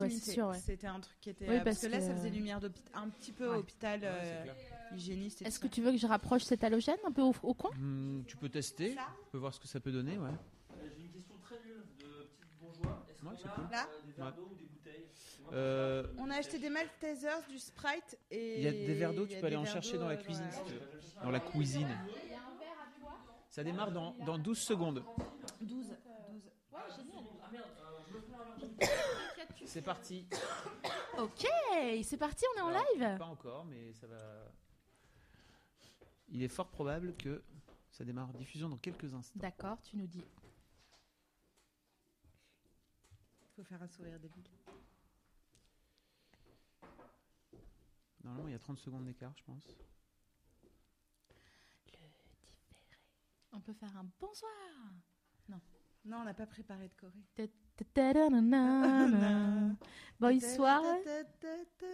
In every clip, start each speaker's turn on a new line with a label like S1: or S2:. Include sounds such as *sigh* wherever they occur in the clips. S1: Ouais, c'est
S2: limité.
S1: sûr, ouais.
S2: C'était un truc qui était.
S1: Oui,
S2: euh, parce,
S1: parce
S2: que, là,
S1: que-
S2: ça faisait lumière d'hôpital, un petit peu
S3: Ouais.
S2: hôpital
S3: Ouais,
S2: euh,
S3: c'est clair.
S2: hygiéniste. et
S1: Est-ce
S2: tout
S1: que tu veux que je rapproche cet halogène un peu au, au coin
S3: Hmm, tu peux tester, tu peux voir ce que ça peut donner, ouais.
S4: Euh, J'ai une question très nulle de petit bourgeois. Est-ce
S3: Ouais,
S4: qu'on
S3: c'est
S4: a
S3: cool.
S2: Là
S4: euh, des verres
S3: Ouais.
S4: d'eau ou des bouteilles Parce que moi,
S3: Euh,
S2: ça. On a acheté des Maltesers, du Sprite et.
S3: Il y a des verres d'eau,
S2: il y
S3: tu
S2: a
S3: peux aller
S2: des
S3: en
S2: verres
S3: chercher
S2: d'eau,
S3: dans la
S2: euh,
S3: cuisine si
S2: voilà.
S3: tu veux. Dans la cuisine. Ça démarre dans, dans 12 secondes.
S2: 12. 12.
S3: C'est parti.
S1: Ok, c'est parti, on est Ah, en
S3: Alors,
S1: live
S3: Pas encore, mais ça va. Il est fort probable que ça démarre en diffusion dans quelques instants.
S1: D'accord, tu nous dis.
S2: Faut faire un sourire débile.
S3: Normalement, il y a 30 secondes d'écart, je pense.
S1: On peut faire un bonsoir
S2: Non, on n'a pas préparé de Corée. Ah,
S1: Ta-ta-da-na-na. Bonsoir
S2: Ta- ta- ta- ta-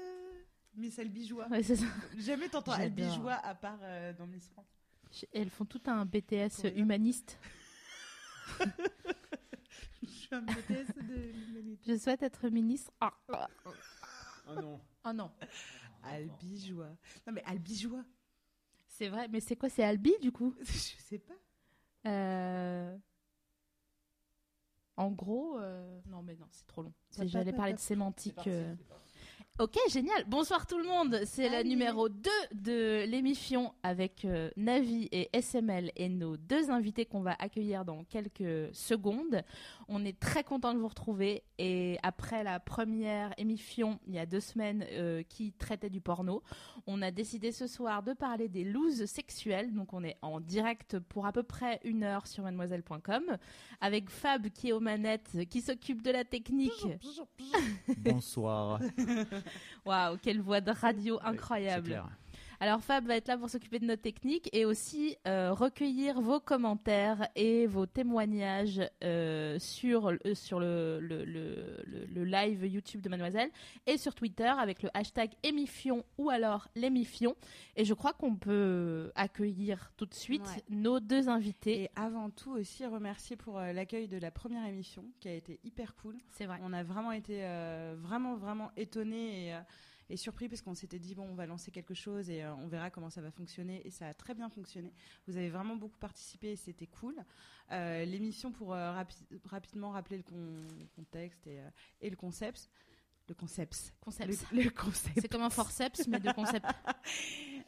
S2: Mais c'est le bijouat.
S1: Ouais, c'est ça.
S2: Jamais t'entends le
S1: J'adore.
S2: bijouat à part euh, dans Miss France.
S1: Je- Elles font tout un BTS
S2: Combien
S1: humaniste.
S2: *laughs* Je suis un BTS de l'humanité.
S1: Je souhaite être ministre. Ah, ah.
S3: Oh non.
S1: Oh non,
S2: Albigeois. Non mais Albigeois. *laughs*
S1: c'est vrai, mais c'est quoi C'est Albi du coup
S2: Je sais pas.
S1: Euh, En gros, euh, non mais non, c'est trop long. C'est-
S2: Papa,
S1: J'allais
S2: papa.
S1: parler de sémantique. euh. Ok, génial. Bonsoir tout le monde. C'est la
S2: Salut.
S1: numéro 2 de l'émission avec euh, Navi et SML et nos deux invités qu'on va accueillir dans quelques secondes. On est très content de vous retrouver et après la première émission il y a deux semaines euh, qui traitait du porno, on a décidé ce soir de parler des looses sexuelles. Donc on est en direct pour à peu près une heure sur mademoiselle.com avec Fab qui est aux manettes, qui s'occupe de la technique.
S5: Bonsoir.
S1: Waouh, quelle voix de radio incroyable. Alors Fab va être là pour s'occuper de notre technique et aussi euh, recueillir vos commentaires et vos témoignages euh, sur, le- sur le, le, le- le- le live YouTube de Mademoiselle et sur Twitter avec le hashtag émifion ou alors l'émifion. Et je crois qu'on peut accueillir tout de suite
S2: Ouais.
S1: nos deux invités.
S2: Et avant tout aussi remercier pour euh, l'accueil de la première émission qui a été hyper cool.
S1: C'est vrai.
S2: On a vraiment été euh, vraiment vraiment étonnés et, euh, et surpris parce qu'on s'était dit bon on va lancer quelque chose et euh, on verra comment ça va fonctionner et ça a très bien fonctionné. Vous avez vraiment beaucoup participé et c'était cool. Euh, L'émission pour euh, rapi- rapidement rappeler le con- contexte et, euh, et le concept. Le concept.
S1: Concept.
S2: Le, *laughs* le concept.
S1: C'est comme un forceps mais de
S2: *laughs*
S1: concept.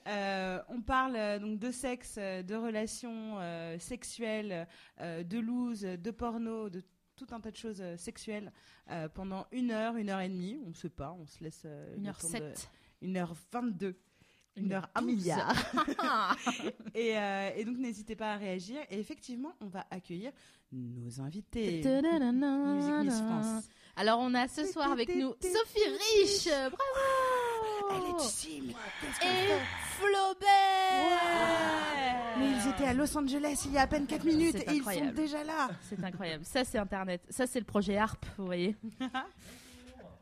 S2: Euh, on parle euh, donc de sexe, euh, de relations euh, sexuelles, euh, de loose, euh, de porno, de tout un tas de choses euh, sexuelles euh, pendant une heure, une heure et demie. On ne sait pas, on se laisse. euh, le temps de-
S1: 1h07.
S2: Une heure vingt-deux. Une
S1: Une
S2: heure un
S1: douze. *laughs*
S2: milliard. *laughs* Et, euh, et donc n'hésitez pas à réagir. Et effectivement, on va accueillir nos invités. Musique Miss France.
S1: Alors on a ce soir avec nous Sophie Rich, bravo
S2: ici.
S1: Oh. Et Flaubert
S2: Mais ils étaient à Los Angeles il y a à peine 4 minutes
S1: C'est
S2: et ils sont
S1: incroyable.
S2: déjà là.
S1: C'est incroyable, ça c'est Internet, ça c'est le projet HARP, vous voyez.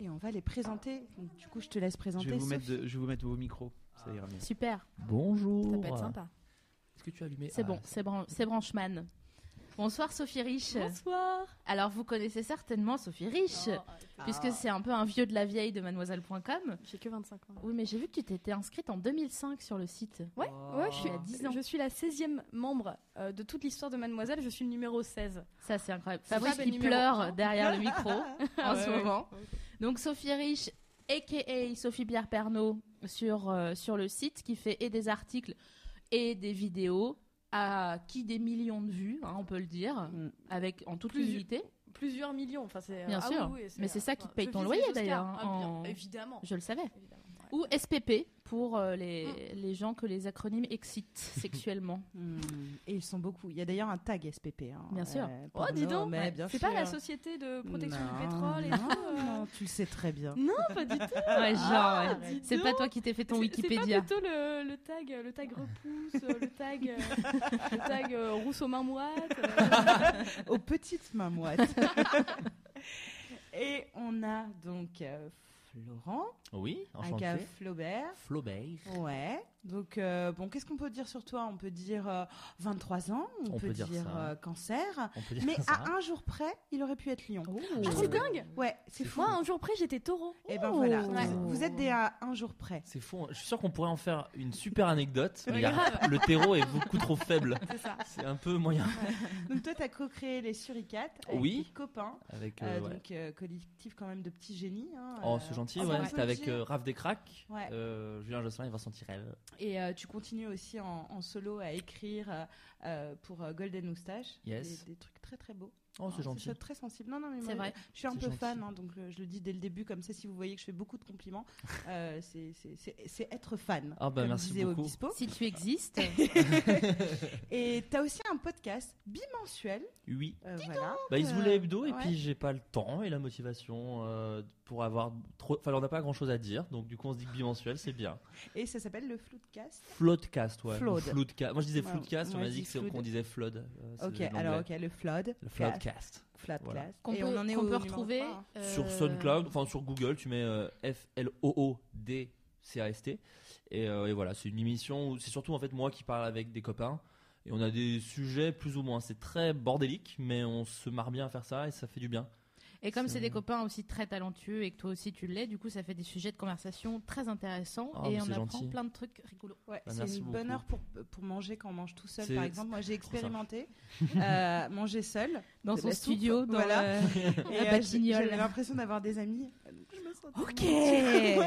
S2: Et on va les présenter. Donc, du coup, je te laisse
S3: Je
S2: présenter.
S3: vais, vous mettre
S2: Sophie.
S3: de- je vais vous mettre vos micros. Ça ira
S2: Ah.
S3: mieux.
S1: Super,
S5: Bonjour.
S6: Ça peut être sympa.
S4: Est-ce que tu as allumé Ah.
S1: c'est bon, c'est bran- c'est Branchman. Bonsoir Sophie Rich.
S6: Bonsoir. Oh.
S1: Alors vous connaissez certainement Sophie Rich,
S6: Ah.
S1: puisque c'est un peu un vieux de la vieille de mademoiselle.com.
S6: J'ai que 25 ans.
S1: Oui mais j'ai vu que tu t'étais inscrite en 2005 sur le site.
S6: Ouais, ouais, je suis
S4: Ah.
S1: Il y a 10 ans.
S6: Je suis la 16e membre euh, de toute l'histoire de Mademoiselle, je suis le numéro 16.
S1: Ça, c'est incroyable.
S6: Ça,
S1: Fabrice
S6: c'est
S1: qui
S6: numéro un.
S1: pleure derrière le
S6: *laughs*
S1: micro en
S6: ouais,
S1: ce
S6: ouais.
S1: moment. Donc, Sophie Rich, a.k.a. Sophie Pierre Pernaud, sur, euh, sur le site, qui fait et des articles et des vidéos à qui des millions de vues, hein, on peut le dire,
S2: Mm.
S1: avec en toute
S6: Plus-
S1: humilité.
S6: Plusieurs millions, enfin c'est
S1: Bien
S6: ah
S1: sûr.
S6: oui, oui,
S1: Mais c'est ça qui te paye
S6: je
S1: ton
S6: vise
S1: loyer,
S6: les Oscars.
S1: d'ailleurs,
S6: Ah,
S1: en-
S6: bien, évidemment.
S1: Je le savais.
S6: évidemment, ouais.
S1: Ou SPP pour euh, les,
S6: Mm.
S1: les gens que les acronymes excitent
S6: *laughs*
S1: sexuellement.
S2: Hmm. Et ils sont beaucoup. Il y a d'ailleurs un tag SPP. hein.
S1: Bien sûr.
S2: Euh,
S6: Oh, dis
S2: porno,
S6: donc,
S2: mais
S6: ouais.
S2: bien
S6: c'est
S2: sûr.
S6: pas la société de protection
S2: Non,
S6: du pétrole et
S2: non,
S6: tout. euh,
S2: non, tu le sais très bien.
S6: Non, pas du tout.
S1: Ouais, genre,
S6: Ah,
S1: ouais.
S6: dis
S1: C'est pas
S6: donc.
S1: toi qui t'es fait ton
S6: C'est-
S1: Wikipédia.
S6: C'est pas plutôt le, le tag, le tag repousse, euh, le tag, euh, le tag euh, rousse aux mains moites.
S2: *laughs*
S6: euh, *laughs*
S2: Aux petites mamoites. et on a donc euh, Florent,
S7: Oui, enchanté.
S2: aka Flaubert.
S7: Flaubert.
S2: Ouais. Donc, euh, bon, qu'est-ce qu'on peut dire sur toi On peut dire euh, 23 ans, on, peut, dire,
S7: ça.
S2: euh, cancer.
S7: On peut dire
S2: Mais
S7: ça.
S2: à un jour près, il aurait pu être lion.
S6: Ah,
S7: Ouais.
S6: c'est hein. dingue
S2: Ouais, c'est fou.
S6: Moi, un jour près, j'étais *laughs* taureau.
S2: Et ben voilà,
S1: Oh.
S2: vous- vous êtes des à un jour près.
S7: C'est fou. hein. Je suis sûr qu'on pourrait en faire une super anecdote. mais
S6: Ouais,
S7: il y a-
S6: grave.
S7: le terreau est beaucoup trop faible.
S6: C'est ça.
S7: C'est un peu moyen.
S2: Donc toi, t'as co-créé les Suricates avec
S7: Oui.
S2: tes copains,
S7: Avec,
S2: Euh,
S7: euh, ouais.
S2: donc euh, collectif quand même de petits génies. hein,
S7: Oh,
S2: euh,
S7: c'est gentil,
S2: on
S7: ouais.
S2: peut
S7: C'était
S2: le
S7: avec
S2: dire.
S7: euh, Raph Descraques,
S2: Ouais.
S7: euh, Julien Josselin et Vincent Tirel.
S2: Et euh, tu continues aussi en, en solo à écrire euh, euh, pour euh, Golden Moustache.
S7: Yes.
S2: Des, des trucs très très beaux.
S7: Oh,
S2: Hein,
S7: c'est gentil.
S2: ça, très sensible. Non, non, mais
S1: C'est
S2: moi,
S1: vrai.
S2: Je suis un
S7: C'est
S2: peu
S7: gentil.
S2: fan, hein, donc euh, je le dis dès le début, comme ça, si vous voyez que je fais beaucoup de compliments, euh, c'est- c'est c'est- c'est être fan.
S7: Ah bah,
S2: comme
S7: merci
S2: disait
S7: beaucoup.
S2: Obispo.
S1: Si tu
S6: *laughs*
S1: existes,
S2: Et tu as aussi un podcast bimensuel.
S7: Oui.
S2: euh, voilà.
S7: Bah, ils se
S2: euh,
S7: voulaient hebdo et
S2: ouais.
S7: puis j'ai pas le temps et la motivation euh, pour avoir trop. Enfin, on n'a pas grand chose à dire, donc du coup on se dit que bimensuel c'est bien.
S2: Et ça s'appelle le Floodcast.
S7: Floodcast, ouais.
S2: Flood.
S7: Le Floodcast. Moi je disais
S2: Ouais,
S7: floodcast, on
S2: moi,
S7: m'a
S2: je
S7: dit
S2: dis
S7: que c'est-
S2: flood.
S7: qu'on disait flood. euh, c'est
S2: Ok,
S7: de l'anglais.
S2: alors ok, le Flood.
S7: Le floodcast.
S2: Floodcast.
S7: Voilà.
S1: qu'on
S2: Et
S1: peut,
S2: on en est
S1: qu'on
S2: au
S1: peut
S2: numéro
S1: retrouver.
S2: trois, hein.
S7: Sur
S1: euh,
S7: SoundCloud, enfin sur Google, tu mets euh, F-L-O-O-D-C-A-S-T. Et, euh, et voilà, c'est une émission où c'est surtout en fait moi qui parle avec des copains. Et on a des sujets plus ou moins. C'est très bordélique, mais on se marre bien à faire ça et ça fait du bien.
S1: Et comme c'est
S7: C'est-
S1: des copains aussi très talentueux et que toi aussi tu l'es, du coup ça fait des sujets de conversation très intéressants
S7: Ah,
S1: et
S7: mais
S1: on
S7: c'est
S1: apprend
S7: gentil.
S1: plein de trucs rigolos.
S2: Ouais,
S7: Bah,
S2: c'est
S7: merci
S2: une bonne
S7: beaucoup.
S2: heure pour, pour manger quand on mange tout seul,
S7: C'est-
S2: par exemple. Moi, j'ai
S7: trop ça. *laughs*
S2: expérimenté euh, manger seul.
S1: Dans
S7: Eh
S2: De
S1: son
S7: ben,
S2: la soupe,
S1: studio, dans
S7: *laughs*
S2: voilà.
S1: le-
S2: Et
S1: la
S2: euh,
S1: batignolles.
S2: j'avais l'impression d'avoir des amis. Donc, je me sentais
S1: Ok.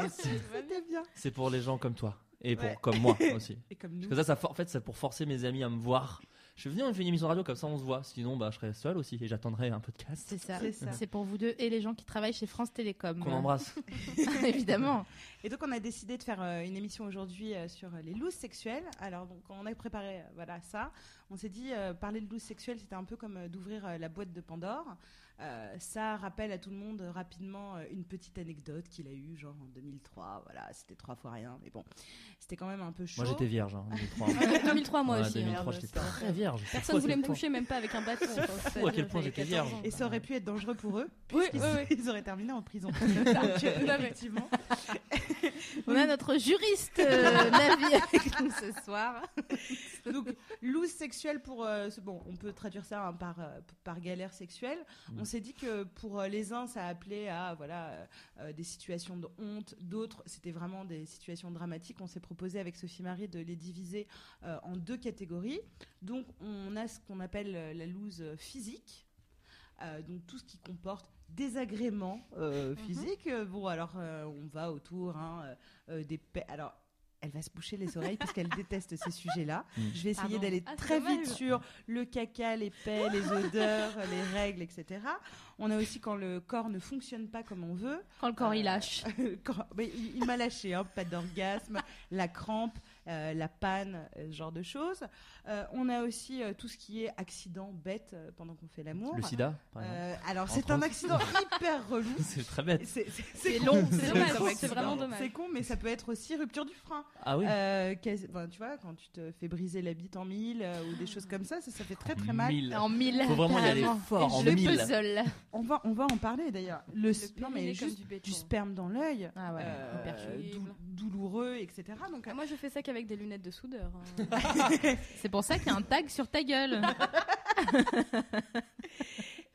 S2: bien.
S1: *laughs*
S2: C'était bien.
S7: C'est pour les gens comme toi et pour
S2: Ouais.
S6: *laughs*
S7: comme moi aussi.
S2: Et comme
S7: Parce
S2: nous.
S7: que ça, ça for- en fait, c'est pour forcer mes amis à me voir. Je vais venir, on fait une émission radio comme ça, on se voit. Sinon, bah, je serais seul aussi et j'attendrai un podcast
S1: C'est ça.
S2: C'est ça.
S1: C'est pour vous deux et les gens qui travaillent chez France Télécom.
S7: qu'on
S6: *laughs*
S7: embrasse.
S1: *laughs* Évidemment.
S2: Et donc, on a décidé de faire euh, une émission aujourd'hui euh, sur euh, les loups sexuelles. Alors, donc, quand on a préparé euh, voilà, ça, on s'est dit, euh, parler de loups sexuelles, c'était un peu comme euh, d'ouvrir euh, la boîte de Pandore. Euh, ça rappelle à tout le monde euh, rapidement euh, une petite anecdote qu'il a eue, genre en 2003. Voilà, c'était trois fois rien, mais bon, c'était quand même un peu chaud.
S7: moi, j'étais vierge hein, en 2003.
S6: En 2003, moi
S7: Ouais,
S6: aussi.
S7: 2003,
S6: hein.
S7: j'étais très vierge. C'est fou
S6: Personne
S7: à
S6: voulait
S7: quel
S6: me
S7: point.
S6: toucher, même pas avec un bâton.
S7: C'est
S6: Enfin,
S7: fou à quel point
S6: j'avais
S7: j'étais
S6: 14
S7: vierge.
S6: ans.
S2: Et ça aurait pu être dangereux pour
S7: *laughs*
S2: eux.
S6: Oui, oui,
S2: Ils,
S6: oui.
S2: ils auraient terminé en prison. *laughs* Donc, euh,
S6: Non, mais-
S2: effectivement.
S1: On a notre juriste *laughs* euh, Navi avec nous ce soir.
S2: Donc, loose sexuelle pour. euh, ce- bon, on peut traduire ça hein, par, euh, p- par galère sexuelle.
S7: Mm.
S2: On s'est dit que pour euh, les uns, ça appelait à voilà, euh, euh, des situations de honte. D'autres, c'était vraiment des situations dramatiques. On s'est proposé avec Sophie Marie de les diviser euh, en deux catégories. Donc, on a ce qu'on appelle euh, la loose physique. Euh, donc tout ce qui comporte des agréments euh, physiques. Euh, Bon, alors euh, on va autour hein, euh, euh, des... pa- Alors, elle va se boucher les oreilles parce qu'elle déteste ces sujets-là.
S7: Mm.
S2: Je vais essayer
S1: Pardon.
S2: d'aller
S6: Ah, c'est
S2: très
S6: dommage.
S2: vite sur le caca, les pets, les
S6: *laughs*
S2: odeurs, les règles, etc. On a aussi quand le corps ne fonctionne pas comme on veut. *laughs*
S1: Quand le corps il lâche.
S2: Quand- mais il il m'a lâché, hein, pas d'orgasme, la crampe, euh, la panne, euh, ce genre de choses. Euh, on a aussi euh, tout ce qui est accident bête euh, pendant qu'on fait l'amour.
S7: Le sida, par exemple. *laughs*
S2: Euh, alors
S7: Entre
S2: c'est un
S7: autres. *laughs*
S2: accident hyper relou.
S7: C'est très bête.
S2: C'est- C'est
S6: C'est
S2: con.
S6: long, c'est dommage,
S2: con.
S6: c'est vraiment dommage.
S2: C'est con, mais ça peut être aussi rupture du frein.
S7: Ah oui,
S2: Euh, qu'est-ce- ben, tu vois, quand tu te fais briser la bite en mille euh, ou des choses comme ça, ça, ça fait très très mal.
S7: mille.
S1: En mille.
S7: Faut vraiment y aller
S1: carrément.
S7: fort, en
S1: Le
S7: mille.
S1: puzzle.
S2: On va, on va en parler d'ailleurs. Le, sp- non, mais
S6: périnée comme
S2: juste
S6: du
S2: du
S6: béton.
S2: sperme dans l'œil,
S1: Ah ouais,
S2: euh,
S1: hyper chou.
S6: horrible.
S2: dou- douloureux, etc. Donc, euh,
S6: Ah, Moi, je fais ça qu'avec des lunettes de soudeur. *laughs* hein.
S1: C'est pour ça qu'il y a un tag sur ta gueule.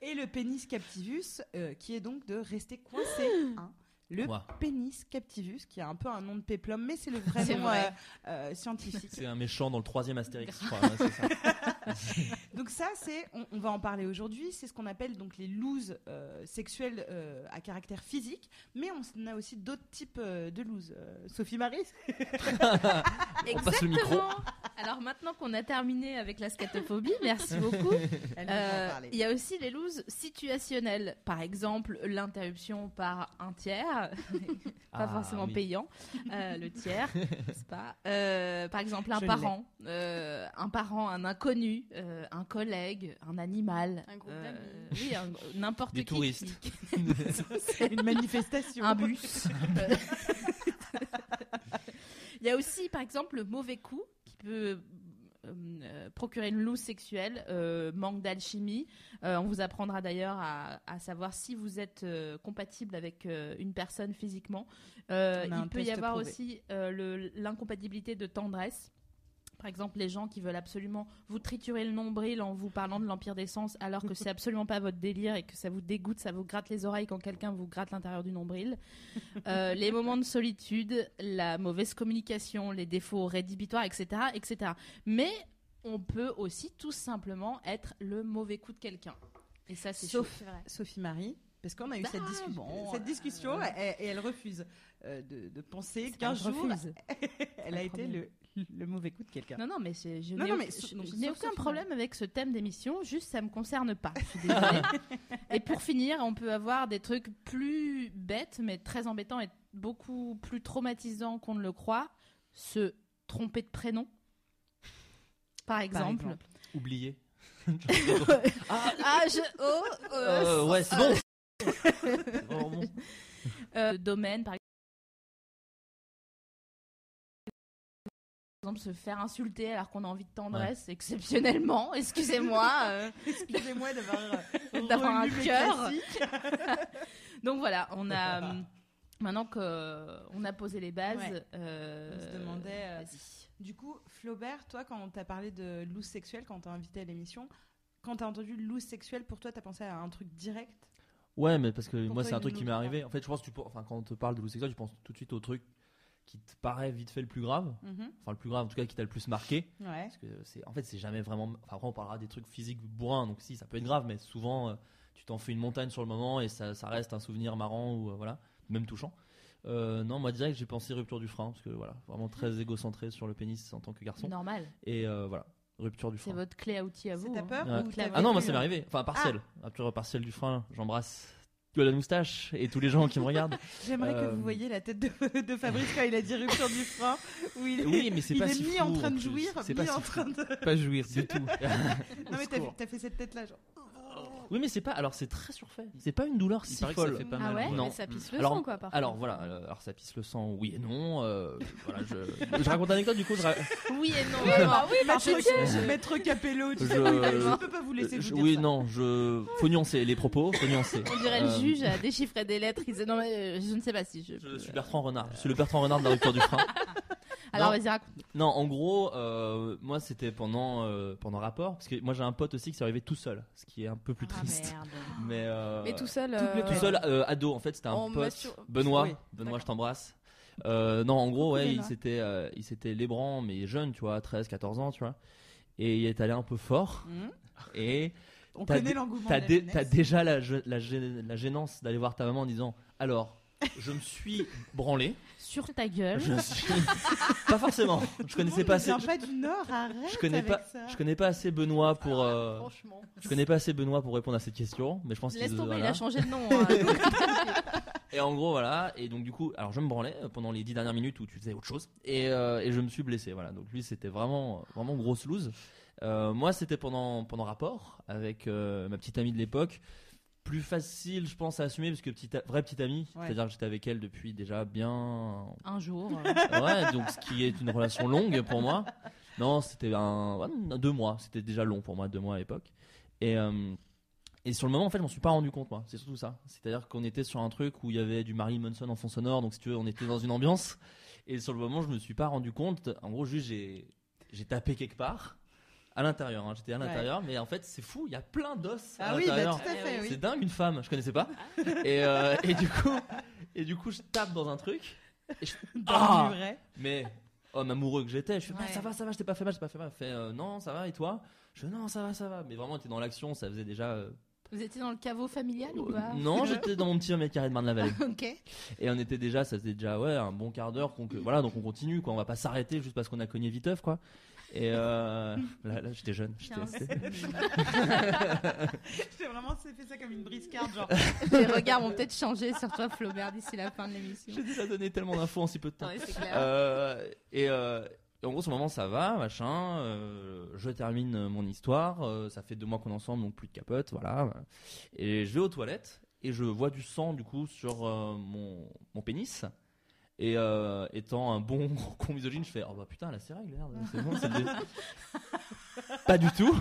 S2: et le pénis captivus, euh, qui est donc de rester coincé. hein. Le
S7: Ouah.
S2: pénis captivus, qui a un peu un nom de péplum, mais c'est le vrai
S1: C'est
S2: nom
S1: vrai.
S2: euh, euh, scientifique.
S7: C'est un méchant dans le troisième Astérix, je crois. hein, c'est
S2: *laughs*
S7: ça.
S2: Donc ça, c'est, on, on va en parler aujourd'hui, c'est ce qu'on appelle donc les looses euh, sexuelles euh, à caractère physique, mais on a aussi d'autres types euh, de looses. Euh, Sophie Marie,
S7: On passe le micro.
S1: Exactement. Alors maintenant qu'on a terminé avec la scatophobie, merci beaucoup.
S2: elle va en
S1: Euh,
S2: parler.
S1: Il y a aussi les looses situationnelles, par exemple l'interruption par un tiers, *laughs* pas
S7: Ah,
S1: forcément
S7: oui.
S1: payant, euh, le
S7: *laughs*
S1: tiers, n'est-ce pas Euh, Par exemple un
S2: Je
S1: parent, euh, un parent, un inconnu, euh, un collègue, un animal,
S6: Un groupe
S1: euh,
S6: d'amis.
S1: oui, un- euh, n'importe
S7: Des
S1: qui
S7: touristes.
S1: qui-
S2: Une *laughs* manifestation. Ah,
S1: un bus. Il y a aussi, par exemple, le mauvais coup qui peut euh, procurer une loose sexuelle, euh, manque d'alchimie. Euh, on vous apprendra d'ailleurs à, à savoir si vous êtes euh, compatible avec euh, une personne physiquement. Euh,
S2: On a un
S1: il peut y
S2: test
S1: avoir
S2: prouvé.
S1: aussi euh, le- l'incompatibilité de tendresse. Par exemple, les gens qui veulent absolument vous triturer le nombril en vous parlant de l'empire des sens, alors que
S2: *laughs*
S1: c'est absolument pas votre délire et que ça vous dégoûte, ça vous gratte les oreilles quand quelqu'un vous gratte l'intérieur du
S2: *laughs*
S1: nombril. Euh, les moments de solitude, la mauvaise communication, les défauts rédhibitoires, etc., etc. Mais on peut aussi tout simplement être le mauvais coup de quelqu'un. Et ça, c'est
S2: Sauf-
S1: chaud.
S2: Sophie Marie, parce qu'on a eu cette,
S1: Ah,
S2: discu-
S1: bon,
S2: cette
S1: euh,
S2: discussion et, et elle refuse euh, de, de penser
S1: C'est pas
S2: qu'un
S1: que je
S2: jour
S1: refuse.
S2: elle
S1: pas
S2: a
S1: le
S2: été le, le mauvais coup de quelqu'un.
S1: Non, non, mais c'est- je
S2: Non,
S1: n'ai
S2: non,
S1: aucun-
S2: mais sauf-
S1: je-
S2: donc,
S1: je n'ai
S2: sauf
S1: aucun
S2: Sophie
S1: problème avec ce thème d'émission, juste ça me concerne pas. Je suis
S2: *laughs*
S1: désolée. et pour finir, on peut avoir des trucs plus bêtes, mais très embêtants et beaucoup plus traumatisants qu'on ne le croit. Se tromper de prénom, par exemple.
S2: exemple. *laughs*
S7: *laughs* Oublié.
S1: ah, ah, je. Oh, oh,
S7: Euh, ouais, c'est bon.
S2: euh.
S7: C'est vraiment bon.
S1: euh, de domaine, par exemple se faire insulter alors qu'on a envie de tendresse exceptionnellement *laughs* excusez-moi euh,
S2: Excusez-moi *laughs* d'avoir euh,
S1: D'avoir un
S2: relu mes
S1: cœur.
S2: classiques.
S1: donc voilà on a
S7: *laughs*
S1: euh, maintenant qu'on a posé les bases
S2: Ouais.
S1: euh,
S2: On se demandait, euh,
S1: vas-y.
S2: Du coup, Flaubert, toi, quand on t'a parlé de loose sexuelle, quand t'as invité à l'émission, quand t'as entendu loose sexuelle, pour toi, t'as pensé à un truc direct
S7: Ouais, mais parce que
S2: Pour
S7: moi,
S2: toi,
S7: c'est un
S2: il
S7: truc
S2: nous
S7: qui m'est
S2: parle.
S7: arrivé. En fait, je pense que tu, peux- enfin, quand on te parle de loup sexuel, tu penses tout de suite au truc qui te paraît vite fait le plus grave. Enfin, le plus grave, en tout cas, qui t'a le plus marqué.
S2: Ouais.
S7: Parce que Mhm. c'est, en fait, c'est jamais vraiment. Enfin, après, on parlera des trucs physiques bourrins, donc si, ça peut être grave, mais souvent, euh, tu t'en fais une montagne sur le moment et ça, ça reste un souvenir marrant ou euh, voilà, même touchant. Euh, non, moi, direct, j'ai pensé rupture du frein, parce que voilà, vraiment très égocentré sur le pénis en tant que garçon.
S1: normal
S7: Et euh, voilà, rupture du
S1: c'est
S7: frein.
S1: votre clé à outils à
S2: C'est
S1: vous
S2: ta
S1: hein.
S2: peur
S7: Ouais.
S2: ou t'avais
S7: Ah non, moi
S2: eu
S7: ça m'est
S2: un-
S7: arrivé. Enfin, partiel. Rupture partielle du frein. J'embrasse tu as la moustache et tous les gens qui
S2: *laughs*
S7: me regardent.
S2: J'aimerais que
S7: Euh,
S2: vous voyiez la tête de, de Fabrice quand il a dit rupture du frein, où il est,
S7: Oui, mais c'est
S2: il
S7: pas
S2: est
S7: si
S2: mis
S7: fou,
S2: en train
S7: en
S2: de
S7: plus.
S2: jouir,
S7: C'est
S2: mis
S7: pas
S2: en
S7: si
S2: train de.
S3: Pas jouir,
S7: *laughs*
S3: c'est tout.
S2: Non mais t'as,
S3: secours.
S2: t'as fait cette tête là, genre.
S7: oui, mais c'est pas. Alors c'est très surfait. C'est pas une douleur
S3: Il
S7: si
S3: paraît que ça fait
S7: folle.
S3: pas
S6: Ah
S3: mal.
S6: ouais
S7: Non.
S6: Mais ça pisse le
S7: Alors-
S6: sang, quoi, par
S7: Alors
S6: contre.
S7: voilà. euh, Alors ça pisse le sang. Oui et non. euh, voilà. Je, je raconte l'anecdote du coup. Je,
S1: *laughs*
S7: ra-
S1: oui et
S2: *laughs*
S1: non
S2: bah
S1: vraiment.
S2: Maître,
S1: Parce que-
S2: Maître Capello, tu
S7: Je-
S2: sais, je peux pas vous laisser
S7: je-
S2: vous dire
S7: oui
S2: ça.
S7: non. Je faut nuancer les propos. Faut nuancer.
S1: on dirait le
S7: Euh,
S1: juge à déchiffrer des lettres il disait non mais, euh, je ne sais pas si je,
S7: Je
S1: peux-
S7: suis Bertrand Renard. Je suis le Bertrand Renard de la rupture du frein.
S1: alors
S7: Non.
S1: vas-y raconte
S7: Non, en gros, euh, moi c'était pendant euh, pendant rapport parce que moi j'ai un pote aussi qui s'est arrivé tout seul, ce qui est un peu plus triste.
S1: Ah, merde
S7: Mais, euh,
S6: Mais tout seul.
S2: double
S6: euh,
S7: tout seul, euh, ado, en fait, c'était un
S6: En
S7: pote.
S6: mastur-
S7: Benoît,
S2: Oui.
S7: Benoît, je t'embrasse. Euh, non, en gros,
S6: Coucou,
S7: ouais, il
S6: Benoît.
S7: s'était, euh, il s'était lébrant, mais jeune, tu vois, 13, 14 ans, tu vois. Et il est allé un peu fort.
S2: Hmm
S7: Et
S2: On
S7: T'as
S2: connaît
S7: dé-
S2: l'engouement.
S7: t'as,
S2: de la
S7: dé-
S2: jeunesse.
S7: t'as déjà la, je- la, gê- la gênance d'aller voir ta maman en disant Alors, je me suis branlé.
S1: sur ta gueule
S7: Je suis. *laughs* pas forcément.
S2: Tout
S7: Je
S2: le
S7: connaissais
S2: monde
S7: pas
S2: ne
S7: assez.
S2: vient pas du Nord, arrête.
S7: Je connais
S2: avec
S7: pas,
S2: ça.
S7: je connais pas assez Benoît pour. euh,
S6: Franchement.
S7: je connais pas assez Benoît pour répondre à cette question, mais je pense
S1: laisse
S7: qu'il
S1: tomber il
S7: voilà.
S1: a changé de
S7: *laughs*
S1: nom hein.
S7: Et en gros, voilà. Et donc, du coup, alors je me branlais euh, pendant les dix dernières minutes où tu faisais autre chose. Et, euh, et je me suis blessé. Voilà. Donc, lui, c'était vraiment, vraiment grosse loose. Euh, moi, c'était pendant, pendant rapport avec euh, ma petite amie de l'époque. Plus facile, je pense, à assumer parce que petite, a- vraie petite amie.
S2: Ouais.
S7: C'est-à-dire que j'étais avec elle depuis déjà bien.
S1: un jour
S7: Ouais, donc ce qui est une relation longue pour moi. Non, c'était un, ouais, un- deux mois. C'était déjà long pour moi, deux mois à l'époque. Et, euh, et sur le moment, en fait, je m'en suis pas rendu compte, moi. C'est surtout ça. C'est-à-dire qu'on était sur un truc où il y avait du Marilyn Manson en fond sonore. Donc, si tu veux, on était dans une ambiance. Et sur le moment, je me suis pas rendu compte. En gros, juste, j'ai, j'ai tapé quelque part. À l'intérieur, hein. j'étais à
S2: Ouais.
S7: l'intérieur, mais en fait c'est fou, il y a plein d'os à
S2: Ah oui, bah,
S7: l'intérieur.
S2: tout à fait,
S7: C'est
S2: oui. Ah.
S7: dingue une femme, je connaissais pas. Et, euh, et du coup, et du coup, je tape dans un truc. Et je...
S2: Dans
S7: Ah
S2: du vrai.
S7: mais homme amoureux que j'étais, je fais bah,
S1: Ouais.
S7: ça va, ça va, je t'ai pas fait mal, je t'ai pas fait mal. Elle fait euh, non, ça va et toi Je fais non, ça va, ça va. Mais vraiment, t'es dans l'action, ça faisait déjà. euh,
S1: Vous étiez dans le caveau familial ou
S7: euh,
S1: pas *laughs*
S7: non, j'étais dans mon petit 1 mètre carré de Marne-la-Vallée.
S1: Ok.
S7: et on était déjà, ça faisait déjà ouais un bon quart d'heure qu'on que- voilà, donc on continue quoi. On va pas s'arrêter juste parce qu'on a cogné viteuf quoi. Et euh, là, là, j'étais jeune. j'étais-
S1: Quinze.
S7: c'était-
S2: *laughs* J'ai vraiment fait ça comme une briscarde, genre.
S1: Les regards vont peut-être changer sur toi, Flaubert, d'ici la fin de l'émission.
S7: J'ai déjà donné tellement d'infos en si peu de temps.
S1: Ouais, c'est clair.
S7: Euh, et euh, et en gros, ce moment, ça va, machin. euh, je termine euh, mon histoire. euh, ça fait deux mois qu'on est ensemble, donc plus de capote, voilà. Et je vais aux toilettes et je vois du sang, du coup, sur euh, mon, mon pénis. Et euh, étant un bon *laughs* gros con misogyne, je fais Oh bah putain, la série, merde, c'est bon, c'est bien. Pas du tout.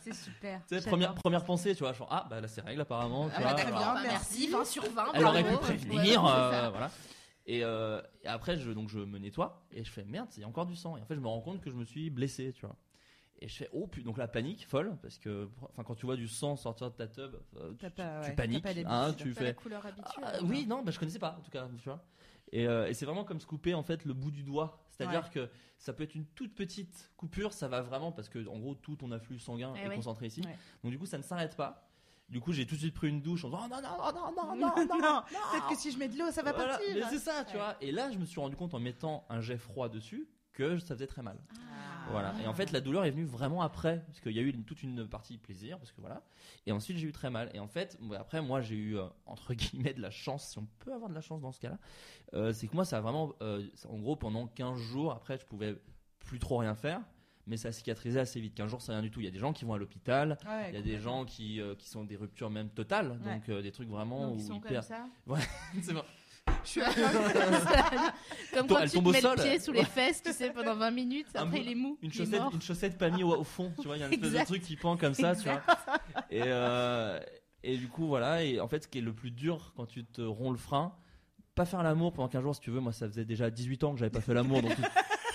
S8: C'est super.
S7: Tu sais,
S8: J'adore.
S7: première, première pensée, tu vois, genre Ah bah là, c'est règle apparemment.
S1: Ah,
S7: tu
S2: bah,
S7: vois,
S2: très
S7: genre,
S2: bien,
S8: Bah, merci,
S2: merci.
S8: 20 sur 20.
S7: elle aurait pu
S8: bravo.
S7: prévenir,
S8: Voilà, c'est
S7: euh,
S8: ça.
S7: voilà. Et, euh, et après, je, donc je me nettoie et je fais merde, il y a encore du sang. Et en fait, je me rends compte que je me suis blessé, tu vois. Et je fais oh putain, donc la panique folle parce que enfin quand tu vois du sang sortir de ta tub, euh, tu,
S2: T'as
S7: tu-
S2: pas-
S7: tu
S2: ouais, t'as
S7: paniques,
S2: pas l'habitude.
S7: hein, tu
S6: Pas la
S7: fais
S6: couleur habituelle.
S7: Ah, oui non, bah, je connaissais pas en tout cas, tu vois. Et, euh, et c'est vraiment comme se couper en fait le bout du doigt, c'est-à-dire que ça peut être une toute petite coupure, ça va vraiment parce que en gros tout ton afflux sanguin
S8: Eh
S7: est
S8: oui.
S7: concentré ici,
S2: Ouais.
S7: donc du coup ça ne s'arrête pas. Du coup j'ai tout de suite pris une douche en disant oh, non non non non non non
S2: *laughs* non, peut-être que si je mets de l'eau, ça va
S7: voilà,
S2: partir.
S7: Mais c'est ça, tu
S2: Ouais.
S7: vois. Et là, je me suis rendu compte en mettant un jet froid dessus que ça faisait très mal.
S2: Ah.
S7: Voilà. Et en fait, la douleur est venue vraiment après, parce qu'il y a eu une- toute une partie plaisir, parce que voilà. Et ensuite, j'ai eu très mal. Et en fait, moi, après, moi, j'ai eu euh, entre guillemets de la chance, si on peut avoir de la chance dans ce cas-là, euh, c'est que moi, ça a vraiment, euh, ça- en gros, pendant 15 jours, après, je pouvais plus trop rien faire. Mais ça cicatrisait assez vite. 15 jours, c'est rien du tout. Il y a des gens qui vont à l'hôpital.
S2: Ah Ouais,
S7: Il y a des gens qui, euh, qui sont des ruptures même totales.
S2: Ouais.
S7: Donc, euh, des trucs vraiment.
S1: Donc,
S7: où
S1: ils sont
S7: ils
S1: comme
S7: perdent-
S1: ça.
S7: *laughs* C'est vrai.
S1: *laughs* comme
S7: To-
S1: quand
S7: elle
S1: tu te
S7: tombe au
S1: mets
S7: sol.
S1: le pied sous les fesses, tu sais, pendant 20 minutes.
S7: Un
S1: Après,
S7: bout-
S1: il est mou. il
S7: une
S1: est
S7: chaussette,
S1: mort.
S7: une chaussette pas mise au, au fond, tu vois, il y a une espèce de
S1: Exact.
S7: truc qui pend comme ça, tu vois. Et, euh, et du coup, voilà, et en fait, ce qui est le plus dur quand tu te ronds le frein, pas faire l'amour pendant 15 jours, si tu veux, moi ça faisait déjà 18 ans que j'avais pas fait l'amour, donc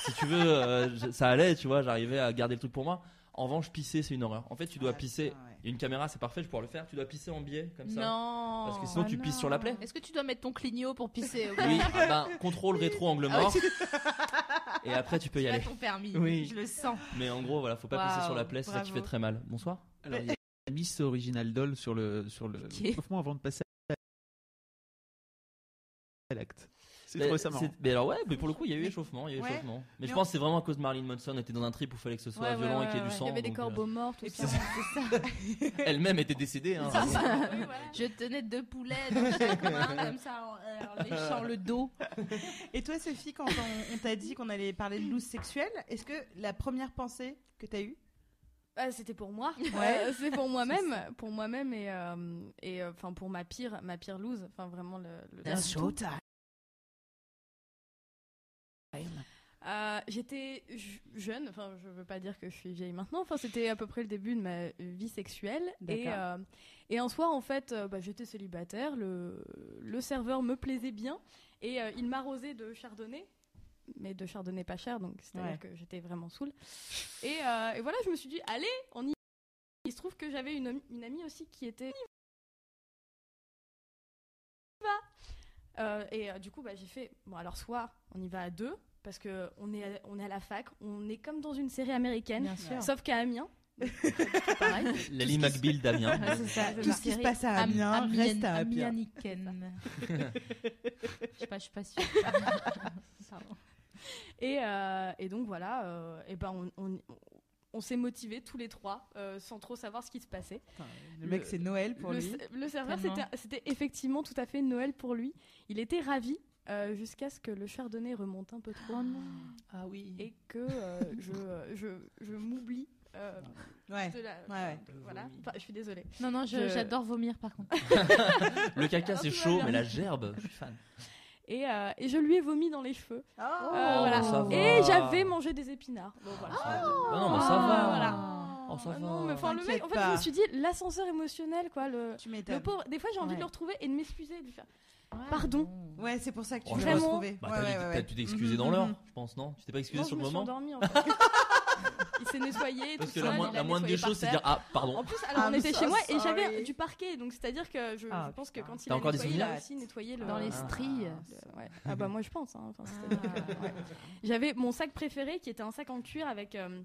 S7: si tu veux, euh, je- ça allait, tu vois, j'arrivais à garder le truc pour moi. En revanche, pisser, c'est une horreur. En fait, tu dois
S2: Ah,
S7: pisser,
S2: putain, ouais.
S7: il y a une caméra, c'est parfait, je vais pouvoir le faire, tu dois pisser en biais, comme ça.
S1: Non.
S7: Parce que sinon,
S2: Ah
S7: tu pisses sur la
S2: non.
S7: plaie.
S1: Est-ce que tu dois mettre ton clignot pour pisser au
S7: Oui, ah ben, contrôle rétro angle mort, et après tu peux y
S1: Ah Tu as
S7: aller.
S1: ton permis.
S7: Oui.
S1: Je le
S7: *laughs*
S1: sens.
S7: Mais en gros, voilà, faut pas pisser
S1: Waouh,
S7: sur la plaie, c'est ça qui
S1: bravo.
S7: fait très mal. Bonsoir.
S3: Alors, il y a Miss Original Doll sur le. Sur le...
S1: Ok.
S3: Sauf moi, avant de passer à l'acte. C'est
S7: Mais
S3: trouvé ça marrant.
S7: c'est- Mais alors ouais, mais pour le coup, il y a eu échauffement, il y a eu
S2: Ouais.
S7: échauffement. Mais, je
S2: Mais
S7: pense que c'est vraiment à cause de Marilyn Manson, elle était dans un trip où il fallait que ce soit
S6: Ouais, ouais,
S7: violent
S6: ouais,
S7: et qu'il y ait
S6: ouais.
S7: du sang.
S6: Il y avait des
S7: donc, euh,
S6: corbeaux morts, tout
S2: Et
S6: ça.
S2: puis-
S6: *laughs*
S7: Elle-même était décédée. Hein, avant.
S6: Oui, voilà.
S1: Je tenais deux poulets dans chaque main, comme ça, en, en léchant le dos.
S2: Et toi, Sophie, quand on, on t'a dit qu'on allait parler de loose sexuelle, est-ce que la première pensée que t'as eue
S6: Ah, c'était pour moi.
S2: Ouais.
S6: Euh, *laughs* c'est pour moi-même, pour moi-même et euh, et enfin pour ma pire, ma pire loose, enfin vraiment le. le- Euh, j'étais ju- jeune, enfin je veux pas dire que je suis vieille maintenant, enfin c'était à peu près le début de ma vie sexuelle et
S2: D'accord.
S6: euh, et un soir en fait euh, bah, j'étais célibataire, le le serveur me plaisait bien et euh, il m'arrosait de chardonnay mais de chardonnay pas cher donc c'est-à-dire
S2: Ouais.
S6: que j'étais vraiment saoule. Et, euh, et voilà, je me suis dit allez, on y va. Il se trouve que j'avais une, ami- une amie aussi qui était On y va. Euh, et euh, du coup, bah, j'ai fait bon alors soit on y va à deux parce que on est à, on est à la fac, on est comme dans une série américaine,
S2: sûr.
S6: sauf qu'à Amiens. C'est pareil.
S7: Lally McBeal d'Amiens.
S1: c'est
S6: *laughs*
S1: ça.
S2: Tout ce qui se passe à Amiens reste à Amiens.
S1: Amienicaine. Je sais pas, je suis pas sûre. *laughs* Pardon.
S6: Et, euh, et donc voilà, euh, et ben on, on- on s'est motivés tous les trois euh, sans trop savoir ce qui se passait.
S2: Putain, Le mec,
S6: Le-
S2: c'est Noël pour
S6: le,
S2: lui.
S6: se- le serveur,
S1: Tellement.
S6: c'était- c'était effectivement tout à fait Noël pour lui. Il était ravi euh, jusqu'à ce que le chardonnay remonte un peu trop
S2: Oh
S1: Ah oui.
S6: et que euh, je, je, je m'oublie. euh,
S2: Ouais.
S6: de la-
S2: ouais.
S6: de- voilà. Enfin, je suis désolée.
S1: Non, non, je-
S6: Je-
S1: j'adore vomir par contre.
S7: Le caca,
S6: Alors,
S7: c'est
S6: tout va
S7: chaud,
S6: bien.
S7: mais la gerbe, je suis fan.
S6: Et, euh, et je lui ai vomi dans les cheveux.
S2: Oh,
S6: Euh, voilà.
S7: ça va.
S6: Et j'avais mangé des épinards. Bon, voilà.
S7: Ah non, mais ça va.
S6: voilà.
S7: Oh, ça
S6: Ah non,
S7: va.
S6: mais enfin, le mec,
S2: T'inquiète
S6: en fait, je
S2: pas.
S6: me suis dit l'ascenseur émotionnel, quoi. Le,
S2: Tu
S6: le
S2: m'étonnes.
S6: pauvre. Des fois, j'ai envie
S2: Ouais.
S6: de le retrouver et de m'excuser, de lui faire. Pardon.
S2: Ouais, c'est pour ça que tu
S7: Oh,
S2: l'as
S6: vraiment
S2: retrouvé.
S7: Bah,
S2: ouais,
S7: t'as dû-
S2: ouais,
S7: t'as
S2: ouais, ouais.
S7: dû t'excuser
S6: Mm,
S7: dans
S2: Mhm,
S7: l'heure,
S2: mhm.
S7: je pense, non Tu t'es pas excusé
S6: Non, je
S7: sur le
S6: me suis
S7: moment
S6: endormie. en fait.
S7: *laughs*
S6: il s'est nettoyé.
S7: Parce
S6: tout
S7: que la,
S6: seul,
S7: moins-
S6: il a
S7: la moindre des
S6: nettoyé par
S7: choses, c'est
S6: terre.
S7: dire Ah, pardon.
S6: En plus, alors on
S2: I'm
S6: était
S2: so
S6: chez moi
S2: sorry.
S6: et j'avais du parquet, donc c'est-à-dire que je,
S2: Ah,
S6: je pense que
S2: putain.
S6: quand il
S7: T'as
S6: a
S7: encore des
S6: nettoyé, il a
S2: souvenirs
S6: aussi nettoyé le.
S1: Dans les
S2: Ah.
S6: le-
S1: stries.
S6: ouais. Ah bah moi je pense. hein. Enfin,
S1: Ah.
S6: c'est-à-dire que, ouais. J'avais mon sac préféré qui était un sac en cuir avec euh,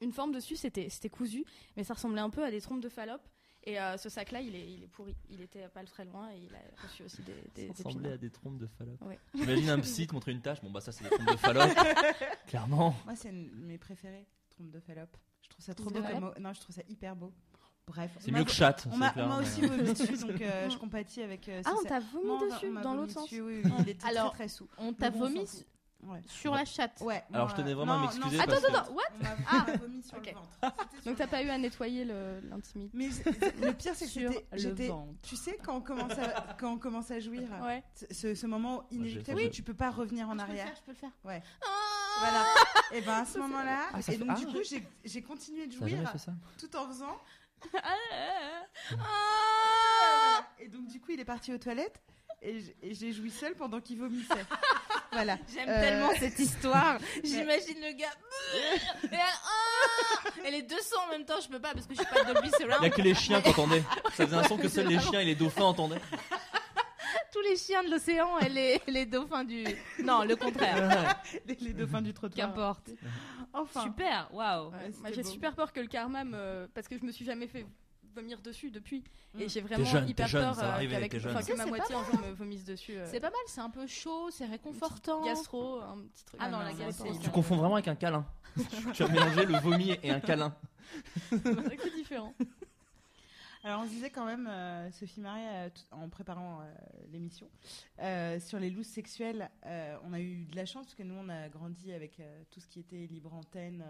S6: une forme dessus, c'était c'était cousu, mais ça ressemblait un peu à des trompes de Fallope. Et euh, ce sac-là, il est, il est pourri. Il était pas très loin et il a reçu aussi des, des,
S7: Ça
S6: des
S7: ressemblait
S6: épinards.
S7: à des trompes de Fallope.
S6: Ouais.
S7: J'imagine un psy te montrer une tâche. Bon, bah ça, c'est des trompes de Fallope. Clairement.
S2: Moi, c'est une- mes préférés. Trompe de Fallope. Je trouve ça trop
S6: C'est
S2: beau
S6: vrai
S2: comme mot. Non, je trouve ça hyper beau. Bref.
S7: C'est
S2: on
S7: mieux
S2: m'a-
S7: que chatte.
S2: On
S7: c'est
S2: m'a on
S7: clair,
S2: m'a
S7: mais-
S2: aussi vomi dessus,
S7: *laughs*
S2: donc euh, je compatis avec. euh,
S6: Ah,
S2: ce
S6: on
S2: sa-
S6: t'a vomi
S2: Non, on m'a-
S6: dessus
S2: on m'a
S6: dans
S2: vomi
S6: l'autre sens. Ah.
S2: dessus, Oui, oui, il était
S1: Alors,
S2: très très sous.
S1: On t'a
S2: Mais bon, on
S1: vomi
S2: s'en fout. Ouais.
S1: Sur la chatte.
S2: Ouais,
S7: Alors,
S2: moi,
S7: je tenais vraiment à
S2: non,
S7: m'excuser
S2: non,
S6: Attends,
S7: parce
S6: attends,
S7: que-
S6: attends, what
S2: on m'a
S6: Ah,
S2: on m'a vomi sur
S6: ok. Ah,
S2: le ventre. C'était sur
S6: Donc
S2: la
S6: t'as pas eu à nettoyer le- l'intimité
S2: Mais c'est- le pire, c'est que
S1: Sur
S2: j'étais-
S1: le
S2: j'étais.
S1: ventre.
S2: Tu sais, quand on commence à, quand on commence à jouir,
S6: Ouais.
S2: ce, ce moment inéluctable
S7: Oui.
S2: où tu peux pas revenir en arrière.
S1: Ah, Je peux le faire.
S2: Ouais.
S1: Ah
S2: Voilà. Et ben à ce moment-là,
S7: Ah, ça
S2: et
S7: fait-
S2: donc du
S7: ah.
S2: coup, j'ai- j'ai continué de
S7: T'as jamais
S2: jouir
S7: fait ça
S2: tout en faisant.
S1: Ah
S2: Et donc du coup, il est parti aux toilettes et j- et j'ai joui seul pendant qu'il vomissait. voilà.
S1: J'aime
S2: Euh,
S1: tellement cette histoire. J'imagine le gars. Et, elle, Ah et les deux sons en même temps, je peux pas parce que je suis pas Dolby
S7: Il y a
S1: Surround.
S7: que les chiens qui entendaient. Ça faisait un son que seuls les chiens et les dauphins entendaient.
S1: Tous les chiens de l'océan et les, les dauphins du. *laughs* Non, le contraire.
S2: *laughs* les, les dauphins du trottoir.
S1: Qu'importe.
S2: Enfin.
S1: Super. Waouh.
S2: Ouais,
S6: Moi
S2: c'était
S6: j'ai
S2: beau.
S6: super peur que le karma me. Parce que je me suis jamais fait vomir dessus depuis.
S2: Mm.
S6: Et j'ai vraiment
S7: jeune,
S6: hyper
S7: t'es jeune,
S6: peur
S7: ça va
S6: euh,
S7: arriver,
S6: qu'avec-
S7: t'es jeune.
S6: enfin, que
S1: Ça,
S6: ma
S1: c'est pas
S6: moitié un jour me vomisse dessus. euh,
S1: C'est pas mal, c'est un peu chaud, c'est réconfortant.
S6: Gastro, un petit truc.
S1: Ah non, la
S6: c'est
S1: gastro,
S6: pas-
S1: c'est-
S7: Tu confonds vraiment avec un câlin. Tu- tu as mélangé le vomi et un câlin.
S6: C'est *laughs* vrai que c'est différent.
S2: Alors on se disait quand même, euh, Sophie Marie, euh, tout- en préparant euh, l'émission, euh, sur les looses sexuelles, euh, on a eu de la chance parce que nous on a grandi avec euh, tout ce qui était libre antenne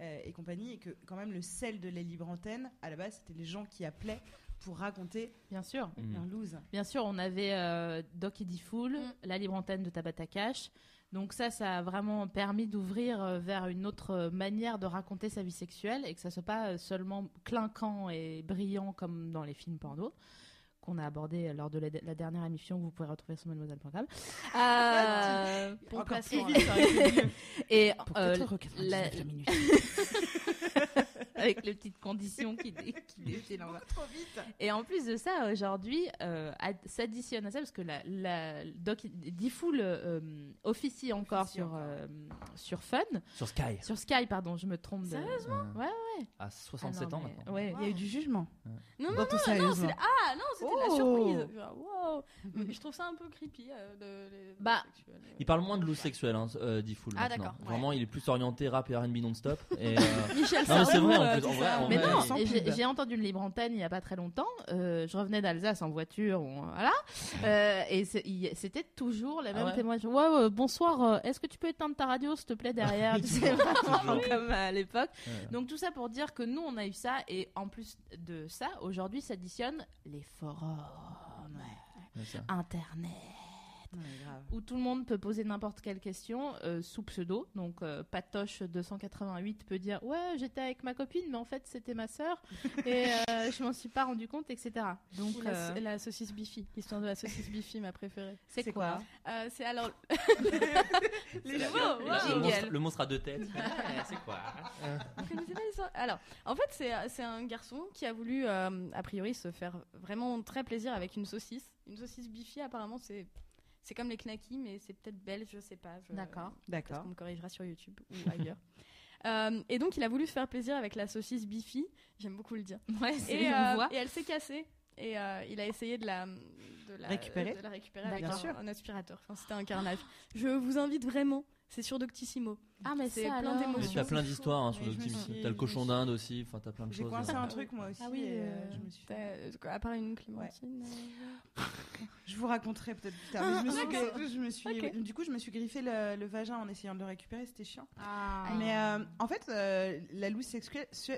S2: euh, et compagnie et que quand même le sel de la libre antenne, à la base c'était les gens qui appelaient pour raconter
S1: Bien sûr.
S7: Hmm.
S2: leur loose.
S1: Bien sûr, on avait euh, Doc et Diffoul,
S6: Mm.
S1: la libre antenne de Tabata Cash. Donc ça, ça a vraiment permis d'ouvrir euh, vers une autre euh, manière de raconter sa vie sexuelle et que ça soit pas euh, seulement clinquant et brillant comme dans les films porno qu'on a abordé lors de la, la dernière émission que vous pouvez retrouver sur mademoiselle.com. Euh,
S6: Bon
S2: Ah, Encore
S6: placement,
S2: plus
S6: là.
S2: vite, ça aurait été mieux.
S1: *laughs* et
S2: Pour
S1: euh,
S2: 4,99
S1: la-
S2: la minute.
S1: avec les petites conditions qui, dé- qui défilent en bas.
S2: Beaucoup trop vite.
S1: Et en plus de ça, aujourd'hui, euh, ad- s'additionne à ça, parce que la, la Doc Diffoul euh, officie encore
S2: Officie
S1: sur,
S2: encore.
S1: euh, sur Fun,
S7: Sur Sky.
S1: sur Sky, pardon, je me trompe. De...
S7: À
S1: Ah non,
S7: 67 ans
S1: mais-
S7: maintenant.
S1: ouais.
S2: Il y a eu du jugement.
S6: Non,
S2: Dans
S6: non,
S2: tout
S6: non, non,
S2: sérieusement.
S6: c'est- ah non, c'était de la
S2: Oh.
S6: surprise. Genre, wow. Mais Je trouve ça un peu creepy. euh, de, les-
S1: Bah,
S6: les sexuels, euh.
S7: Il parle moins de loose sexuelle, hein, euh, Diffoul.
S6: Ah,
S7: maintenant.
S6: d'accord, ouais.
S7: Vraiment, il est plus orienté rap et RB non-stop. Et, euh,
S6: Michel
S7: Non, mais c'est
S6: Sardou,
S7: vrai, en
S6: euh,
S7: plus,
S6: tout
S7: en vrai,
S6: ça.
S7: en
S1: Mais
S7: vrai,
S1: non,
S2: sans
S1: et j'ai
S2: pub.
S1: j'ai entendu une libre antenne il n'y a pas très longtemps. euh, je revenais d'Alsace en voiture, on- voilà. euh, et c'est- il- c'était toujours la
S7: Ah
S1: même
S7: ouais
S1: témoignage. Ouais, ouais, bonsoir, euh, est-ce que tu peux éteindre ta radio, s'il te plaît,
S7: *laughs*
S1: derrière Tu sais,
S3: Ah
S1: vraiment
S7: Toujours.
S1: comme à l'époque.
S7: Ouais.
S1: Donc tout ça pour dire que nous, on a eu ça, et en plus de ça, aujourd'hui s'additionnent les forums,
S7: ouais, ça.
S1: Internet,
S2: Ah, bah,
S1: où tout le monde peut poser n'importe quelle question euh, sous pseudo. Donc euh, Patoche288 peut dire Ouais, j'étais avec ma copine, mais en fait c'était ma sœur, et euh, je m'en suis pas rendu compte, etc. Donc
S6: Ou la,
S1: euh,
S6: la saucisse Bifi, l'histoire de la saucisse Bifi, ma préférée.
S1: c'est
S2: c'est
S1: quoi,
S2: quoi
S6: Euh, c'est alors
S2: Les
S6: Wow,
S2: gens-
S6: Oh, wow.
S7: Le- le,
S1: Jingle.
S7: monstre, le monstre à deux têtes. Ouais, c'est quoi
S6: Je connaissais pas l'histoire. Alors, en fait, c'est euh, c'est un garçon qui a voulu, euh, a priori, se faire vraiment très plaisir avec une saucisse. Une saucisse bifi, apparemment, c'est. C'est comme les knackis, mais c'est peut-être belge, je sais pas. je-
S1: D'accord.
S6: Parce
S2: D'accord.
S6: qu'on me corrigera sur YouTube ou *laughs* ailleurs. Euh, et donc, il a voulu se faire plaisir avec la saucisse bifi. J'aime beaucoup le dire.
S1: Ouais, c'est
S6: Et,
S1: on
S6: euh,
S1: voit.
S6: et elle s'est cassée. Et euh, il a essayé de la, de la
S2: Récupérer.
S6: de la récupérer avec
S1: Bien
S6: un,
S2: sûr.
S6: un aspirateur. Enfin, c'était un carnage. Je vous invite vraiment. C'est sur Doctissimo.
S1: Ah, mais
S6: c'est
S1: ça,
S6: plein
S1: alors.
S7: Mais
S6: d'émotions.
S7: t'as plein d'histoires hein, sur
S2: Mais je me
S7: Doctissimo.
S2: suis-
S7: T'as le
S2: je
S7: cochon
S2: me suis-
S7: d'inde aussi. Enfin, t'as plein de
S2: J'ai
S7: choses.
S2: coincé
S7: euh.
S2: un truc moi aussi.
S1: Ah oui,
S2: et, euh,
S1: euh,
S2: je me suis. fait-
S6: Euh, À part une clémentine. euh,
S2: Je vous raconterai peut-être plus tard. mais je me suis, je me suis-
S6: Ok.
S2: Du coup, je me suis griffé le, le vagin en essayant de le récupérer, c'était chiant.
S1: Ah.
S2: Mais euh, en fait, euh, la loose sexuelle, su-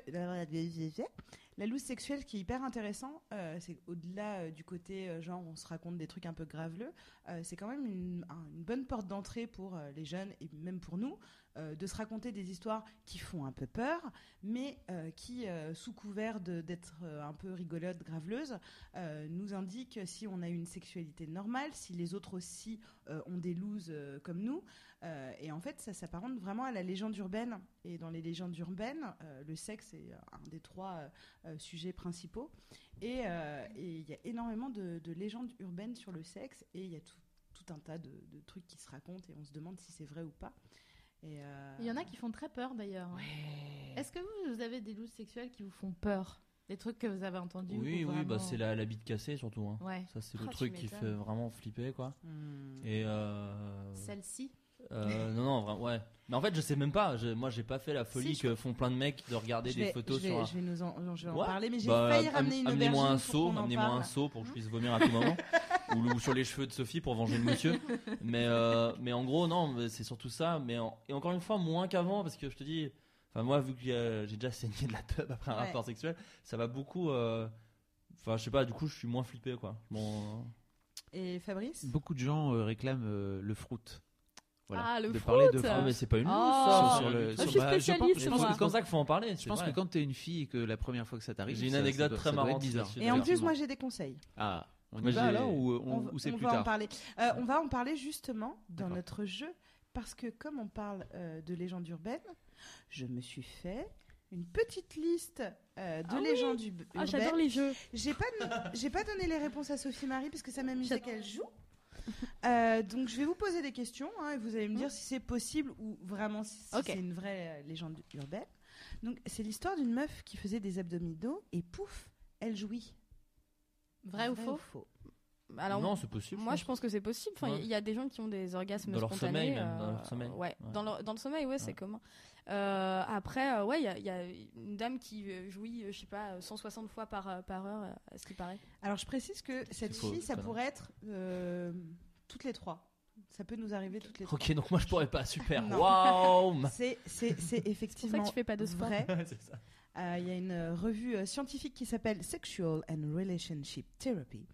S2: la loose sexuelle, ce qui est hyper intéressant, euh, c'est au-delà euh, du côté euh, genre on se raconte des trucs un peu graveleux, euh, c'est quand même une, un- une bonne porte d'entrée pour euh, les jeunes et même pour nous euh, de se raconter des histoires qui font un peu peur, mais euh, qui, euh, sous couvert de- d'être euh, un peu rigolote, graveleuse, euh, nous indiquent si on a une sexualité normale, si les autres aussi euh, ont des looses euh, comme nous. Euh, et en fait, ça s'apparente vraiment à la légende urbaine. Et dans les légendes urbaines, euh, le sexe est un des trois euh, euh, sujets principaux. Et euh, et il y a énormément de, de légendes urbaines sur le sexe. Et il y a tout, tout un tas de, de trucs qui se racontent et on se demande si c'est vrai ou pas. Et, euh,
S1: Il y en a qui font très peur d'ailleurs. hein. Est-ce que vous, vous avez des looses sexuelles qui vous font peur Des trucs que vous avez entendus
S7: Oui,
S1: ou
S7: oui, bah,
S1: vraiment- euh,
S7: c'est la, la bite cassée surtout. hein.
S1: Ouais.
S7: Ça, c'est
S6: Ah,
S7: le
S6: tu
S7: truc qui
S6: m'étonnes.
S2: Mm.
S7: fait vraiment flipper quoi.
S2: Hmm.
S7: Et euh,
S1: Celle-ci.
S7: Euh, non, non, vraiment, ouais. Mais en fait, je sais même pas. Je- moi, j'ai pas fait la folie
S2: je
S7: que font plein de mecs de regarder
S2: Je
S7: des
S2: vais-
S7: photos
S2: je vais,
S7: sur. un-
S2: je vais nous en, je vais en
S7: Ouais.
S2: parler, mais j'ai
S7: Bah,
S2: failli
S7: am-
S2: ramener une
S7: Amenez-moi un
S2: aubergine pour
S7: seau,
S2: qu'on en
S7: amenez-moi un
S2: parle. Mm.
S7: seau pour que je puisse vomir à tout
S2: *laughs*
S7: moment, ou, le- ou sur les cheveux de Sophie pour venger le monsieur. Mais euh, mais en gros, non, mais c'est surtout ça. Mais en- et encore une fois, moins qu'avant, parce que je te dis, enfin moi, vu que euh, j'ai déjà saigné de la teub après un
S2: Ouais.
S7: rapport sexuel, ça va beaucoup. euh, Enfin, je sais pas. Du coup, je suis moins flippé, quoi. Bon, euh.
S2: Et Fabrice
S7: Bah,
S3: Beaucoup de gens euh, réclament euh, le fruit.
S6: Ah, le
S3: de parler de
S6: fruit.
S3: fruit.
S6: Ah, mais
S7: c'est pas une
S1: loose, ça.
S7: sur
S3: le-
S6: je
S3: sur-
S6: suis
S3: bah, je pense-
S6: spécialiste,
S3: je
S7: Je pense
S3: moi.
S7: que c'est comme ça qu'il faut en parler.
S3: Je pense que quand t'es une fille et que la première fois que ça t'arrive,
S7: J'ai une
S3: ça- ça
S7: anecdate
S3: doit-
S7: très
S3: ça doit être
S7: marrante
S3: bizarre.
S7: là-dessus.
S2: Et en plus,
S7: Exactement.
S2: moi, j'ai des conseils.
S3: Ah, on
S7: Moi,
S3: y va
S7: j'ai-
S3: là ou, on- ou c'est
S2: on
S3: plus
S2: va en
S3: tard
S2: parler. Euh, on va en parler justement dans
S3: D'accord.
S2: notre jeu parce que comme on parle euh, de légendes urbaines, je me suis fait une petite liste euh, de
S6: Ah oui.
S2: légendes ub-
S6: Ah, j'adore
S2: urbaines.
S6: les jeux.
S2: J'ai pas, don- j'ai pas donné les réponses à Sophie Marie parce que ça m'amusait qu'elle joue. Euh, donc je vais vous poser des questions hein, et vous allez me dire si c'est possible ou vraiment si si
S1: Ok.
S2: c'est une vraie euh, légende urbaine. Donc c'est l'histoire d'une meuf qui faisait des abdominaux et pouf, elle jouit.
S1: Vrai ou faux
S6: Alors,
S7: non, c'est possible.
S6: Bah, moi, je pense que c'est possible. Enfin, il
S7: Ouais.
S6: y a des gens qui ont des orgasmes
S7: Dans leur
S6: spontanés.
S7: sommeil, même, dans leur
S6: euh,
S7: sommeil.
S6: Ouais,
S7: Ouais.
S6: Dans, le, dans le sommeil, ouais, c'est
S7: Ouais.
S6: commun. Euh, après, euh, ouais, il y a- il y, a une dame qui euh, jouit, euh, je sais pas, 160 fois par, euh, par heure, euh, à ce qui paraît.
S2: Alors je précise que cette
S7: faux,
S2: fille, ça
S7: voilà.
S2: pourrait être euh, toutes les trois. Ça peut nous arriver
S6: Oh,
S2: toutes les trois.
S7: Ok, donc moi je pourrais pas, super.
S2: Non. *laughs*
S7: Waouh ma-
S2: C'est c'est- c'est
S6: *laughs* C'est pour ça
S2: effectivement
S6: que tu fais pas de sport.
S2: vrai. Euh,
S7: *laughs* C'est ça.
S2: Il y a une euh, revue euh, scientifique qui s'appelle Sexual and Relationship Therapy,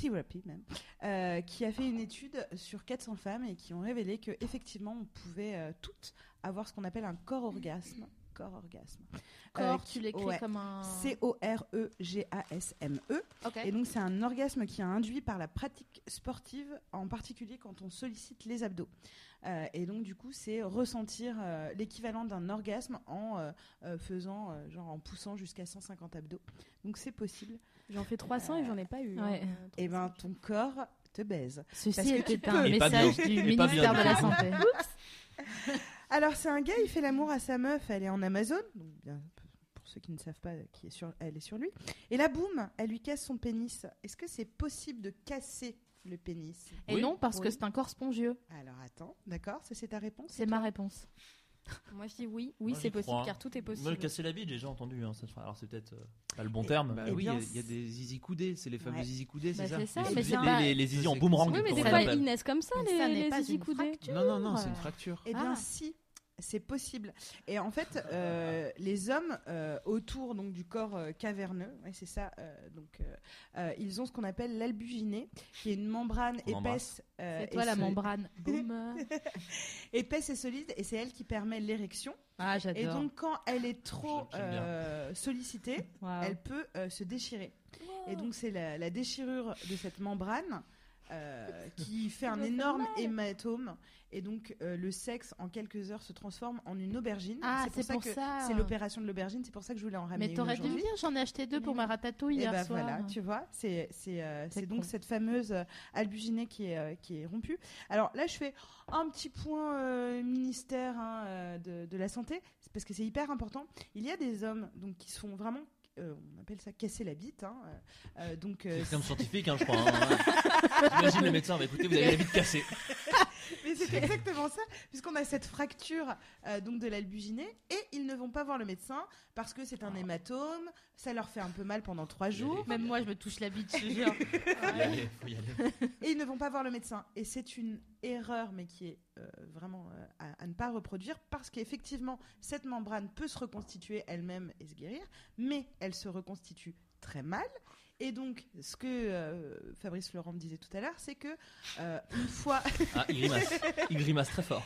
S2: Therapy même, euh, qui a fait une étude sur 400 femmes et qui ont révélé que effectivement on pouvait euh, toutes avoir ce qu'on appelle un corps orgasme. Corps orgasme.
S1: Corps,
S2: Euh,
S1: tu l'écris
S2: ouais.
S1: comme un.
S2: E C-O-R-E-G-A-S-M-E.
S1: Ok.
S2: E. Et donc, c'est un orgasme qui est induit par la pratique sportive, en particulier quand on sollicite les abdos. Euh, et donc, du coup, c'est ressentir euh, l'équivalent d'un orgasme en euh, euh, faisant, euh, genre en poussant jusqu'à 150 abdos. Donc, c'est possible.
S6: J'en fais 300 et j'en ai pas eu.
S1: Ouais.
S6: hein, euh,
S2: Et ben,
S6: 300.
S2: ton corps te baise. Parce
S1: Ceci
S2: que
S1: était
S2: tu
S1: un
S2: peux.
S7: Et pas
S1: message
S7: bien.
S1: du
S7: Et pas
S1: ministère
S7: bien,
S1: de
S7: du
S1: la
S7: coup.
S1: Santé.
S2: Alors, c'est un gars, il fait l'amour à sa meuf, elle est en Amazon. Donc, bien, pour ceux qui ne savent pas, qui est sur, elle est sur lui. Et là, boum, elle lui casse son pénis. Est-ce que c'est possible de casser le pénis
S1: *laughs* Et
S7: Oui.
S1: non, parce que
S2: Oui.
S1: c'est un corps spongieux.
S2: Alors, attends, d'accord, ça c'est ta réponse
S1: C'est ma réponse.
S6: Moi, je dis oui, oui,
S7: Moi,
S6: c'est
S7: j'y
S6: possible,
S7: crois, hein.
S6: car tout est
S7: Moi,
S6: possible.
S7: le casser la bite, j'ai déjà entendu. hein, ça se fera. Alors, c'est peut-être euh, pas le bon terme.
S3: Bah
S2: Eh
S3: oui, il y a-
S2: bien,
S3: il y, a des zizi coudés, c'est les fameux
S2: Ouais.
S3: zizi coudés,
S1: Bah,
S3: c'est ça
S1: c'est ça,
S3: Les
S1: mais
S3: zizi-
S1: c'est
S7: les,
S1: un-
S7: les, les zizi en
S3: c'est-
S7: boomerang.
S6: Oui, mais
S7: comme
S6: des
S7: on
S6: fois,
S7: l'appelle.
S6: ils naissent comme ça,
S1: Mais ça
S6: les,
S1: n'est pas
S6: les
S1: une
S6: zizi coudés.
S1: fracture.
S3: Non, non, non, c'est une
S2: *laughs*
S3: fracture.
S2: Eh bien,
S1: Ah.
S2: si, c'est possible. Et en fait, euh, les hommes euh, autour donc du corps euh, caverneux, ouais, c'est ça. euh, donc, euh, euh, ils ont ce qu'on appelle l'albuginée, qui est une membrane
S7: On embrasse.
S2: épaisse, euh,
S1: C'est
S2: et
S1: toi la *laughs*
S2: soli-
S1: membrane. Boum.
S2: épaisse et solide, et c'est elle qui permet l'érection.
S1: Ah,
S2: Et
S1: j'adore.
S2: donc, quand elle est trop
S7: J'aime bien.
S2: euh, sollicitée,
S1: Waouh.
S2: elle peut euh, se déchirer. Et donc, c'est la, la déchirure de cette membrane euh,
S1: *laughs*
S2: qui fait un
S6: doit faire
S2: énorme hématome. Et donc, euh, le sexe, en quelques heures, se transforme en une aubergine.
S1: Ah, c'est pour
S2: que
S1: ça.
S2: c'est l'opération de l'aubergine. C'est pour ça que je voulais en ramener
S1: Mais t'aurais dû me dire, j'en ai acheté deux pour ma ratatouille
S2: Et
S1: hier soir.
S2: ben, voilà, tu vois, c'est c'est euh,
S1: C'est
S2: c'est donc
S1: con.
S2: cette fameuse euh, albuginée qui est euh, qui est rompue. Alors là, je fais un petit point euh, ministère hein, euh, de, de la santé c'est parce que c'est hyper important. Il y a des hommes donc qui se font vraiment, euh, on appelle ça casser la bite. hein, euh, euh, donc euh,
S7: C'est
S2: *laughs*
S7: comme scientifique, hein, je crois. hein. J'imagine le médecin, bah, écoutez, vous avez la bite cassée.
S2: Mais c'est exactement ça, puisqu'on a cette fracture euh, donc de l'albuginée et ils ne vont pas voir le médecin parce que c'est un hématome, ça leur fait un peu mal pendant trois jours
S1: Même moi, je me touche la bite, je te *laughs* jure.
S7: Faut y aller, faut y aller.
S2: et ils ne vont pas voir le médecin. Et c'est une erreur, mais qui est euh, vraiment euh, à, à ne pas reproduire parce qu'effectivement cette membrane peut se reconstituer elle-même et se guérir, mais elle se reconstitue très mal. Et donc, ce que euh, Fabrice Laurent me disait tout à l'heure, c'est que euh, une fois
S7: Ah, il grimace. Il grimace très fort.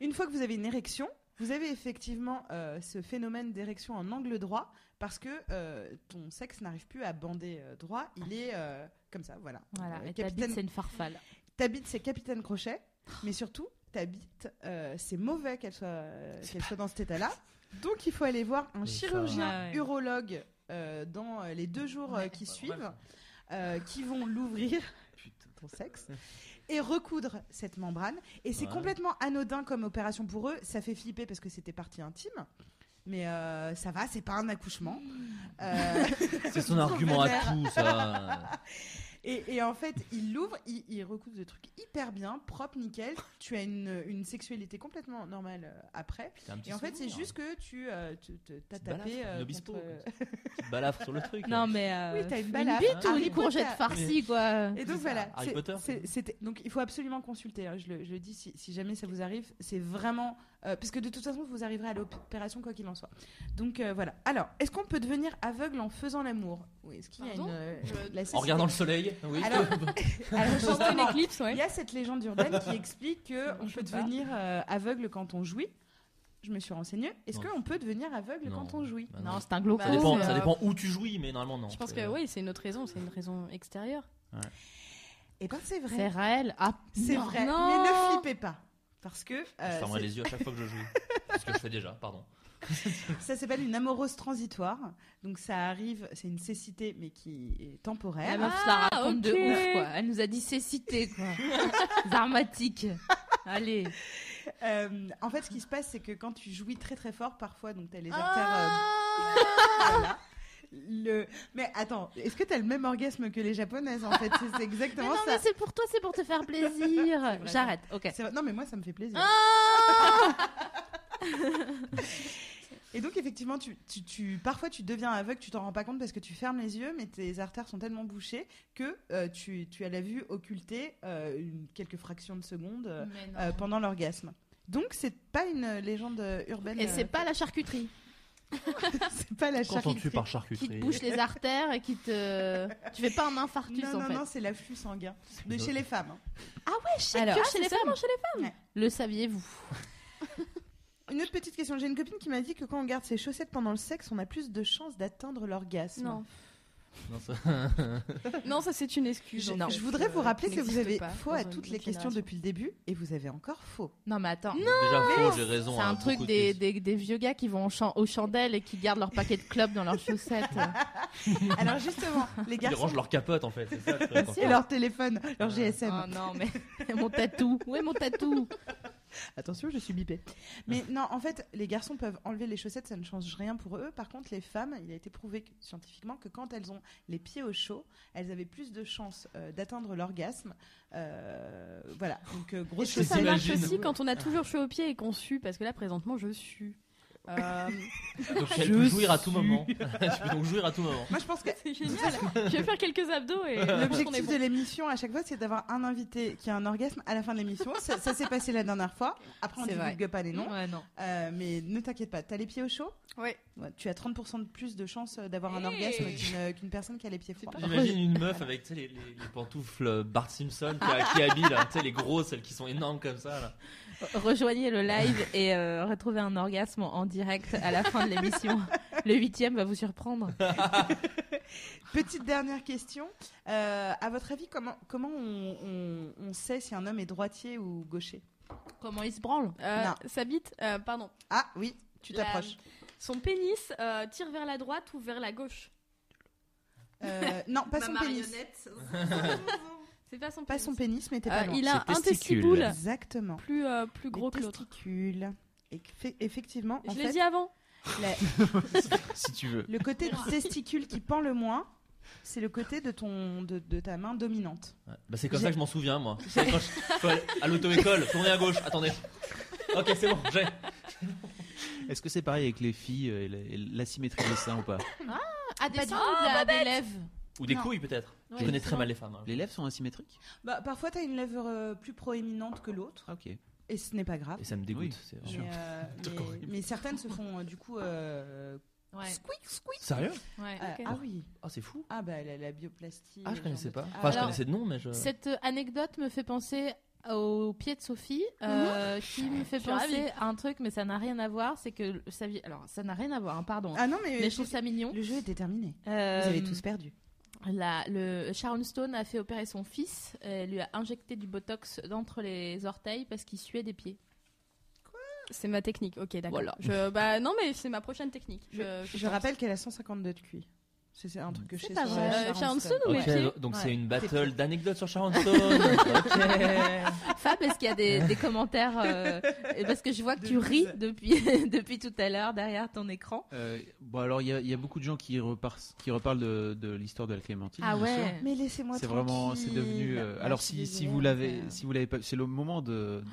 S2: Une fois que vous avez une érection, vous avez effectivement euh, ce phénomène d'érection en angle droit parce que euh, ton sexe n'arrive plus à bander euh, droit, il est euh, comme ça, voilà.
S1: Voilà,
S2: Euh,
S1: et ta bite,
S2: capitaine,
S1: c'est une farfale.
S2: ta bite, c'est capitaine crochet, mais surtout ta bite, euh, c'est mauvais qu'elle soit euh, qu'elle soit dans cet
S1: *laughs*
S2: état-là. Donc il faut aller voir un
S7: Mais ça-
S2: chirurgien
S1: Ah ouais.
S2: urologue euh, dans euh, les deux jours euh,
S1: Ouais.
S2: qui suivent, euh, qui vont l'ouvrir
S3: Putain.
S2: ton sexe et recoudre cette membrane. Et c'est
S7: Ouais.
S2: complètement anodin comme opération pour eux. Ça fait flipper parce que c'était partie intime. Mais euh, ça va, c'est pas un accouchement. Euh,
S7: C'est son argument à
S2: Trop vénère.
S7: tout, ça.
S2: Et, et en fait, il l'ouvre, il, il recoupe le truc hyper bien, propre, nickel. Tu as une, une sexualité complètement normale euh, après.
S7: C'était un petit
S2: Et
S7: hein.
S2: en fait, c'est
S7: souvenir.
S2: juste que tu euh, tu- te- t'as
S7: Petite balafre,
S2: tapé. euh,
S7: une obispo,
S2: contre-
S7: comme Petite balafre sur le truc.
S1: Non, mais. euh,
S2: Oui, t'as une
S1: une
S2: balafre.
S1: bite ou
S2: Harry
S1: une courgette
S2: Potter.
S1: farcie, quoi.
S2: Et donc
S7: C'est
S2: voilà,
S7: ça, Harry
S2: c'est-
S7: Potter,
S2: c'est-
S7: c'est-
S2: c'était donc il faut absolument consulter. hein, je, le, je le dis si, si jamais ça vous arrive, c'est vraiment euh, parce que de toute façon vous arriverez à l'opération quoi qu'il en soit. Donc euh, voilà. Alors est-ce qu'on peut devenir aveugle en faisant l'amour Oui, est-ce qu'il y a une
S6: Pardon
S2: euh,
S6: Je-
S2: la
S7: En
S2: société-
S7: regardant le soleil. Oui. *laughs* Bah,
S2: Alors- Alors,
S6: Sans
S2: justement,
S6: une éclipse,
S2: il
S6: ouais.
S2: y a cette légende urbaine
S7: *laughs*
S2: qui explique que on
S6: Je
S2: peut
S6: sais pas.
S2: devenir euh, aveugle quand on jouit. Je me suis renseignée. Est-ce
S7: Non.
S2: qu'on peut devenir aveugle
S7: Non.
S2: quand on jouit
S7: Bah
S1: Non, c'est un glaucome.
S7: Ça
S6: Bah,
S7: dépend,
S6: c'est,
S7: ça
S6: euh,
S7: dépend où tu jouis, mais normalement non.
S6: *laughs* Je pense
S7: C'est-
S6: que oui, c'est une autre raison, c'est une raison extérieure.
S2: Eh ben c'est
S1: C'est
S2: vrai.
S1: réel. Ah,
S2: C'est
S1: non.
S2: vrai.
S6: non.
S2: Mais ne flippez pas. Parce que
S7: Je
S2: euh,
S7: fermerai
S2: c'est-
S7: les yeux à chaque fois que je joue. Ce que je fais déjà, pardon.
S2: Ça s'appelle une amorose transitoire. Donc ça arrive, c'est une cécité mais qui est
S1: La
S2: temporaire.
S1: meuf se la
S6: Ah,
S1: raconte de
S6: ok.
S1: ouf, quoi. Elle nous a dit cécité, quoi. Zarmatique. Allez.
S2: Euh, en fait, ce qui se passe, c'est que quand tu jouis très très fort, parfois, donc t'as les
S1: Ah
S2: artères.
S6: Ah
S2: euh, *laughs* voilà. Le... Mais attends, est-ce que t'as le même orgasme que les japonaises en fait C'est- C'est
S1: Mais
S2: exactement
S1: non, mais
S2: ça.
S1: c'est pour toi, c'est pour te faire plaisir.
S2: vrai.
S1: J'arrête, ok.
S2: C'est vrai- Non mais moi ça me fait plaisir. Et donc effectivement, tu, tu, tu- parfois tu deviens aveugle, tu t'en rends pas compte parce que tu fermes les yeux, mais tes artères sont tellement bouchées que euh, tu, tu as la vue occultée euh, une, quelques fractions de secondes euh, euh, pendant l'orgasme. Donc c'est pas une légende euh, urbaine.
S1: Et
S2: euh,
S1: c'est pas la charcuterie
S2: *laughs* c'est pas la charcuterie.
S1: qui te
S7: charcuterie
S1: bouche les artères et qui te. Tu fais pas un infarctus en
S2: Non, non,
S1: fait.
S2: non, c'est l'afflux sanguin. De
S7: une
S2: chez
S7: autre.
S2: les femmes. hein.
S1: Ouais, je sais
S6: Alors,
S1: que
S6: ah,
S1: chez les
S6: c'est
S1: femmes,
S6: ça
S1: chez les
S2: femmes.
S1: Le saviez-vous
S2: Une autre petite question. J'ai une copine qui m'a dit que quand on garde ses chaussettes pendant le sexe, on a plus de chances d'atteindre l'orgasme.
S6: Non.
S7: Non, ça-
S6: non, ça c'est une excuse.
S2: Je,
S6: en
S2: je
S6: fait,
S2: voudrais
S6: euh,
S2: vous rappeler
S6: qui
S2: que vous
S6: n'existe
S2: avez
S6: pas
S2: faux
S6: dans
S2: à
S6: une
S2: toutes
S6: autre
S2: les questions
S6: génération.
S2: depuis le début et vous avez encore
S6: *laughs*
S2: faux.
S1: Non, mais attends.
S7: Déjà faux, j'ai raison.
S1: C'est
S7: hein,
S1: un
S7: beaucoup
S1: truc
S7: de-
S1: des, des, des vieux gars qui vont au champ- aux chandelles et qui gardent leur paquet de clubs dans *laughs* leurs chaussettes.
S2: Alors justement, les
S7: Ils
S2: garçons
S7: rangent leur capote en fait, c'est ça le truc, en
S2: et
S7: fait.
S2: leur téléphone, leur
S6: Euh,
S2: GSM.
S1: oh non, mais *laughs* mon tatou. Ouais, mon tatou.
S2: Attention, je suis bipée.
S6: Ah.
S2: Mais non, en fait, les garçons peuvent enlever les chaussettes, ça ne change rien pour eux. Par contre, les femmes, il a été prouvé que- scientifiquement que quand elles ont les pieds au chaud, elles avaient plus de chances euh, d'atteindre l'orgasme. Euh, voilà. Donc euh, grosse
S6: Est-ce que ça
S7: J'imagine.
S6: marche aussi quand on a toujours chaud aux pieds et qu'on sue Parce que là, présentement, je sue.
S2: *laughs*
S6: Euh,
S7: Donc elle
S2: Je
S7: peut jouir à tout
S2: suis-
S7: moment. *laughs* Je peux donc jouir à tout moment.
S2: Moi, je pense que
S6: c'est génial. je vais faire quelques abdos et euh, on est
S2: L'objectif
S6: bon.
S2: de l'émission à chaque fois, c'est d'avoir un invité qui a un orgasme à la fin de l'émission. Ça, ça s'est passé la dernière fois. Après, on
S1: C'est vrai.
S2: divulgue pas les noms.
S1: Ouais, non.
S2: Euh, mais ne t'inquiète pas, t'as les pieds au chaud.
S6: Ouais.
S2: Ouais, tu as 30% de plus de chances euh, d'avoir un
S6: Hey. *laughs*
S2: orgasme qu'une euh, qu'une personne qui a les pieds froids.
S7: J'imagine une meuf avec tu sais, les, les- les pantoufles euh, Bart Simpson qui, a- qui habille là, tu sais, les grosses, celles qui sont énormes comme ça. Là.
S1: Rejoignez le live et euh, retrouvez un orgasme en direct à la fin de *laughs* l'émission. Le huitième va vous surprendre.
S2: *laughs* Petite dernière question. Euh, à votre avis, comment, comment on, on- on sait si un homme est droitier ou gaucher
S1: Comment il se branle
S6: Euh,
S2: Non.
S6: Sa bite, euh, pardon.
S2: Ah oui, tu
S6: La-
S2: t'approches.
S6: Son pénis euh, tire vers la droite ou vers la gauche *laughs*
S2: Euh, non, pas son pénis.
S6: C'est pas
S2: *laughs*
S6: son
S2: Pas
S6: pénis.
S2: son pénis, mais t'es pas
S6: Euh,
S2: loin.
S6: il a
S7: Ses
S6: un
S7: testicules.
S6: testicule
S2: Exactement.
S6: plus, euh, plus gros
S2: Les
S6: que l'autre.
S2: testicules. Et que fait- effectivement, en
S6: Je l'ai
S2: fait,
S6: dit avant.
S2: la-
S5: si tu veux.
S2: le côté du testicule qui pend le moins, c'est le côté de, ton, de, de ta main dominante.
S7: Ouais. Bah, c'est comme
S2: J'ai-
S7: ça que je m'en souviens moi. C'est quand je- faut aller à l'auto-école, tournez à gauche, attendez. Ok, c'est bon, j'ai.
S5: Est-ce que c'est pareil avec les filles euh, et la- et l'asymétrie des seins ou pas
S1: À Ah, des
S6: sangles, à des
S1: lèvres.
S7: Ou des
S2: Non.
S7: couilles peut-être.
S1: Ouais,
S7: je connais très
S1: sinon.
S7: mal les femmes. hein.
S5: Les lèvres sont asymétriques
S2: Bah, parfois, t'as une lèvre euh, plus proéminente que l'autre,
S5: Ah, ok.
S2: et ce n'est pas grave.
S7: Et ça me dégoûte.
S5: Oui.
S7: c'est
S2: Mais,
S7: vraiment-
S2: euh,
S7: *laughs*
S2: mais-
S5: horrible.
S2: mais certaines se font euh, du coup euh,
S1: Ouais,
S2: squeak squeak.
S7: Sérieux
S1: ouais.
S2: Ah,
S6: Ok.
S2: ah oui.
S7: Ah, c'est fou.
S2: Ah bah la, la bioplastie. le
S7: Ah, je
S2: genre
S7: connaissais
S2: de-
S7: pas.
S2: Ah,
S7: Enfin, je
S1: Alors,
S7: connaissais de nom, mais je.
S1: Cette euh, anecdote me fait penser au pied de Sophie, euh, qui me fait
S6: Je suis ravie.
S1: penser à un truc, mais ça n'a rien à voir. C'est que sa vie. Alors, ça n'a rien à voir, hein, pardon.
S2: Ah non mais,
S1: mais je trouve ça mignon.
S2: le jeu était terminé.
S1: Euh,
S2: Vous avez tous perdu.
S1: la- le Sharon Stone a fait opérer son fils. Elle lui a injecté du botox d'entre les orteils parce qu'il suait des pieds.
S6: C'est ma technique, ok, d'accord.
S1: Voilà.
S6: Je- bah, non, mais c'est ma prochaine technique. Je,
S2: Je rappelle qu'elle a 152 de QI. C'est c'est un truc que je sais
S1: pas
S2: sur
S1: vrai.
S2: la
S1: Euh,
S2: Sharon
S6: Sharon
S2: Stone.
S6: Stone ou mes
S7: Ok,
S6: pieds
S7: donc
S2: Ouais.
S7: c'est une
S2: Tes
S7: battle d'anecdotes
S2: *laughs*
S7: sur Sharon Stone. Ok.
S1: Fab, est-ce qu'il y a des, des commentaires euh, Parce que je vois que
S2: De
S1: tu ris
S2: bise.
S1: depuis, *laughs* depuis tout à l'heure derrière ton écran.
S5: Euh, bon, alors il y, a- il y a beaucoup de gens qui, repartent, qui reparlent de, de l'histoire de la clémentine. bien sûr.
S2: Mais laissez-moi
S5: C'est vraiment, c'est devenu. euh,
S2: Ah tranquille.
S5: alors
S2: Ah, je
S5: si,
S2: suis
S5: si
S2: désolée,
S5: vous l'avez,
S2: mais, euh, Ah.
S5: si vous l'avez pas, c'est le moment de de-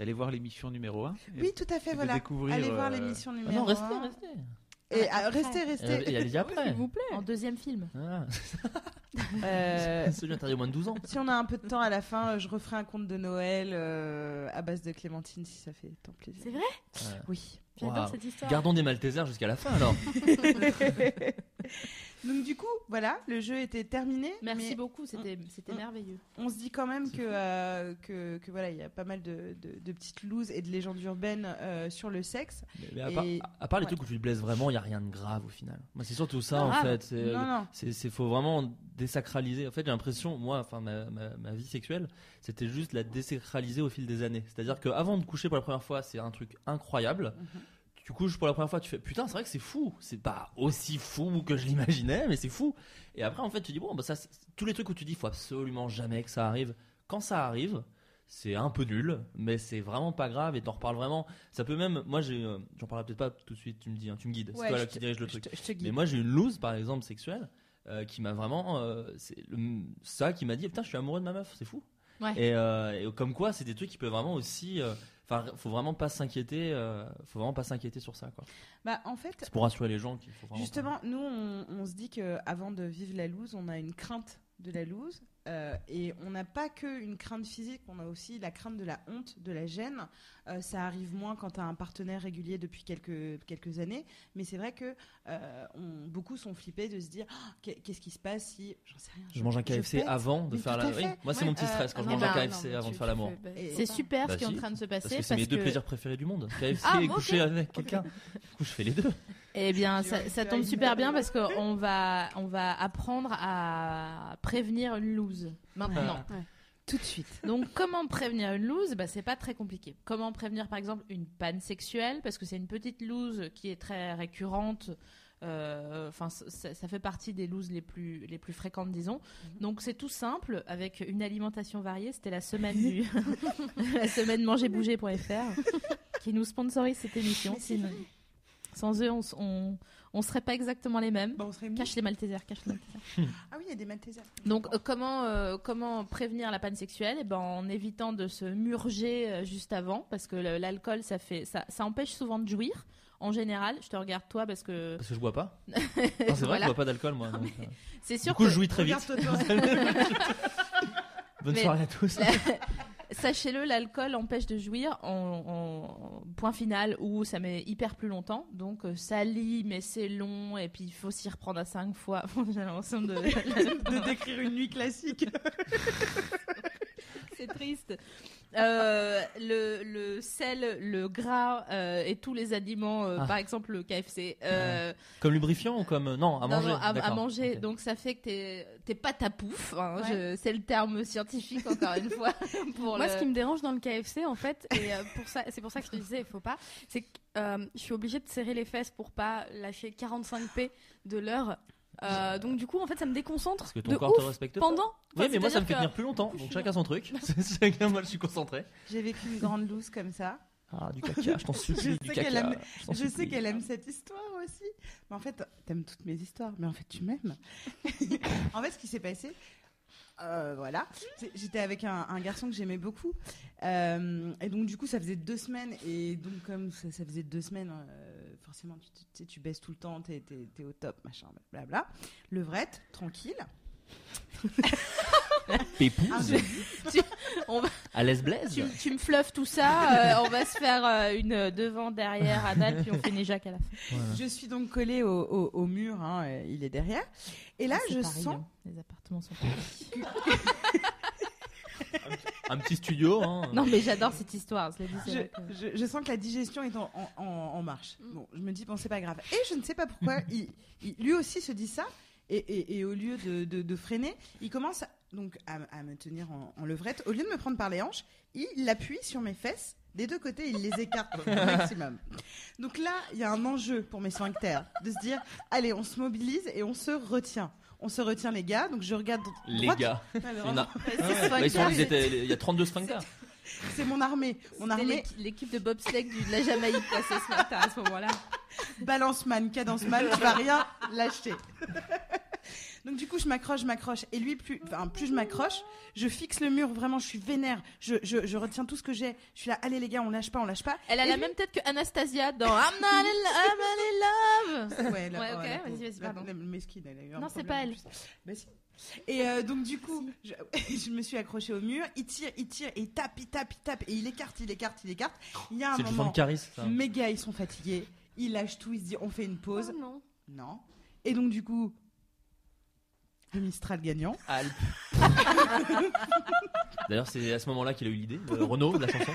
S5: d'aller voir l'émission numéro 1
S2: Oui, tout à fait,
S5: de
S2: voilà.
S5: découvrir,
S2: Allez voir
S5: euh,
S2: l'émission
S7: Ah
S2: numéro
S7: non, restez,
S2: un.
S7: restez. Euh,
S2: Et, ah, restez,
S7: Elle avait-
S5: Euh,
S2: restez.
S7: elle avait dit après.
S1: plaît. En deuxième film.
S7: Ah,
S2: Euh,
S7: Celui interdit au moins de 12 ans.
S2: si on a un peu de temps à la fin, euh, je referai un conte de Noël euh, à base de Clémentine si ça fait tant plaisir.
S6: C'est vrai
S2: Oui.
S6: J'adore
S7: Waouh.
S6: cette histoire.
S7: Gardons des Maltesers jusqu'à la
S2: *laughs*
S7: fin alors.
S2: Donc du coup, voilà, le jeu était terminé.
S1: Merci
S2: mais
S1: beaucoup, c'était c'était
S2: Mm.
S1: merveilleux.
S2: On se dit quand même que, euh, que, que voilà, il y a pas mal de, de- de petites looses et de légendes urbaines euh, sur le sexe.
S7: Mais- mais à,
S2: Et-
S7: part, à part les
S2: ouais.
S7: trucs où tu te blesses vraiment, il n'y a rien de grave au final. Moi, c'est surtout ça
S2: Non,
S7: en
S2: grave.
S7: fait.
S5: euh,
S7: C'est-
S2: Non, non.
S7: C'est, c'est faut vraiment désacraliser. En fait, j'ai l'impression, moi, enfin, ma, ma- ma vie sexuelle, c'était juste la désacraliser au fil des années. C'est-à-dire qu'avant de coucher pour la première fois, c'est un truc incroyable.
S2: Mm-hmm.
S7: Tu couches pour la première fois, tu fais putain, c'est vrai que c'est fou. C'est pas aussi fou que je l'imaginais, mais c'est fou. Et après, en fait, tu dis bon, bah, ça, c'est- tous les trucs où tu dis faut absolument jamais que ça arrive. Quand ça arrive, c'est un peu nul, mais c'est vraiment pas grave et t'en reparles vraiment. Ça peut même, moi, j'ai, euh, j'en parlerai peut-être pas tout de suite. Tu me dis, hein, tu me guides.
S2: Ouais,
S7: c'est toi là
S2: je
S7: qui
S2: te-
S7: dirige le
S2: je
S7: truc.
S2: te- je te guide.
S7: Mais moi, j'ai eu une loose, par exemple, sexuelle, euh, qui m'a vraiment. euh, c'est le- ça qui m'a dit Putain, je suis amoureux de ma meuf, c'est fou.
S1: Ouais.
S7: Et, euh, et comme quoi, c'est des trucs qui peuvent vraiment aussi. euh, Enfin, faut vraiment pas s'inquiéter. euh, faut vraiment pas s'inquiéter sur ça, quoi.
S2: Bah, en fait,
S7: C'est pour rassurer les gens qu'il faut vraiment.
S2: Justement, nous, on, on se dit que avant de vivre la loose, on a une crainte de la loose. euh, et on n'a pas que une crainte physique, on a aussi la crainte de la honte, de la gêne. Euh, ça arrive moins quand tu as un partenaire régulier depuis quelques, quelques années, mais c'est vrai que euh, on- beaucoup sont flippés de se dire Ah, qu'est- qu'est-ce qui se passe si j'en sais rien.
S7: Je mange un KFC
S2: pète.
S7: avant de
S2: Mais
S7: faire
S2: tout
S7: la.
S2: à fait.
S7: Oui, moi, c'est
S2: Ouais,
S7: mon petit
S2: euh,
S7: stress quand
S2: ah
S7: je
S2: non,
S7: mange un
S2: bah,
S7: KFC avant de faire l'amour.
S1: C'est super
S7: Bah
S1: ce qui est en
S7: si.
S1: train de se passer
S7: Parce que c'est mes deux plaisirs préférés du monde. KFC
S1: Ah,
S7: et
S1: bon,
S7: coucher
S1: ok.
S2: *laughs*
S7: avec quelqu'un. Du coup, je fais les deux.
S1: Eh bien,
S2: Tu
S1: ça, ça
S2: as- tu as
S1: tombe
S2: une
S1: super
S2: belle-
S1: bien parce qu'on va, on va apprendre à prévenir une loose maintenant.
S2: Tout de suite.
S1: Donc, comment prévenir une loose bah, C'est pas très compliqué. Comment prévenir, par exemple, une panne sexuelle Parce que c'est une petite loose qui est très récurrente. Euh, Enfin, c- ça, ça fait partie des looses les plus, les plus fréquentes, disons. Donc, c'est tout simple avec une alimentation variée. C'était la semaine du... *laughs* la semaine mangerbouger.fr qui nous sponsorise cette émission. Sans eux, on, s- on, on serait pas exactement les mêmes.
S2: Bah, on serait mou.
S1: Cache les Maltesers, cache les Maltesers.
S2: Ah oui, il y a des Maltesers.
S1: Donc, euh, comment, euh, comment prévenir la panne sexuelle eh ben, En évitant de se murger euh, juste avant, parce que le- l'alcool, ça, fait, ça, ça empêche souvent de jouir. En général, je te regarde toi parce que
S7: Parce que je
S2: *laughs*
S7: bois pas. Non, c'est vrai,
S1: Voilà.
S7: je bois pas d'alcool, moi. donc, euh,
S1: c'est
S7: Du
S1: sûr
S7: coup,
S1: que
S7: je jouis très vite.
S2: Regarde-toi,
S7: *laughs*
S2: toi.
S7: Bonne
S1: Mais-
S7: soirée à tous.
S1: Sachez-le, l'alcool empêche de jouir en, en point final où ça met hyper plus longtemps. Donc euh, ça lit, mais c'est long et puis il faut s'y reprendre à cinq fois. J'ai l'impression
S2: *laughs*
S1: de,
S2: de décrire une nuit classique.
S1: *laughs* c'est triste. Euh, le, le sel, le gras euh, et tous les aliments, euh,
S7: Ah.
S1: par exemple le KFC, euh,
S7: Comme lubrifiant ou comme. euh, Non, à
S1: non,
S7: manger.
S1: non, à, à
S7: d'accord.
S1: manger.
S7: Ok.
S1: Donc ça fait que t'es- t'es pas ta pouffe. hein,
S2: Ouais.
S1: je- c'est le terme scientifique encore une fois. *laughs* Pour
S6: Moi,
S1: le-
S6: ce qui me dérange dans le KFC, en fait, et euh, pour ça, c'est pour ça que je te disais, il faut pas, c'est que euh, je suis obligée de serrer les fesses pour pas lâcher 45p de l'heure. Euh, donc, du coup, en fait, ça me déconcentre
S7: Parce que ton
S6: de
S7: corps te
S6: ouf
S7: respecte pas.
S6: pendant.
S7: Oui, mais moi ça me fait
S6: c'est-à-dire
S7: tenir plus longtemps. Donc chacun
S2: *laughs*
S7: son truc. chacun, moi je suis concentré.
S2: J'ai vécu une grande loose comme ça.
S7: Ah, du caca, je t'en
S2: Je
S7: supplie. du
S2: sais qu'elle
S7: caca,
S2: aime- *laughs*
S7: t'en
S2: Je sais
S7: supplie.
S2: qu'elle aime cette histoire aussi. Mais en fait, t'aimes toutes mes histoires, mais en fait,
S1: *laughs*
S2: tu m'aimes. en fait, ce qui s'est passé, euh, voilà, C'est- j'étais avec un, un garçon que j'aimais beaucoup. Euh, et donc, du coup, ça faisait deux semaines. Et donc, comme ça, ça faisait deux semaines, euh, forcément, tu, tu sais, tu baisses tout le temps, t'es t'es- t'es au top, machin, blabla. Levrette, tranquille.
S1: Ah,
S2: Un
S7: Pépouze,
S2: jeu- Ah,
S7: à l'aise blaise.
S1: tu, tu me fluffes tout ça, euh, on va se faire euh, une devant, derrière, anal, puis on finit Jacques à la fin.
S2: je suis donc collée au, au- au mur, hein, euh, il est derrière. Et là,
S1: C'est
S2: je
S1: Paris,
S2: sens.
S1: hein, Les appartements sont.
S7: Un petit
S2: *laughs*
S7: studio, hein.
S1: Non, mais j'adore cette histoire. Je l'ai dit, c'est
S2: je,
S1: vrai que-
S2: je- je sens que la digestion est en, en- en- en marche.
S7: Mm.
S2: Bon, je me dis, bon, c'est pas grave. Et je ne sais pas pourquoi,
S7: *laughs*
S2: il, il- lui aussi se dit ça. Et, et- et au lieu de, de- de freiner, il commence à- donc à, à me tenir en, en levrette. Au lieu de me prendre par les hanches, il appuie sur mes fesses Des deux côtés, il les écarte
S7: *laughs*
S2: au maximum. Donc là, il y a un enjeu pour mes sphincters de se dire allez, on se mobilise et on se retient. On se retient, les gars. Donc je regarde. droite-
S7: Les gars.
S2: Ouais, mais
S7: Il y
S2: vraiment,
S7: en a-
S2: ces
S7: Bah, ils sont-
S2: sphincters,
S7: ils étaient- Il y a 32 sphincters.
S2: C'est mon armée. Mon
S1: C'était
S2: armée
S1: l'équ- l'équipe de bobsleigh du- de la Jamaïque passée ce matin à ce moment-là.
S2: balance man, cadence man, tu vas rien lâcher. *laughs* Donc du coup, je m'accroche, je m'accroche, et lui plus, enfin, plus je m'accroche, je fixe le mur. Vraiment, je suis vénère. Je, je- je retiens tout ce que j'ai. Je suis là, allez les gars, on lâche pas, on lâche pas.
S1: Elle a
S2: Et
S1: la
S2: lui-
S1: même tête que Anastasia dans I'm not in lo- I'm not in love.
S2: Ouais, la-
S1: Ouais,
S2: oh,
S1: ok, vas-y,
S2: la pauvre.
S1: vas-y,
S2: La-
S1: pardon.
S2: la mesquine, elle a eu un
S1: Non, c'est
S2: problème
S1: pas
S2: en
S1: elle.
S2: plus. Bah, si. Et euh, donc du coup, je, je *laughs* me suis accrochée au mur. Il tire, il tire, et il tape, il tape, il tape, et il écarte, il écarte, il écarte. Il y a un
S7: C'est du vent
S2: moment,
S7: de Caris, ça.
S2: mes gars, ils sont fatigués. Ils lâchent tout. Ils se disent, on fait une pause.
S6: Oh non.
S2: Non. Et donc, du coup, le Mistral gagnant.
S7: Alpes. D'ailleurs, c'est à ce moment-là qu'il a eu l'idée, de Renaud, de la chanson.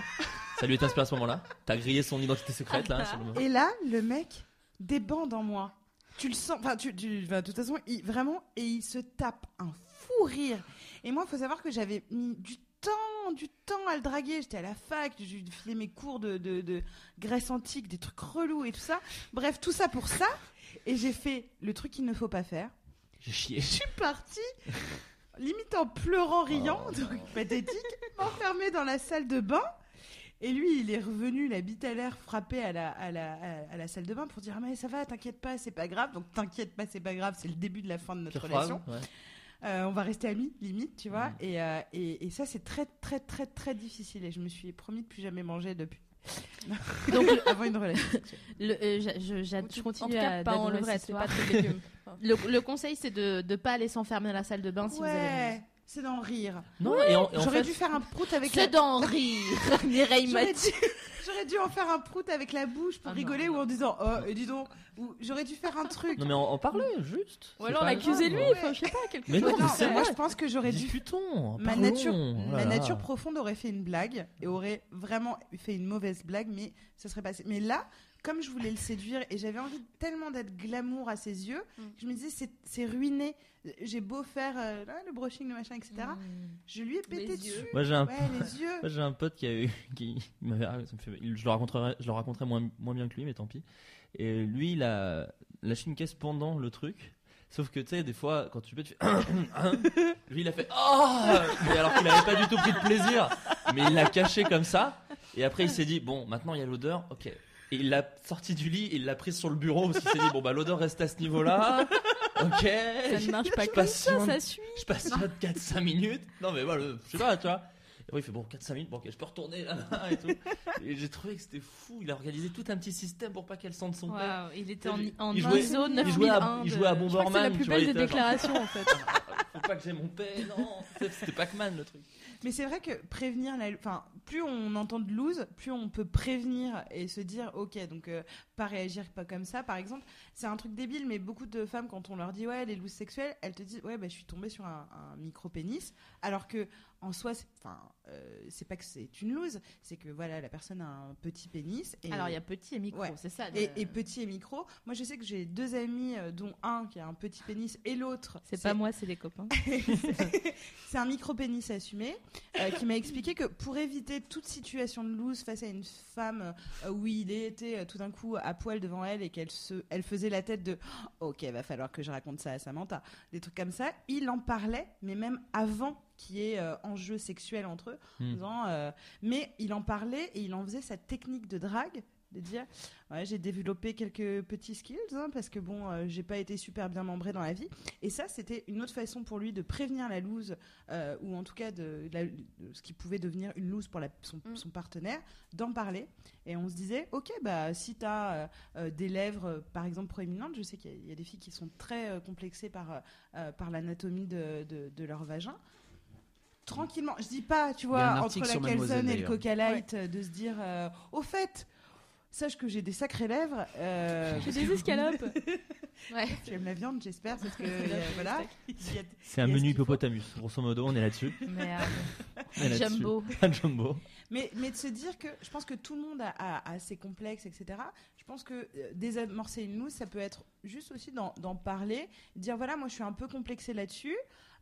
S7: Ça lui est inspiré à ce moment-là. T'as grillé son identité secrète, là. sur le moment.
S2: Et là, le mec débande en moi. Tu le sens. Enfin, tu, tu- enfin, de toute façon, il, vraiment, et il se tape un fou rire. Et moi, il faut savoir que j'avais mis du temps, du temps à le draguer. J'étais à la fac, j'ai filé mes cours de, de, de Grèce antique, des trucs relous et tout ça. Bref, tout ça pour ça. Et j'ai fait le truc qu'il ne faut pas faire.
S7: J'ai chié.
S2: Je suis partie, limite en pleurant, riant,
S7: Oh.
S2: donc pathétique, enfermée dans la salle de bain. Et lui, il est revenu, la bite à l'air, frappé à la, à, la, à- à la salle de bain pour dire Ah, Mais ça va, t'inquiète pas, c'est pas grave. Donc t'inquiète pas, c'est pas grave, c'est le début de la fin de notre
S7: Pire phrase.
S2: relation.
S7: ouais.
S2: Euh, on va rester amis, limite, tu vois.
S7: Mm.
S2: Et, euh, et, et ça, c'est très, très, très, très difficile. Et je me suis promis de plus jamais manger depuis. Donc, *laughs* avant une relation.
S1: Le- euh, j'a- je, j'a- je
S6: Ou tu-
S1: continue
S6: en tout cas,
S1: à
S6: pas en
S1: d'adorer
S6: levrette,
S1: cette
S6: c'est pas
S1: histoire.
S6: trop
S1: *laughs*
S6: de légumes.
S1: Le, le conseil, c'est de ne pas aller s'enfermer dans la salle de bain si vous avez
S2: Ouais, c'est d'en rire.
S7: Non, et en, et en
S2: J'aurais
S7: fait,
S2: dû faire un prout avec
S1: C'est
S2: la-
S1: d'en rire, *laughs* Mireille
S2: J'aurais
S1: Mathieu.
S2: dû- *laughs* J'aurais dû en faire un prout avec la bouche pour
S1: Ah non,
S2: rigoler ou en disant oh et dis donc ou j'aurais dû faire un truc.
S7: Non, mais en, en parler, juste.
S6: Ou
S7: C'est
S6: alors
S1: Ah,
S7: pas
S6: l'accusez-lui,
S7: grave.
S6: enfin, je sais pas, quelque
S7: Mais
S6: chose.
S7: non, mais
S2: Non,
S7: c'est
S2: moi
S7: vrai.
S2: je pense que j'aurais dû
S7: Discutons.
S2: ma
S7: parlons.
S2: nature
S7: Oh
S2: ma
S7: là là.
S2: nature profonde aurait fait une blague et aurait vraiment fait une mauvaise blague mais ça serait passé. Mais là comme je voulais le séduire et j'avais envie tellement d'être glamour à ses yeux,
S6: Mm.
S2: je me disais c'est- c'est ruiné. J'ai beau faire euh, là, le brushing, le machin, etc.
S1: Hmm.
S2: Je lui ai pété
S1: Mm. Les
S2: dessus.
S1: yeux.
S7: Moi, j'ai un
S2: Ouais, les yeux.
S7: Moi, j'ai un pote qui a eu, *laughs* qui il m'avait, ah, ça me fait- il- je le raconterai, je le raconterai moins, moins bien que lui, mais tant pis. Et lui, il a lâché une caisse pendant le truc. Sauf que tu sais, des fois, quand tu peux, tu fais. *coughs* hein, lui, il a fait. Oh Mais alors qu'il n'avait pas du tout pris de plaisir. Mais il l'a caché comme ça. Et après, il s'est dit Bon, maintenant il y a l'odeur, ok. Et il l'a sorti du lit, il l'a prise sur le bureau parce qu'il s'est dit Bon, bah l'odeur reste à ce niveau-là. Ok.
S6: Ça ne marche pas
S7: Je
S6: comme
S7: patiente.
S6: ça, ça suit.
S7: Je passe 4-5 minutes. Non, mais voilà, je sais pas, tu vois. Et après, il fait bon, 4-5 minutes, bon, ok, je peux retourner là, là, et tout. Et j'ai trouvé que c'était fou. Il a organisé tout un petit système pour pas qu'elle sente son père.
S1: Waouh, il était en,
S7: Il
S1: en
S7: jouait-
S1: ISO
S6: il
S7: Il jouait à,
S1: 9001.
S7: il jouait à
S6: Je crois que c'est la
S7: Bomberman.
S6: plus
S7: tu vois,
S6: belle
S7: il
S6: des
S7: était là, genre,
S6: déclarations, en fait.
S7: Faut pas que j'ai mon père, non. C'était Pac-Man le truc.
S2: Mais c'est vrai que prévenir la, enfin, plus on entend de lose, plus on peut prévenir et se dire, ok, donc euh, pas réagir pas comme ça, par exemple. C'est un truc débile, mais beaucoup de femmes, quand on leur dit, ouais, les looses sexuelles, elles te disent, ouais, bah, je suis tombée sur un, un micro-pénis, alors que en soi, c'est, enfin, euh, c'est pas que c'est une loose, c'est que voilà, la personne a un petit pénis. Et
S1: Alors, il y a petit et micro,
S2: Ouais.
S1: c'est ça. le-
S2: et, et petit et micro. Moi, je sais que j'ai deux amis, euh, dont un qui a un petit pénis et l'autre.
S1: C'est pas moi, c'est les copains.
S2: C'est un micro-pénis assumé euh, qui m'a expliqué que pour éviter toute situation de loose face à une femme euh, où il était euh, tout d'un coup à poil devant elle et qu'elle se, elle faisait la tête de oh, Ok, va falloir que je raconte ça à Samantha, des trucs comme ça, il en parlait, mais même avant qu'il y ait euh, enjeu sexuel entre eux. en
S7: Hmm.
S2: disant, euh, mais il en parlait et il en faisait sa technique de drague de dire ouais, j'ai développé quelques petits skills hein, parce que bon euh, j'ai pas été super bien membré dans la vie et ça c'était une autre façon pour lui de prévenir la loose euh, ou en tout cas de, la- de ce qui pouvait devenir une loose pour la- son,
S6: Mm.
S2: son partenaire d'en parler et on se disait ok bah si t'as euh, euh, des lèvres euh, par exemple proéminentes je sais qu'il y, a- il y a des filles qui sont très euh, complexées par euh, euh, par l'anatomie de, de- de leur vagin tranquillement je dis pas tu
S3: Il y a
S2: vois
S3: un
S2: entre
S3: article
S2: la
S3: sur
S2: calzone
S3: Mademoiselle,
S2: et le
S3: d'ailleurs.
S2: coca light euh, de se dire euh, au fait sache que j'ai des sacrées lèvres euh,
S6: J'ai des escalopes.
S2: *laughs*
S1: *laughs*
S2: j'aime la viande j'espère parce que
S6: *laughs*
S2: euh, voilà Il y a-
S7: C'est
S2: un
S7: un
S2: Yes, menu
S7: menu
S2: qu'il faut.
S7: hippopotamus. Grosso modo, on est là-dessus.
S2: euh,
S1: Merde.
S7: On est là-dessus.
S1: Jumbo.
S7: Un *laughs* jumbo.
S2: Mais, mais de se dire que je pense que tout le monde a, a- a ses complexes, etc. Je pense que euh, désamorcer une loose, ça peut être juste aussi d'en d'en parler, dire voilà, moi je suis un peu complexé là-dessus.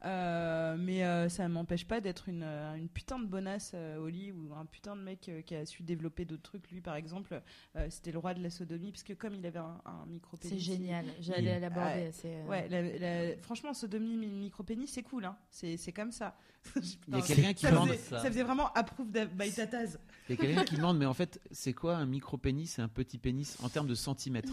S2: Euh, mais euh, ça m'empêche pas d'être une, euh, une putain de bonasse euh, au lit ou un putain de mec euh, qui a su développer d'autres trucs. Lui, par exemple, euh, c'était le roi de la sodomie, puisque comme il avait un, un micro
S1: C'est génial, j'allais l'aborder. c'est, euh,
S2: Ouais, la- la- franchement, sodomie, mi- micro-pénis, c'est cool, hein. c'est c'est comme ça. *laughs*
S3: Il y a quelqu'un qui
S2: ça,
S3: demande
S2: faisait,
S7: ça.
S2: ça faisait vraiment approve da- by Tataz.
S3: Il y a quelqu'un
S2: *laughs*
S3: qui demande, mais en fait, c'est quoi un micro-pénis et un petit pénis en termes de centimètres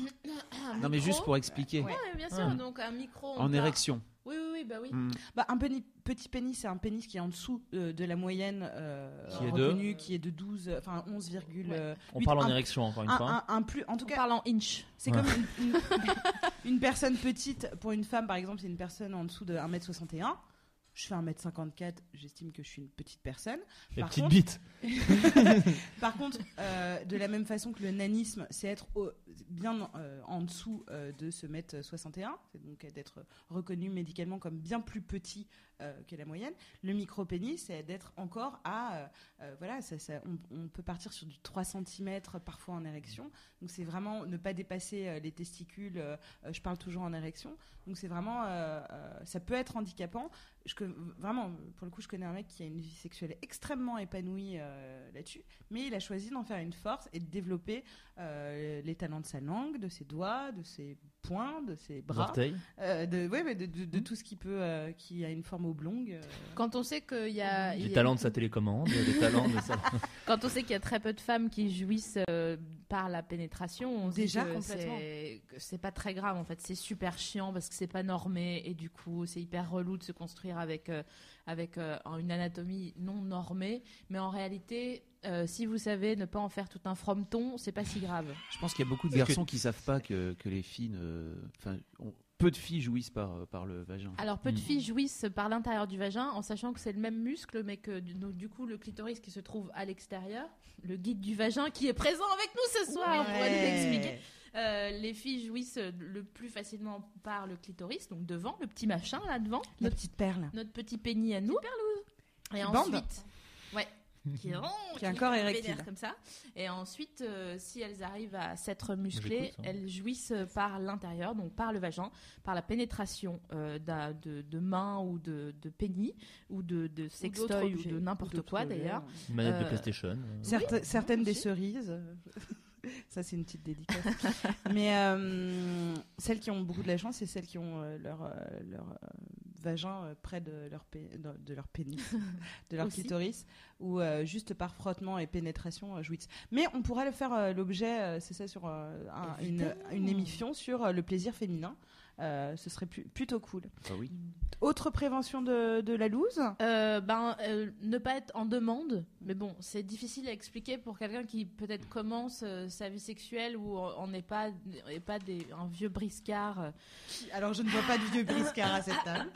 S1: un
S3: Non, mais
S1: micro.
S3: juste pour expliquer.
S1: Ah, Ouais, bien
S2: Ah.
S1: sûr,
S7: Ouais.
S1: donc un micro. on
S3: En
S1: part-
S3: érection.
S1: Oui, oui, oui, bah oui.
S5: Hmm.
S3: Mm.
S2: Bah, un péni- petit pénis, c'est un pénis qui est en dessous euh, de la moyenne euh,
S7: Qui est de
S2: reconnue, qui est de 12, enfin 11, euh,
S7: On
S2: huit,
S7: parle en
S2: un-
S7: érection encore une
S2: un-
S7: fois.
S2: un- un plus, en tout
S1: On
S2: cas,
S1: parle en inch.
S2: C'est
S7: Ouais.
S2: comme une, une- une *laughs* personne petite, pour une femme par exemple, c'est une personne en dessous de 1m61. Je fais 1m54, j'estime que je suis une petite personne.
S7: Les
S2: par
S7: petites
S2: contre-
S7: bites.
S2: Par contre, euh, de la même façon que le nanisme, c'est être au- bien euh, en dessous euh, de ce mètre 61, c'est donc euh, d'être reconnu médicalement comme bien plus petit euh, que la moyenne. Le micro-pénis, c'est d'être encore à. euh, euh, voilà, ça, ça- on, on peut partir sur du 3 cm parfois en érection. Donc c'est vraiment ne pas dépasser euh, les testicules. euh, euh, je parle toujours en érection. Donc c'est vraiment. euh, euh, ça peut être handicapant. Je, que- vraiment, pour le coup, je connais un mec qui a une vie sexuelle extrêmement épanouie euh, là-dessus mais il a choisi d'en faire une force et de développer euh, les talents de sa langue, de ses doigts, de ses poings, de ses bras,
S7: Orteils.
S2: euh, de, ouais, mais de, de-
S1: Hmm.
S2: de tout ce qui peut, euh, qui a une forme oblongue. euh.
S1: Quand on sait qu'il y a. il
S7: Les
S1: y a-
S7: talents de sa télécommande. Les talents
S2: *laughs*
S7: de sa.
S2: Euh,
S1: Quand on sait qu'il y a très peu de femmes qui jouissent euh, par la pénétration, on se dit
S6: Déjà,
S1: que
S6: complètement.
S1: c'est- que c'est pas très grave en fait. C'est super chiant parce que c'est pas normé et du coup c'est hyper relou de se construire avec euh, avec euh, une anatomie non normée. Mais en réalité, euh, si vous savez ne pas en faire tout un frometon, c'est pas si grave.
S3: Je pense qu'il y a beaucoup de
S5: Est-ce
S3: garçons qui savent pas que, que les filles ne. Enfin, on- peu de filles jouissent par, euh, par le vagin.
S1: Alors peu de
S7: Mm.
S1: filles jouissent par l'intérieur du vagin en sachant que c'est le même muscle, mais que du- donc, du coup le clitoris qui se trouve à l'extérieur, le guide du vagin qui est présent avec nous ce soir pour nous expliquer. Euh, les filles jouissent le plus facilement par le clitoris, donc devant, le petit machin là devant,
S2: La
S1: notre,
S2: petite perle.
S1: notre petit pénis à nous. Et
S2: Qui bande.
S1: ensuite,
S2: *laughs*
S1: ouais, qui est rond,
S2: Qui a un corps érectile.
S1: vénère comme ça. Et ensuite, euh, si elles arrivent à s'être musclées,
S7: J'écoute, hein.
S1: elles jouissent par l'intérieur, donc par le vagin, par la pénétration euh, d'un- de, de mains ou de, de pénis ou de, de sextoy ou de n'importe quoi d'ailleurs.
S7: Une manette de
S1: Euh,
S7: PlayStation.
S2: Certes- certaines
S1: oui,
S2: des
S1: aussi.
S2: cerises. *laughs* euh, Ça, c'est une petite *laughs* dédicace. Mais euh, celles qui ont beaucoup de la chance, c'est celles qui ont euh, leur, euh, leur euh, vagin euh, près de leur, pé- de de leur *laughs* pénis, de leur
S1: Aussi.
S2: clitoris, ou euh, juste par frottement et pénétration euh, jouissent. Mais on pourrait le faire euh, l'objet, euh, c'est ça, sur euh, un- une, une émission sur euh, le plaisir féminin. Euh, ce serait plus- plutôt cool.
S3: Ah oui.
S2: Autre prévention de, de la loose
S1: Euh, ben, euh, ne pas être en demande, mais bon, c'est difficile à expliquer pour quelqu'un qui peut-être commence euh, sa vie sexuelle ou on n'est pas, est pas des, un vieux briscard. Euh,
S2: Alors, je ne vois pas du vieux briscard à cette table.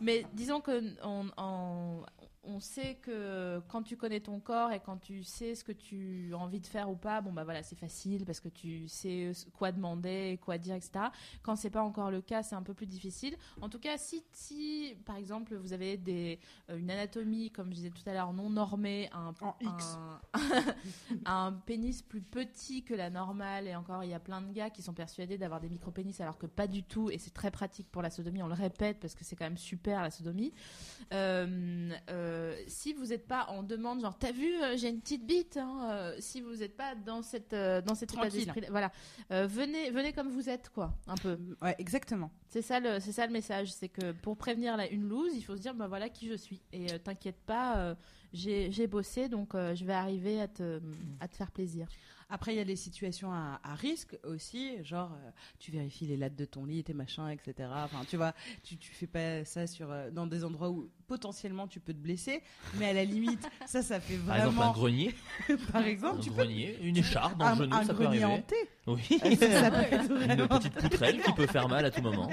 S1: mais disons que on, on- on sait que quand tu connais ton corps et quand tu sais ce que tu as envie de faire ou pas, bon bah voilà, c'est facile parce que tu sais euh, ce- quoi demander, et quoi dire, etc. Quand c'est pas encore le cas, c'est un peu plus difficile. En tout cas, si, si par exemple vous avez des, euh, une anatomie, comme je disais tout à l'heure, non normée, un,
S2: En X.
S1: un, *laughs* un pénis plus petit que la normale, et encore il y a plein de gars qui sont persuadés d'avoir des micro-pénis alors que pas du tout, et c'est très pratique pour la sodomie, on le répète parce que c'est quand même super la sodomie. Euh, euh, si vous n'êtes pas en demande, genre t'as vu, euh, j'ai une petite bite, hein, euh, si vous n'êtes pas dans cette euh, dans cet état
S2: Tranquille.
S1: d'esprit, voilà, Euh, venez venez comme vous êtes quoi, un peu.
S2: Ouais, exactement.
S1: C'est ça le, c'est ça le message, c'est que pour prévenir la, une loose, il faut se dire bah voilà qui je suis et euh, t'inquiète pas, euh, j'ai j'ai bossé donc euh, je vais arriver à te à te faire plaisir.
S2: Après, il y a les situations à, à risque aussi, genre euh, tu vérifies les lattes de ton lit, tes machins, etc. Enfin, tu vois, tu, tu fais pas ça sur euh, dans des endroits où potentiellement tu peux te blesser, mais à la limite, ça, ça fait
S7: Par exemple, un
S2: vraiment.
S7: grenier.
S2: *laughs* Par exemple,
S7: Un
S2: tu
S7: grenier. Une écharpe dans
S2: un,
S7: le genou,
S2: un
S7: ça peut
S2: grenier
S7: arriver.
S2: hanté, *laughs*
S7: Oui.
S2: ça peut être
S7: Une
S2: vraiment.
S7: petite poutrelle qui peut faire mal à
S2: *laughs*
S7: tout moment.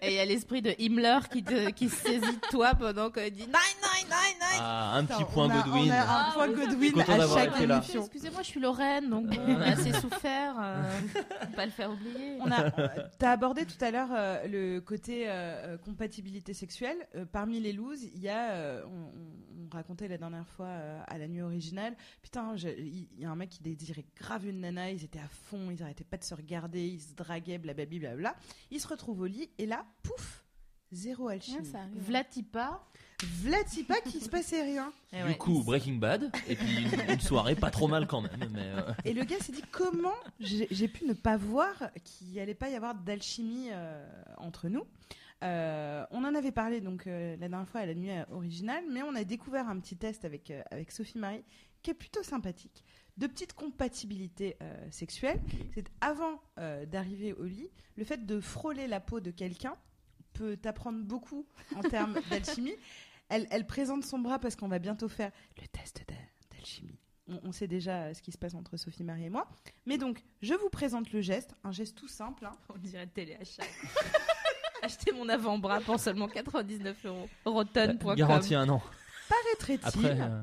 S1: Et il y a l'esprit de Himmler qui te, qui se saisit de toi pendant que dit nine nine nine nine.
S7: Ah, un petit
S2: Attends,
S7: point
S2: on a-
S7: Godwin.
S2: On a un
S1: Ah,
S2: point
S1: oui, ça
S2: Godwin
S7: fait- Content
S2: à
S7: d'avoir
S2: chaque
S7: été là.
S2: émission.
S1: Excusez-moi, je suis Lorraine donc bon, on a assez souffert, euh, *laughs* faut pas le faire oublier.
S2: On a, t'as abordé tout à l'heure euh, le côté euh, euh, compatibilité sexuelle. Euh, parmi les looses, il y a, euh, on, on- on racontait la dernière fois euh, à la nuit originale, putain, je- il il y, a un mec qui désirait grave une nana, ils étaient à fond, ils arrêtaient pas de se regarder, ils se draguaient, blablabla, blabla. Ils se retrouvent au lit et là, pouf, Zéro alchimie.
S1: Vlatipa.
S2: Vlatipa qui se passait rien.
S1: Eh
S7: Du
S1: ouais.
S7: coup, Breaking Bad, et puis une, une soirée pas trop mal quand même. Mais euh,
S2: Et le gars s'est dit comment j'ai j'ai pu ne pas voir qu'il allait pas y avoir d'alchimie euh, entre nous. Euh, on en avait parlé donc euh, la dernière fois à la nuit euh, originale, mais on a découvert un petit test avec, euh, avec Sophie Marie qui est plutôt sympathique. De petites compatibilités euh, sexuelles. C'est avant euh, d'arriver au lit, le fait de frôler la peau de quelqu'un peut t'apprendre beaucoup en termes d'alchimie. Elle, elle présente son bras parce qu'on va bientôt faire le test d'a- d'alchimie. On, on sait déjà euh, ce qui se passe entre Sophie Marie et moi. Mais donc, je vous présente le geste, un geste tout simple. hein.
S1: *laughs* On dirait téléachat. *laughs* Acheter mon avant-bras pour seulement 99 euros. Rotten.com.
S7: garantie un an.
S2: Paraîtrait-il
S7: Après, euh,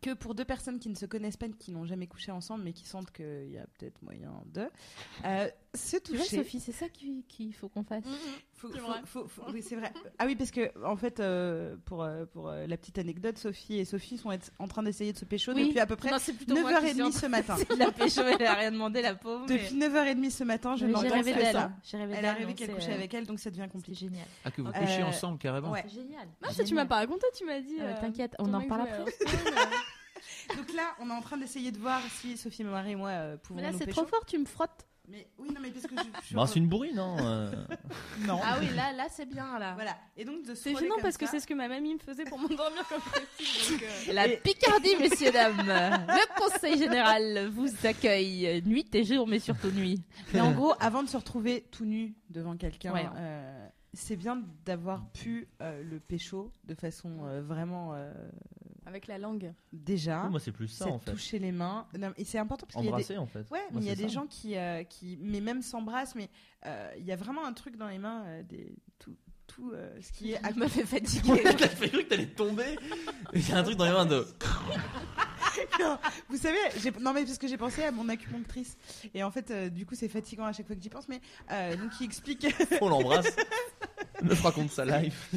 S2: que pour deux personnes qui ne se connaissent pas, qui n'ont jamais couché ensemble, mais qui sentent qu'il y a peut-être moyen de euh, se
S1: Tu vois,
S2: toucher.
S1: Sophie, c'est ça qu'il qu'il faut qu'on fasse.
S2: Faut-
S6: C'est
S2: faut-
S6: vrai.
S2: faut- faut- oui, c'est vrai. Ah oui, parce que en fait, euh, pour euh, pour euh, la petite anecdote, Sophie et Sophie sont être- en train d'essayer de se pécho
S1: Oui.
S2: depuis à peu près
S1: Non, c'est plutôt moi qui suis en
S2: 9h30 ce *laughs* matin.
S1: train de La pécho, elle a rien demandé, la pauvre. mais-
S2: Depuis 9h30 ce matin, je
S1: Mais
S2: m'en
S1: J'ai
S2: pense
S1: rêvé
S2: à
S1: d'elle. hein.
S2: ça.
S1: J'ai rêvé
S2: Elle
S1: d'elle,
S2: est arrivée
S1: donc
S2: qu'elle
S1: c'est- euh,
S2: couchait avec elle, donc ça devient
S1: C'est
S2: compliqué.
S1: génial. Ah,
S3: Ah, que vous
S2: Euh,
S3: couchiez ensemble carrément.
S1: *laughs*
S2: Ouais.
S1: C'est génial.
S6: Non, ça, tu m'as
S1: Génial.
S6: pas raconté, tu m'as dit.
S1: Ah bah,
S6: euh,
S1: T'inquiète,
S6: ton
S1: on en
S6: mec euh,
S1: parle
S6: voulait
S1: après.
S6: avoir-
S2: Donc là, on est en train d'essayer de voir si Sophie Marie et moi euh, pouvons
S1: Mais là,
S2: nous
S1: c'est
S2: pécho.
S1: trop fort, tu me frottes.
S2: Mais oui, non, mais parce que je, je suis
S7: bah, c'est une bourrine, hein. euh.
S2: non.
S1: Ah oui, là, là, c'est bien, là.
S2: Voilà. Et donc de
S6: *laughs* C'est
S2: scroller
S6: gênant
S2: comme
S6: parce que
S2: ça.
S6: c'est ce que ma mamie me faisait pour m'endormir quand j'étais
S1: *laughs*
S6: petite. donc, euh,
S1: La
S2: Et-
S6: *laughs*
S1: Picardie, messieurs, dames. Le Conseil Général vous accueille nuit et jour, mais surtout nuit.
S2: Mais en gros, avant de se retrouver tout nu devant quelqu'un,
S1: Ouais.
S2: euh, c'est bien d'avoir pu euh, le pécho de façon euh, vraiment euh,
S6: Avec la langue.
S2: déjà.
S7: Moi, c'est plus ça
S2: c'est
S7: en fait.
S2: toucher les mains. Non, et c'est important Ah, parce qu'il y a des,
S7: Embrasser en fait.
S2: Ouais,
S7: Moi,
S2: mais il y a
S7: c'est
S2: des
S7: ça. *laughs*
S2: gens qui, euh, qui mais même s'embrassent, mais euh, il y a vraiment un truc dans les mains, euh, des, tout, tout euh, ce qui est.
S1: Elle me fait fatiguer.
S7: T'as fait cru que t'allais tomber. Il y a un truc dans les mains de. *laughs*
S2: Vous savez, j'ai- non mais parce que j'ai pensé à mon acupunctrice et en fait, euh, du coup, c'est fatigant à chaque fois que j'y pense, mais euh, donc il explique, *laughs*
S7: On l'embrasse. Meuf raconte sa life.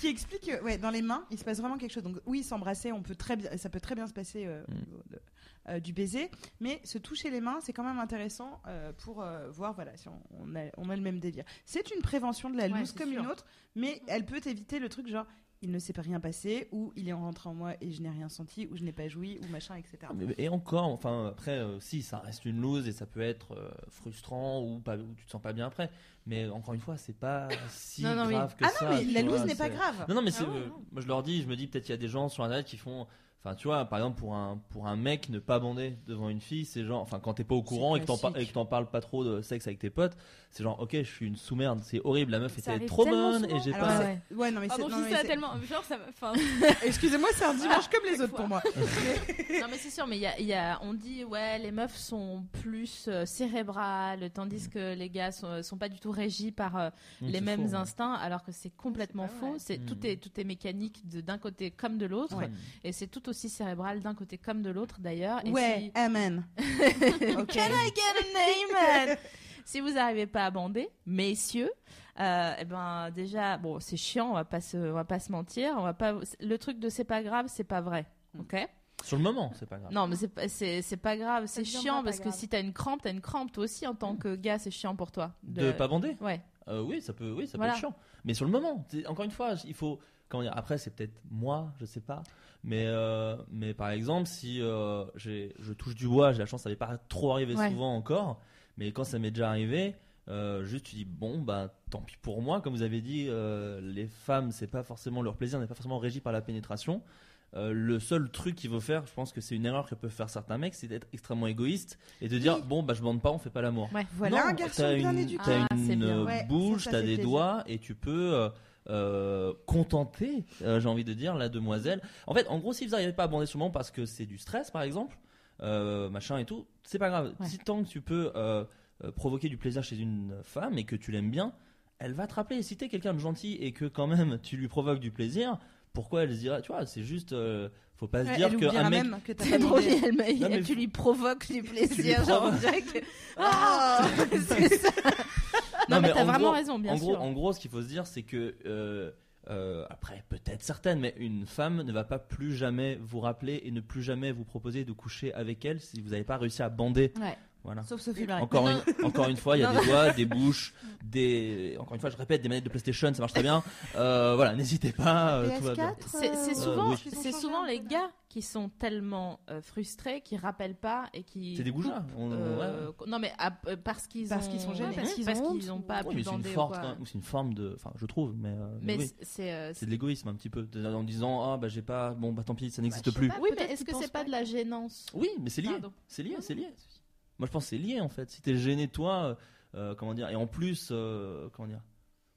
S2: qui explique, que, ouais, dans les mains, il se passe vraiment quelque chose. Donc oui, s'embrasser, on peut très bien, ça peut très bien se passer euh, au
S7: Mm.
S2: niveau de- euh, du baiser, mais se toucher les mains, c'est quand même intéressant euh, pour euh, voir, voilà, si on, on a, on a le même délire. C'est une prévention de la
S1: Ouais,
S2: loose
S1: c'est
S2: comme
S1: sûr.
S2: une autre, mais elle peut éviter le truc genre. Il ne s'est pas rien passé, ou il est rentré en moi et je n'ai rien senti, ou je n'ai pas joui, ou machin, etc.
S7: Ah, Mais- Et encore, enfin après, euh, si ça reste une lose et ça peut être euh, frustrant ou, pas, ou tu te sens pas bien après. Mais encore une fois, c'est pas si
S1: Non, non, mais-
S7: grave que
S2: Ah
S7: ça.
S2: non, mais
S7: tu
S2: la
S7: vois,
S2: loose n'est pas
S7: c'est-
S2: grave.
S7: Non, non, mais c'est,
S6: ouais,
S7: euh, moi je leur dis, je me dis peut-être qu'il y a des gens sur internet qui font. Enfin, tu vois, par exemple, pour un, pour un mec, ne pas bander devant une fille, c'est genre. Enfin, quand t'es pas au courant et que, t'en par-
S2: classique.
S7: et que t'en parles pas trop de sexe avec tes potes, c'est genre, ok, je suis une sous-merde, c'est horrible, la meuf
S6: Ça
S7: était
S6: arrive
S7: trop
S6: tellement
S7: bonne
S6: souvent.
S7: et j'ai
S2: Alors,
S7: pas.
S2: c'est- Ouais, non, mais
S6: Ah
S2: c'est.
S6: bon,
S2: non,
S6: je dis
S2: mais
S6: ça
S2: c'est-
S6: tellement. Genre, ça m'a. Enfin,
S2: *laughs* Excusez-moi, c'est un dimanche comme les autres pour moi.
S1: Non mais c'est sûr, mais il y a- il y a- on dit ouais les meufs sont plus euh, cérébrales tandis que les gars sont, euh, sont pas du tout régis par euh, les
S7: Hum, Mm. c'est
S1: mêmes
S7: faux.
S1: instincts, alors que c'est complètement
S6: C'est pas
S1: faux.
S6: vrai.
S1: C'est
S7: Mm.
S1: tout est tout est mécanique de- d'un côté comme de l'autre,
S2: Ouais.
S1: et c'est tout aussi cérébral d'un côté comme de l'autre d'ailleurs. Et
S2: Ouais,
S1: si-
S2: amen. Ok.
S1: *laughs* Can I get an amen *laughs* Si vous n'arrivez pas à bander, messieurs, euh, eh ben déjà, bon, c'est chiant, on va pas se, on va pas se mentir, on va pas. Le truc de c'est pas grave, c'est pas vrai,
S2: Mm.
S1: ok
S7: Sur le moment, c'est pas grave.
S1: Non, mais c'est pas, c'est, c'est pas grave, Mm. c'est
S6: deviendra
S1: chiant
S6: pas
S1: parce que
S6: grave.
S1: si t'as une crampe, t'as une crampe toi aussi en tant que gars, c'est chiant pour toi.
S7: De pas bander
S1: Ouais.
S7: Euh, oui, ça peut, oui, ça peut
S1: Voilà.
S7: être chiant. Mais sur le moment, c'est- encore une fois, il faut. Comment dire Après, c'est peut-être moi, je sais pas. Mais, euh, mais par exemple, si euh, j'ai- je touche du bois, j'ai la chance, ça m'est pas trop arrivé
S1: Ouais.
S7: souvent encore. Mais quand ça m'est déjà arrivé, euh, juste tu dis bon, bah tant pis pour moi. Comme vous avez dit, euh, les femmes, c'est pas forcément leur plaisir, n'est pas forcément régi par la pénétration. Euh, le seul truc qu'il faut faire, je pense que c'est une erreur que peuvent faire certains mecs, c'est d'être extrêmement égoïste et de dire bon, bah je bande pas, on fait pas l'amour.
S2: Voilà
S7: Non,
S2: un garçon
S7: t'as
S2: bien
S7: une-
S2: éduqué.
S7: T'as
S1: Ah, c'est
S7: une
S1: bien.
S7: euh,
S2: Ouais,
S7: bouche,
S2: ça, ça
S7: t'as
S2: fait
S7: des
S2: plaisir.
S7: doigts et tu peux euh, euh, contenter, euh, j'ai envie de dire, la demoiselle. En fait, en gros, si vous n'arrivez pas à bander sur le moment parce que c'est du stress, par exemple, euh, machin et tout, c'est pas grave.
S1: Ouais.
S7: Si tant que tu peux euh, euh, provoquer du plaisir chez une femme et que tu l'aimes bien, elle va te rappeler. Si t'es quelqu'un de gentil et que quand même tu lui provoques du plaisir, pourquoi elle se dira, tu vois, c'est juste, euh, faut pas se
S2: Ouais,
S7: dire
S2: elle oubliera
S7: qu'un mec
S2: même que t'as pas
S1: C'est *laughs* drôle,
S2: demandé.
S1: elle m'a-
S7: Non, mais
S1: tu
S7: vous-
S1: lui provoques
S7: *laughs*
S1: du plaisir,
S7: lui
S1: genre on
S7: provoques.
S1: dirait *laughs* que. Ah C'est ça Non,
S7: Non,
S1: mais,
S7: mais
S1: t'as
S7: en
S1: vraiment
S7: gros-
S1: raison, bien
S7: en gros,
S1: sûr.
S7: en gros, ce qu'il faut se dire, c'est que euh, euh, après, peut-être certaines, mais une femme ne va pas plus jamais vous rappeler et ne plus jamais vous proposer de coucher avec elle si vous n'avez pas réussi à bander.
S1: Ouais.
S7: Voilà.
S2: Sauf Sophie Marie.
S7: Ah. Encore une, encore une fois, il y a des doigts, des bouches, des. Encore une fois, je répète, des manettes de PlayStation, ça marche très bien. Euh, voilà, n'hésitez pas, euh, tout va bien.
S1: C'est c'est souvent,
S7: oui.
S1: c'est souvent les gars qui sont tellement euh, frustrés qui rappellent pas et qui.
S7: C'est des goujats. On- ouais.
S1: euh, Non mais à- euh, parce qu'ils
S2: Parce
S1: ont-
S2: qu'ils sont
S1: ouais,
S2: gênés.
S1: parce qu'ils
S6: Parce
S1: ont
S6: qu'ils
S1: honte.
S6: ont
S1: ont pas
S7: Oui, mais c'est une,
S1: appréhendé ou
S7: forte-
S1: quoi.
S7: hein, c'est une forme de. Enfin, je trouve, mais. euh, mais
S1: Mais
S7: oui.
S1: c'est- c'est euh,
S7: C'est de l'égoïsme un petit peu, de- en disant ah bah j'ai pas, bon bah tant pis, ça n'existe
S6: je sais
S7: plus.
S6: pas.
S1: Oui, mais
S6: Peut-être
S1: est-ce
S6: qu'ils
S1: que c'est
S6: pensent
S1: pas
S6: pas.
S1: de la gênance
S7: Oui, mais c'est lié,
S1: Pardon.
S7: c'est lié,
S1: Non,
S7: c'est
S1: non,
S7: lié. Moi je pense que c'est lié en fait. Si t'es gêné toi, euh, euh, comment dire, et en plus, euh, comment dire.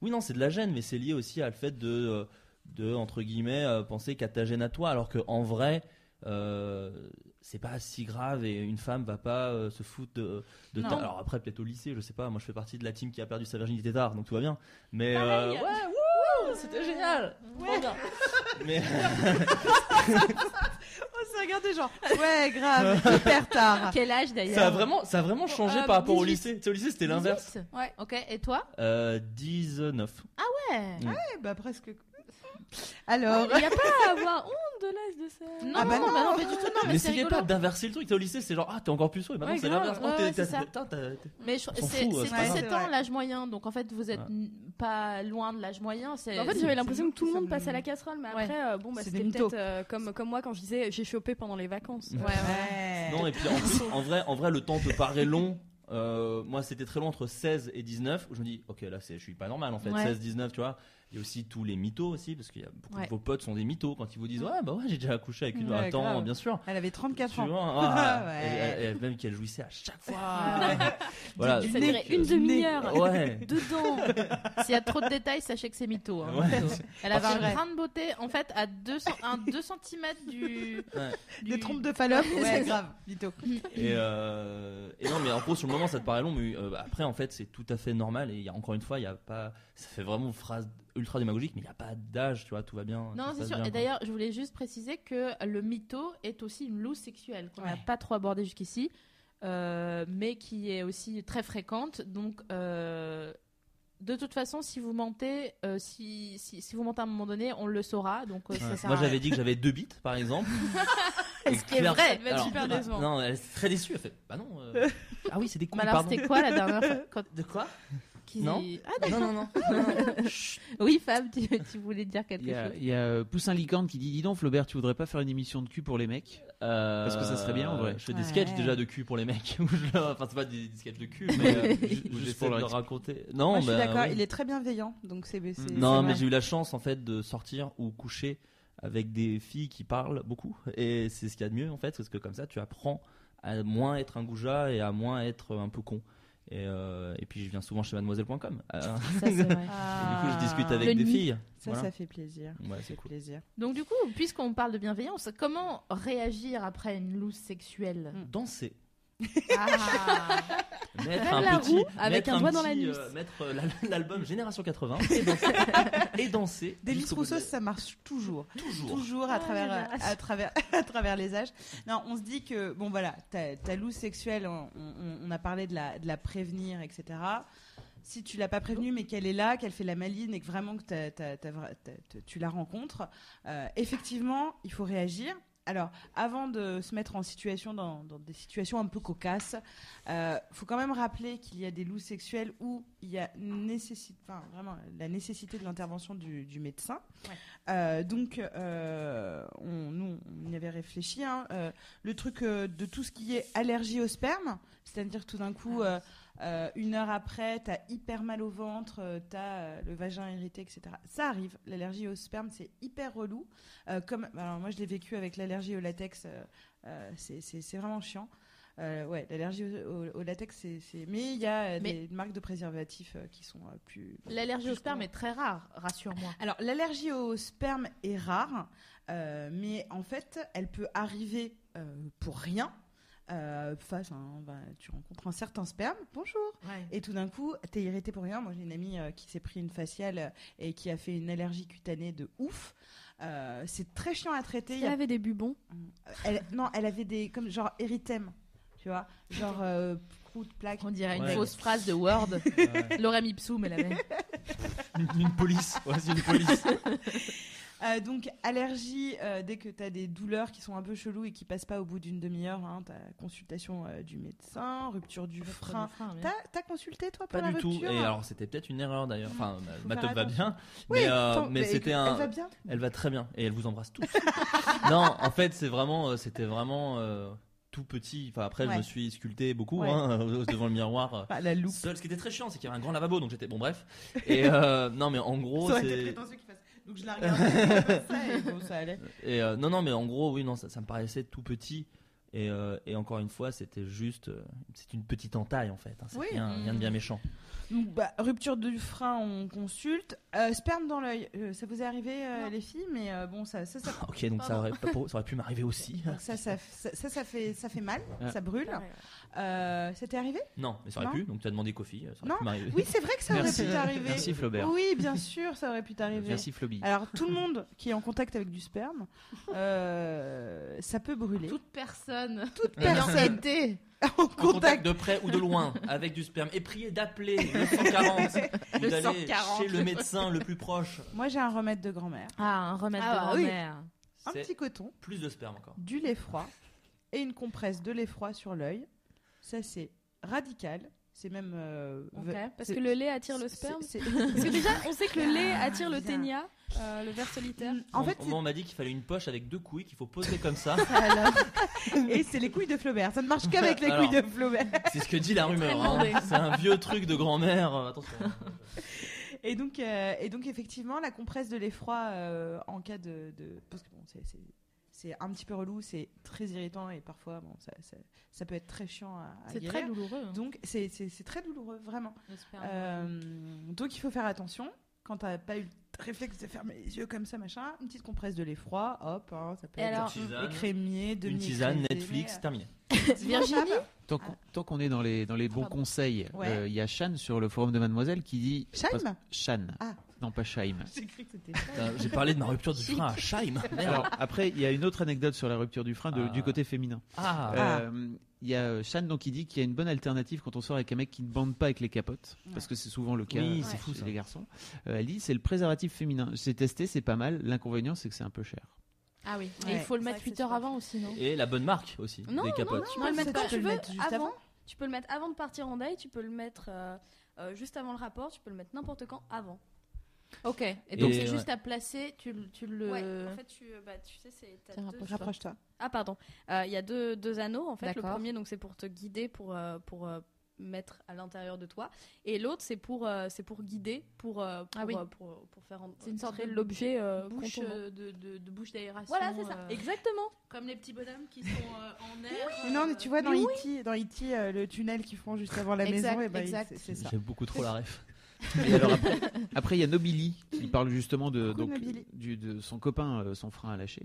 S7: Oui non, c'est de la gêne, mais c'est lié aussi à le fait de, euh, de entre guillemets, euh, penser qu'à ta gêne à toi, alors que en vrai. euh, c'est pas si grave et une femme va pas euh, se foutre de, de
S2: Non.
S7: ta- alors après peut-être au lycée je sais pas moi je fais partie de la team qui a perdu sa virginité tard donc tout va bien mais
S1: Pareil.
S7: euh, ouais wouh, c'était génial Trop bien. mais
S2: On s'est regardé genre, ouais, grave, hyper
S1: *laughs*
S2: tard.
S1: Quel âge d'ailleurs
S7: Ça a vraiment, ça a vraiment changé
S6: Euh,
S7: par rapport au
S6: 18.
S7: lycée. Tu sais, au lycée, c'était l'inverse.
S1: 18.
S6: Ouais.
S1: Ok, et toi
S7: Euh, 19.
S1: Ouais.
S7: Mm.
S2: Eh bah, presque. Alors,
S6: Il n'y a pas à avoir honte de l'âge de ça.
S1: Non,
S2: Ah bah
S1: non,
S2: non.
S1: bah non, pas du tout, non, mais,
S7: mais
S1: c'est
S7: essayez
S1: rigolo.
S7: pas d'inverser le truc. T'es au lycée, c'est genre, ah, t'es encore plus et Maintenant,
S6: Ouais,
S7: c'est
S6: grave.
S7: l'inverse. Non,
S1: Ouais,
S7: t'es-
S1: ouais,
S7: t'as-
S1: c'est ça.
S7: t'as- t'as- t'as-
S1: *laughs* Mais je-
S7: s'en
S1: c'est
S7: fout, euh,
S1: c'est
S7: c'est pas
S1: 17
S2: grave.
S1: ans l'âge moyen, donc en fait vous êtes
S7: Ouais.
S1: n- pas loin de l'âge moyen. c'est-
S6: En fait,
S1: c'est-
S6: j'avais l'impression que tout le
S2: ça
S6: monde
S2: me-
S6: passait à la casserole, mais
S1: Ouais.
S6: après, euh, bon, bah,
S2: C'est des
S6: c'était
S2: mythos.
S6: peut-être euh, comme, comme moi quand je disais j'ai chopé pendant les vacances.
S1: Ouais, ouais.
S7: Non, et puis en, plus, en vrai, en vrai, le temps peut paraître long. Euh, moi, c'était très long entre 16 et 19 où je me dis, ok, là, c'est- je suis pas normal en fait.
S1: Ouais.
S7: 16, 19, tu vois. Il y a aussi tous les mythos aussi, parce que beaucoup
S1: Ouais.
S7: de vos potes sont des mythos quand ils vous disent, ouais, bah ouais, j'ai déjà accouché avec une.
S2: Ouais,
S7: Attends,
S2: grave.
S7: bien sûr.
S2: Elle avait 34
S7: Tu
S2: ans.
S7: vois, ah,
S2: Ouais.
S7: et- et- et même qu'elle jouissait à chaque fois.
S2: Ah, ouais.
S7: Voilà.
S6: Ça durait une
S2: Du nez.
S6: demi-heure.
S7: Ouais.
S1: Dedans
S2: *laughs*
S1: S'il y a trop de détails, sachez que c'est mytho. hein,
S7: Ouais.
S1: plutôt. Elle avait
S2: C'est
S1: un
S2: vrai.
S1: grain de beauté, en fait, à 200, un 2 cm du,
S7: Ouais.
S1: du-
S2: Des trompes de Fallope, ouais, grave, mytho.
S7: Et, euh, et non, mais en gros, sur le moment, ça te paraît long, mais euh, bah, après, en fait, c'est tout à fait normal. Et il y a, encore une fois, il y a pas. Ça fait vraiment phrase ultra démagogique, mais il n'y a pas d'âge, tu vois, tout va bien. ça
S1: Non,
S7: se
S1: c'est
S7: passe
S1: sûr.
S7: bien,
S1: Et
S7: quoi.
S1: d'ailleurs, je voulais juste préciser que le mytho est aussi une loose sexuelle qu'on n'a
S2: Ouais.
S1: pas trop abordée jusqu'ici, euh, mais qui est aussi très fréquente. Donc, euh, de toute façon, si vous mentez, euh, si, si, si vous mentez à un moment donné, on le saura. Donc, euh,
S7: Ouais.
S1: ça sert
S7: Moi,
S1: à
S7: j'avais dit que j'avais deux bits,
S1: *laughs*
S7: par exemple. Et
S1: Ce qui est
S7: Claire-
S1: vrai, elle
S6: va être
S7: alors,
S6: super
S7: bah,
S6: décevant.
S7: Non, elle est très déçue. Elle fait Bah non. euh,
S1: *laughs*
S7: Ah oui, c'est des coups,
S1: Mais alors,
S7: pardon.
S1: c'était quoi la dernière
S7: *laughs*
S1: fois quand-
S7: De quoi
S1: qu'ils-
S7: Non.
S1: Ah, *laughs*
S7: Non, non, non.
S1: Oui, Fab, tu, tu voulais dire quelque
S5: Il y a,
S7: *laughs*
S1: chose.
S5: il y a, euh, Poussin Licorne qui dit Dis donc, Flaubert, tu voudrais pas faire une émission de cul pour les mecs
S7: Euh,
S5: Parce que ça serait bien, en vrai.
S7: Je fais des
S2: Ouais.
S7: sketchs déjà de cul pour les mecs. *laughs* où je leur- enfin, c'est pas des, des sketchs
S1: *laughs*
S7: de cul, mais euh, où
S5: Juste
S7: j'essaie
S5: pour
S7: de
S5: leur
S7: leur raconter. Non,
S2: Moi, je suis
S7: bah,
S2: d'accord,
S7: oui.
S2: il est très bienveillant, donc c'est c'est-
S7: Non,
S2: c'est
S7: mais
S2: vrai.
S7: j'ai eu la chance en fait de sortir ou coucher avec des filles qui parlent beaucoup et c'est ce qu'il y a de mieux en fait parce que comme ça tu apprends à moins être un goujat et à moins être un peu con. Et, euh, et puis je viens souvent chez mademoiselle.com. Euh, *laughs*
S1: Ça, c'est vrai.
S7: et du coup je discute avec
S1: Le
S7: des
S1: nid.
S7: filles.
S2: Ah. Ça,
S7: Voilà.
S2: ça fait plaisir.
S7: Ouais,
S2: Ça
S7: c'est
S2: fait
S7: cool.
S2: plaisir.
S1: Donc, du coup, puisqu'on parle de bienveillance, comment réagir après une loose sexuelle
S2: *laughs*
S7: Danser.
S2: Ah.
S7: Mettre
S1: Faire
S7: un
S1: la
S7: petit,
S1: roue avec
S7: mettre
S1: un doigt dans
S7: petit,
S1: l'anus.
S7: euh, mettre euh, la- *laughs* l'album Génération 80
S2: *laughs*
S7: et danser. et danser
S2: Denis
S7: jusqu'au bout de-
S2: Rousseau, ça marche toujours.
S7: toujours.
S2: Toujours à travers, à travers, *laughs* à travers les âges. Non, on se dit que, bon voilà, ta, ta loose sexuelle, on, on- on a parlé de la, de la prévenir, etc. Si tu l'as pas prévenue, mais qu'elle est là, qu'elle fait la maline et que vraiment que t'as- t'as- t'as vra- t'as- t'as- tu la rencontres, euh, effectivement, il faut réagir. Alors, avant de se mettre en situation, dans, dans des situations un peu cocasses, euh, faut quand même rappeler qu'il y a des loups sexuels où il y a nécessi- enfin, vraiment, la nécessité de l'intervention du, du médecin. Euh, donc, euh, on, nous, on y avait réfléchi. hein, euh, le truc euh, de tout ce qui est allergie au sperme, c'est-à-dire tout d'un coup, euh, euh, une heure après, t'as hyper mal au ventre, euh, t'as euh, le vagin irrité, etc. Ça arrive. L'allergie au sperme, c'est hyper relou. Euh, comme, alors moi, je l'ai vécu avec l'allergie au latex. euh, euh, c'est- c'est c'est vraiment chiant. Euh, ouais, l'allergie au, au- au latex, c'est. c'est- Mais il y a euh,
S1: Mais-
S2: des marques de préservatifs euh, qui sont euh, plus.
S1: L'allergie au
S2: Justement.
S1: sperme est très rare, rassure-moi.
S2: Alors, l'allergie au sperme est rare, euh, mais en fait, elle peut arriver euh, pour rien. Euh, face, à un- bah, tu rencontres un certain sperme, bonjour, et tout d'un coup, t'es irrité pour rien. Moi, j'ai une amie euh, qui s'est pris une faciale euh, et qui a fait une allergie cutanée de ouf. Euh, c'est très chiant à traiter. Il y
S6: Elle
S2: a-
S6: avait des bubons.
S2: elle- non, elle avait des comme genre érythème, tu *laughs* vois, genre euh, croûte, plaque.
S1: On dirait une
S7: Ouais.
S1: fausse phrase de Word. *laughs* Lorem ipsum, elle avait.
S3: *laughs*
S7: Une police. Ouais, c'est une police.
S2: Euh, donc, allergie, euh, dès que tu as des douleurs qui sont un peu cheloues et qui passent pas au bout d'une demi-heure, hein, tu consultation euh, du médecin, rupture du frein. T'as as consulté, toi, pour
S7: Pas
S2: la
S7: du tout.
S2: rupture
S7: Et alors, c'était peut-être une erreur d'ailleurs. Enfin, ma-
S2: Faut
S7: ma
S2: faire
S7: top va
S2: attention.
S7: bien.
S2: Oui,
S7: mais, euh,
S2: attends,
S7: mais c'était
S2: écoute,
S7: un-
S2: Elle va bien
S7: Elle va très bien et elle vous embrasse tous. *laughs* non, en fait, c'est vraiment, euh, c'était vraiment euh, tout petit. Enfin, après,
S2: Ouais.
S7: je me suis sculpté beaucoup
S2: Ouais.
S7: hein, euh, devant le miroir. euh,
S2: Enfin, Bah, La loupe.
S7: Seul, ce qui était très chiant, c'est qu'il y avait un grand lavabo, donc j'étais
S2: *laughs*
S7: bon, bref. Et euh, non, mais en gros,
S2: ça aurait été
S7: c'est.
S2: prétentieux qu'il fasse. Donc, je la regardais comme ça et bon, ça
S7: *laughs*
S2: allait.
S7: Et euh, non, non, mais en gros, oui, non, ça, ça me paraissait tout petit. Et, euh, et encore une fois, c'était juste, euh, c'est une petite entaille en fait. hein, c'est
S2: Oui. Mm.
S7: rien, rien de bien méchant.
S2: Donc, bah, rupture du frein, on consulte. Euh, sperme dans l'œil, Euh, ça vous est arrivé, euh,
S6: Non.
S2: les filles, mais euh, bon, ça,
S7: *laughs*
S2: ça, ça,
S7: Ok, donc ça aurait, pas- ça aurait pu m'arriver
S2: *laughs*
S7: aussi.
S2: ça, ça, ça, ça, ça fait, ça fait mal,
S3: Ouais.
S2: ça brûle.
S6: Pareil, ouais.
S2: Euh, ça t'est arrivé
S7: Non, mais ça aurait
S2: Non.
S7: pu. Donc tu as demandé Kofi, euh, ça aurait
S2: Non.
S7: pu m'arriver.
S2: Oui, c'est vrai que ça aurait
S3: Merci.
S2: pu t'arriver.
S3: Merci Flaubert.
S2: Oui, bien sûr, ça aurait pu t'arriver.
S3: Merci Floby.
S2: Alors, tout le monde qui est en contact avec du sperme, euh, ça peut brûler.
S1: Toute personne
S2: toute
S1: ayant été
S2: *laughs* en
S7: En contact
S2: contact.
S7: de près ou de loin avec du sperme et prier d'appeler
S2: *laughs*
S7: le 140 ou
S1: Le
S7: d'aller
S1: 140.
S7: chez le médecin le plus proche.
S2: Moi, j'ai un remède de grand-mère,
S1: Ah, un remède
S6: Ah,
S1: de
S6: bah oui.
S1: grand-mère.
S2: un
S7: C'est
S2: petit coton,
S7: plus de sperme encore.
S2: du lait froid et une compresse de lait froid sur l'œil. Ça, c'est radical. C'est même. euh,
S1: Ok.
S2: ve-
S6: Parce
S2: c'est-
S6: que le lait attire le
S2: c'est- *laughs*
S6: sperme.
S2: c'est- Ah,
S6: Parce que déjà, on sait que le lait attire le
S2: Bien.
S6: ténia, euh, le ver solitaire.
S2: En
S7: On-
S2: fait,
S7: on,
S2: c'est-
S7: moi, on m'a dit qu'il fallait une poche avec deux couilles qu'il faut poser
S2: *laughs*
S7: comme ça.
S2: et c'est les couilles de Flaubert. Ça ne marche qu'avec les
S7: Alors.
S2: couilles de Flaubert.
S7: C'est ce que dit la rumeur. hein.
S6: demandé.
S7: C'est un vieux truc de grand-mère. Euh, Attention.
S2: Et donc, euh, et donc effectivement, la compresse de l'effroi euh, en cas de, de- parce que bon, c'est- c'est c'est un petit peu relou, c'est très irritant et parfois bon, ça, ça, ça peut être très chiant à, à
S1: C'est
S2: guérir.
S1: très douloureux. hein,
S2: Donc c'est c'est- c'est très douloureux vraiment.
S1: le sperme.
S2: Euh, donc il faut faire attention quand t'as pas eu le réflexe de fermer les yeux comme ça machin, une petite compresse de l'effroi, hop, hein, ça peut
S1: Et
S2: être
S1: alors,
S7: Tisane.
S2: écrémié, demi
S7: Une tisane, Netflix, terminé.
S1: Virginie
S3: Tant qu'on tant qu'on est dans les, dans les bons
S2: Pardon.
S3: conseils, euh, il
S2: Ouais.
S3: y a Shan sur le forum de Mademoiselle qui dit.
S2: Chaim
S3: Shan.
S2: Ah.
S3: Non, pas Shaim.
S2: J'ai cru que c'était
S7: Putain, Euh, J'ai parlé de ma rupture du frein à Scheim.
S3: Alors, après, il y a une autre anecdote sur la rupture du frein de-
S7: Ah.
S3: du côté féminin.
S7: Ah,
S2: Ah.
S3: Euh, Il y a euh, Shan donc, qui dit qu'il y a une bonne alternative quand on sort avec un mec qui ne bande pas avec les capotes, parce que c'est souvent le cas
S7: Oui,
S3: euh,
S7: c'est
S3: chez
S7: fou, ça.
S3: les garçons. Euh, elle dit c'est le préservatif féminin. J'ai testé, c'est pas mal. L'inconvénient, c'est que c'est un peu cher.
S1: Ah oui,
S2: Ouais.
S1: et il faut le
S6: C'est
S1: mettre
S6: vrai que
S1: 8
S6: c'est
S1: heures
S6: super
S1: avant aussi, non
S7: Et la bonne marque aussi,
S6: Non,
S7: des
S6: non,
S7: capotes.
S6: Tu peux le mettre quand tu veux,
S2: mettre juste
S6: avant.
S2: avant.
S6: Tu peux le mettre avant de partir en date, tu peux le mettre euh, euh, juste avant le rapport, tu peux le mettre n'importe quand avant.
S1: Ok, et donc
S7: Et euh,
S1: c'est
S7: ouais.
S1: juste à placer, tu, le- tu le.
S6: Ouais, en fait, tu, bah, tu sais, c'est. t'as
S1: Tiens,
S6: deux-
S1: rapproche-toi.
S2: Rapproche-toi.
S6: Ah, pardon. Euh, Il y a deux, deux anneaux, en fait. Le
S1: D'accord.
S6: premier, donc, c'est pour te guider, pour, euh, pour euh, mettre à l'intérieur de toi. Et l'autre, c'est pour, euh, c'est pour guider, pour, euh, pour,
S1: Ah oui.
S6: euh, pour, pour faire en-
S1: C'est une sorte
S6: entrer
S1: de
S6: l'objet euh,
S1: bouche
S6: contournant.
S1: euh, de, de- de bouche d'aération.
S6: Voilà, c'est ça.
S1: euh,
S6: *laughs* Exactement.
S1: Comme les petits bonhommes qui sont euh, en air.
S2: Mais non, mais tu vois dans
S6: Mais
S2: E.T., dans E.T., euh, le tunnel qu'ils font juste avant la
S1: Exact,
S2: maison, et ben, il-
S1: exact.
S2: c'est c'est ça.
S7: J'aime beaucoup trop la ref.
S3: Et alors après, après, il y a Nobili qui parle justement de,
S2: Coucou,
S3: donc,
S2: Nobili.
S3: du- de son copain, euh, son frein à lâcher.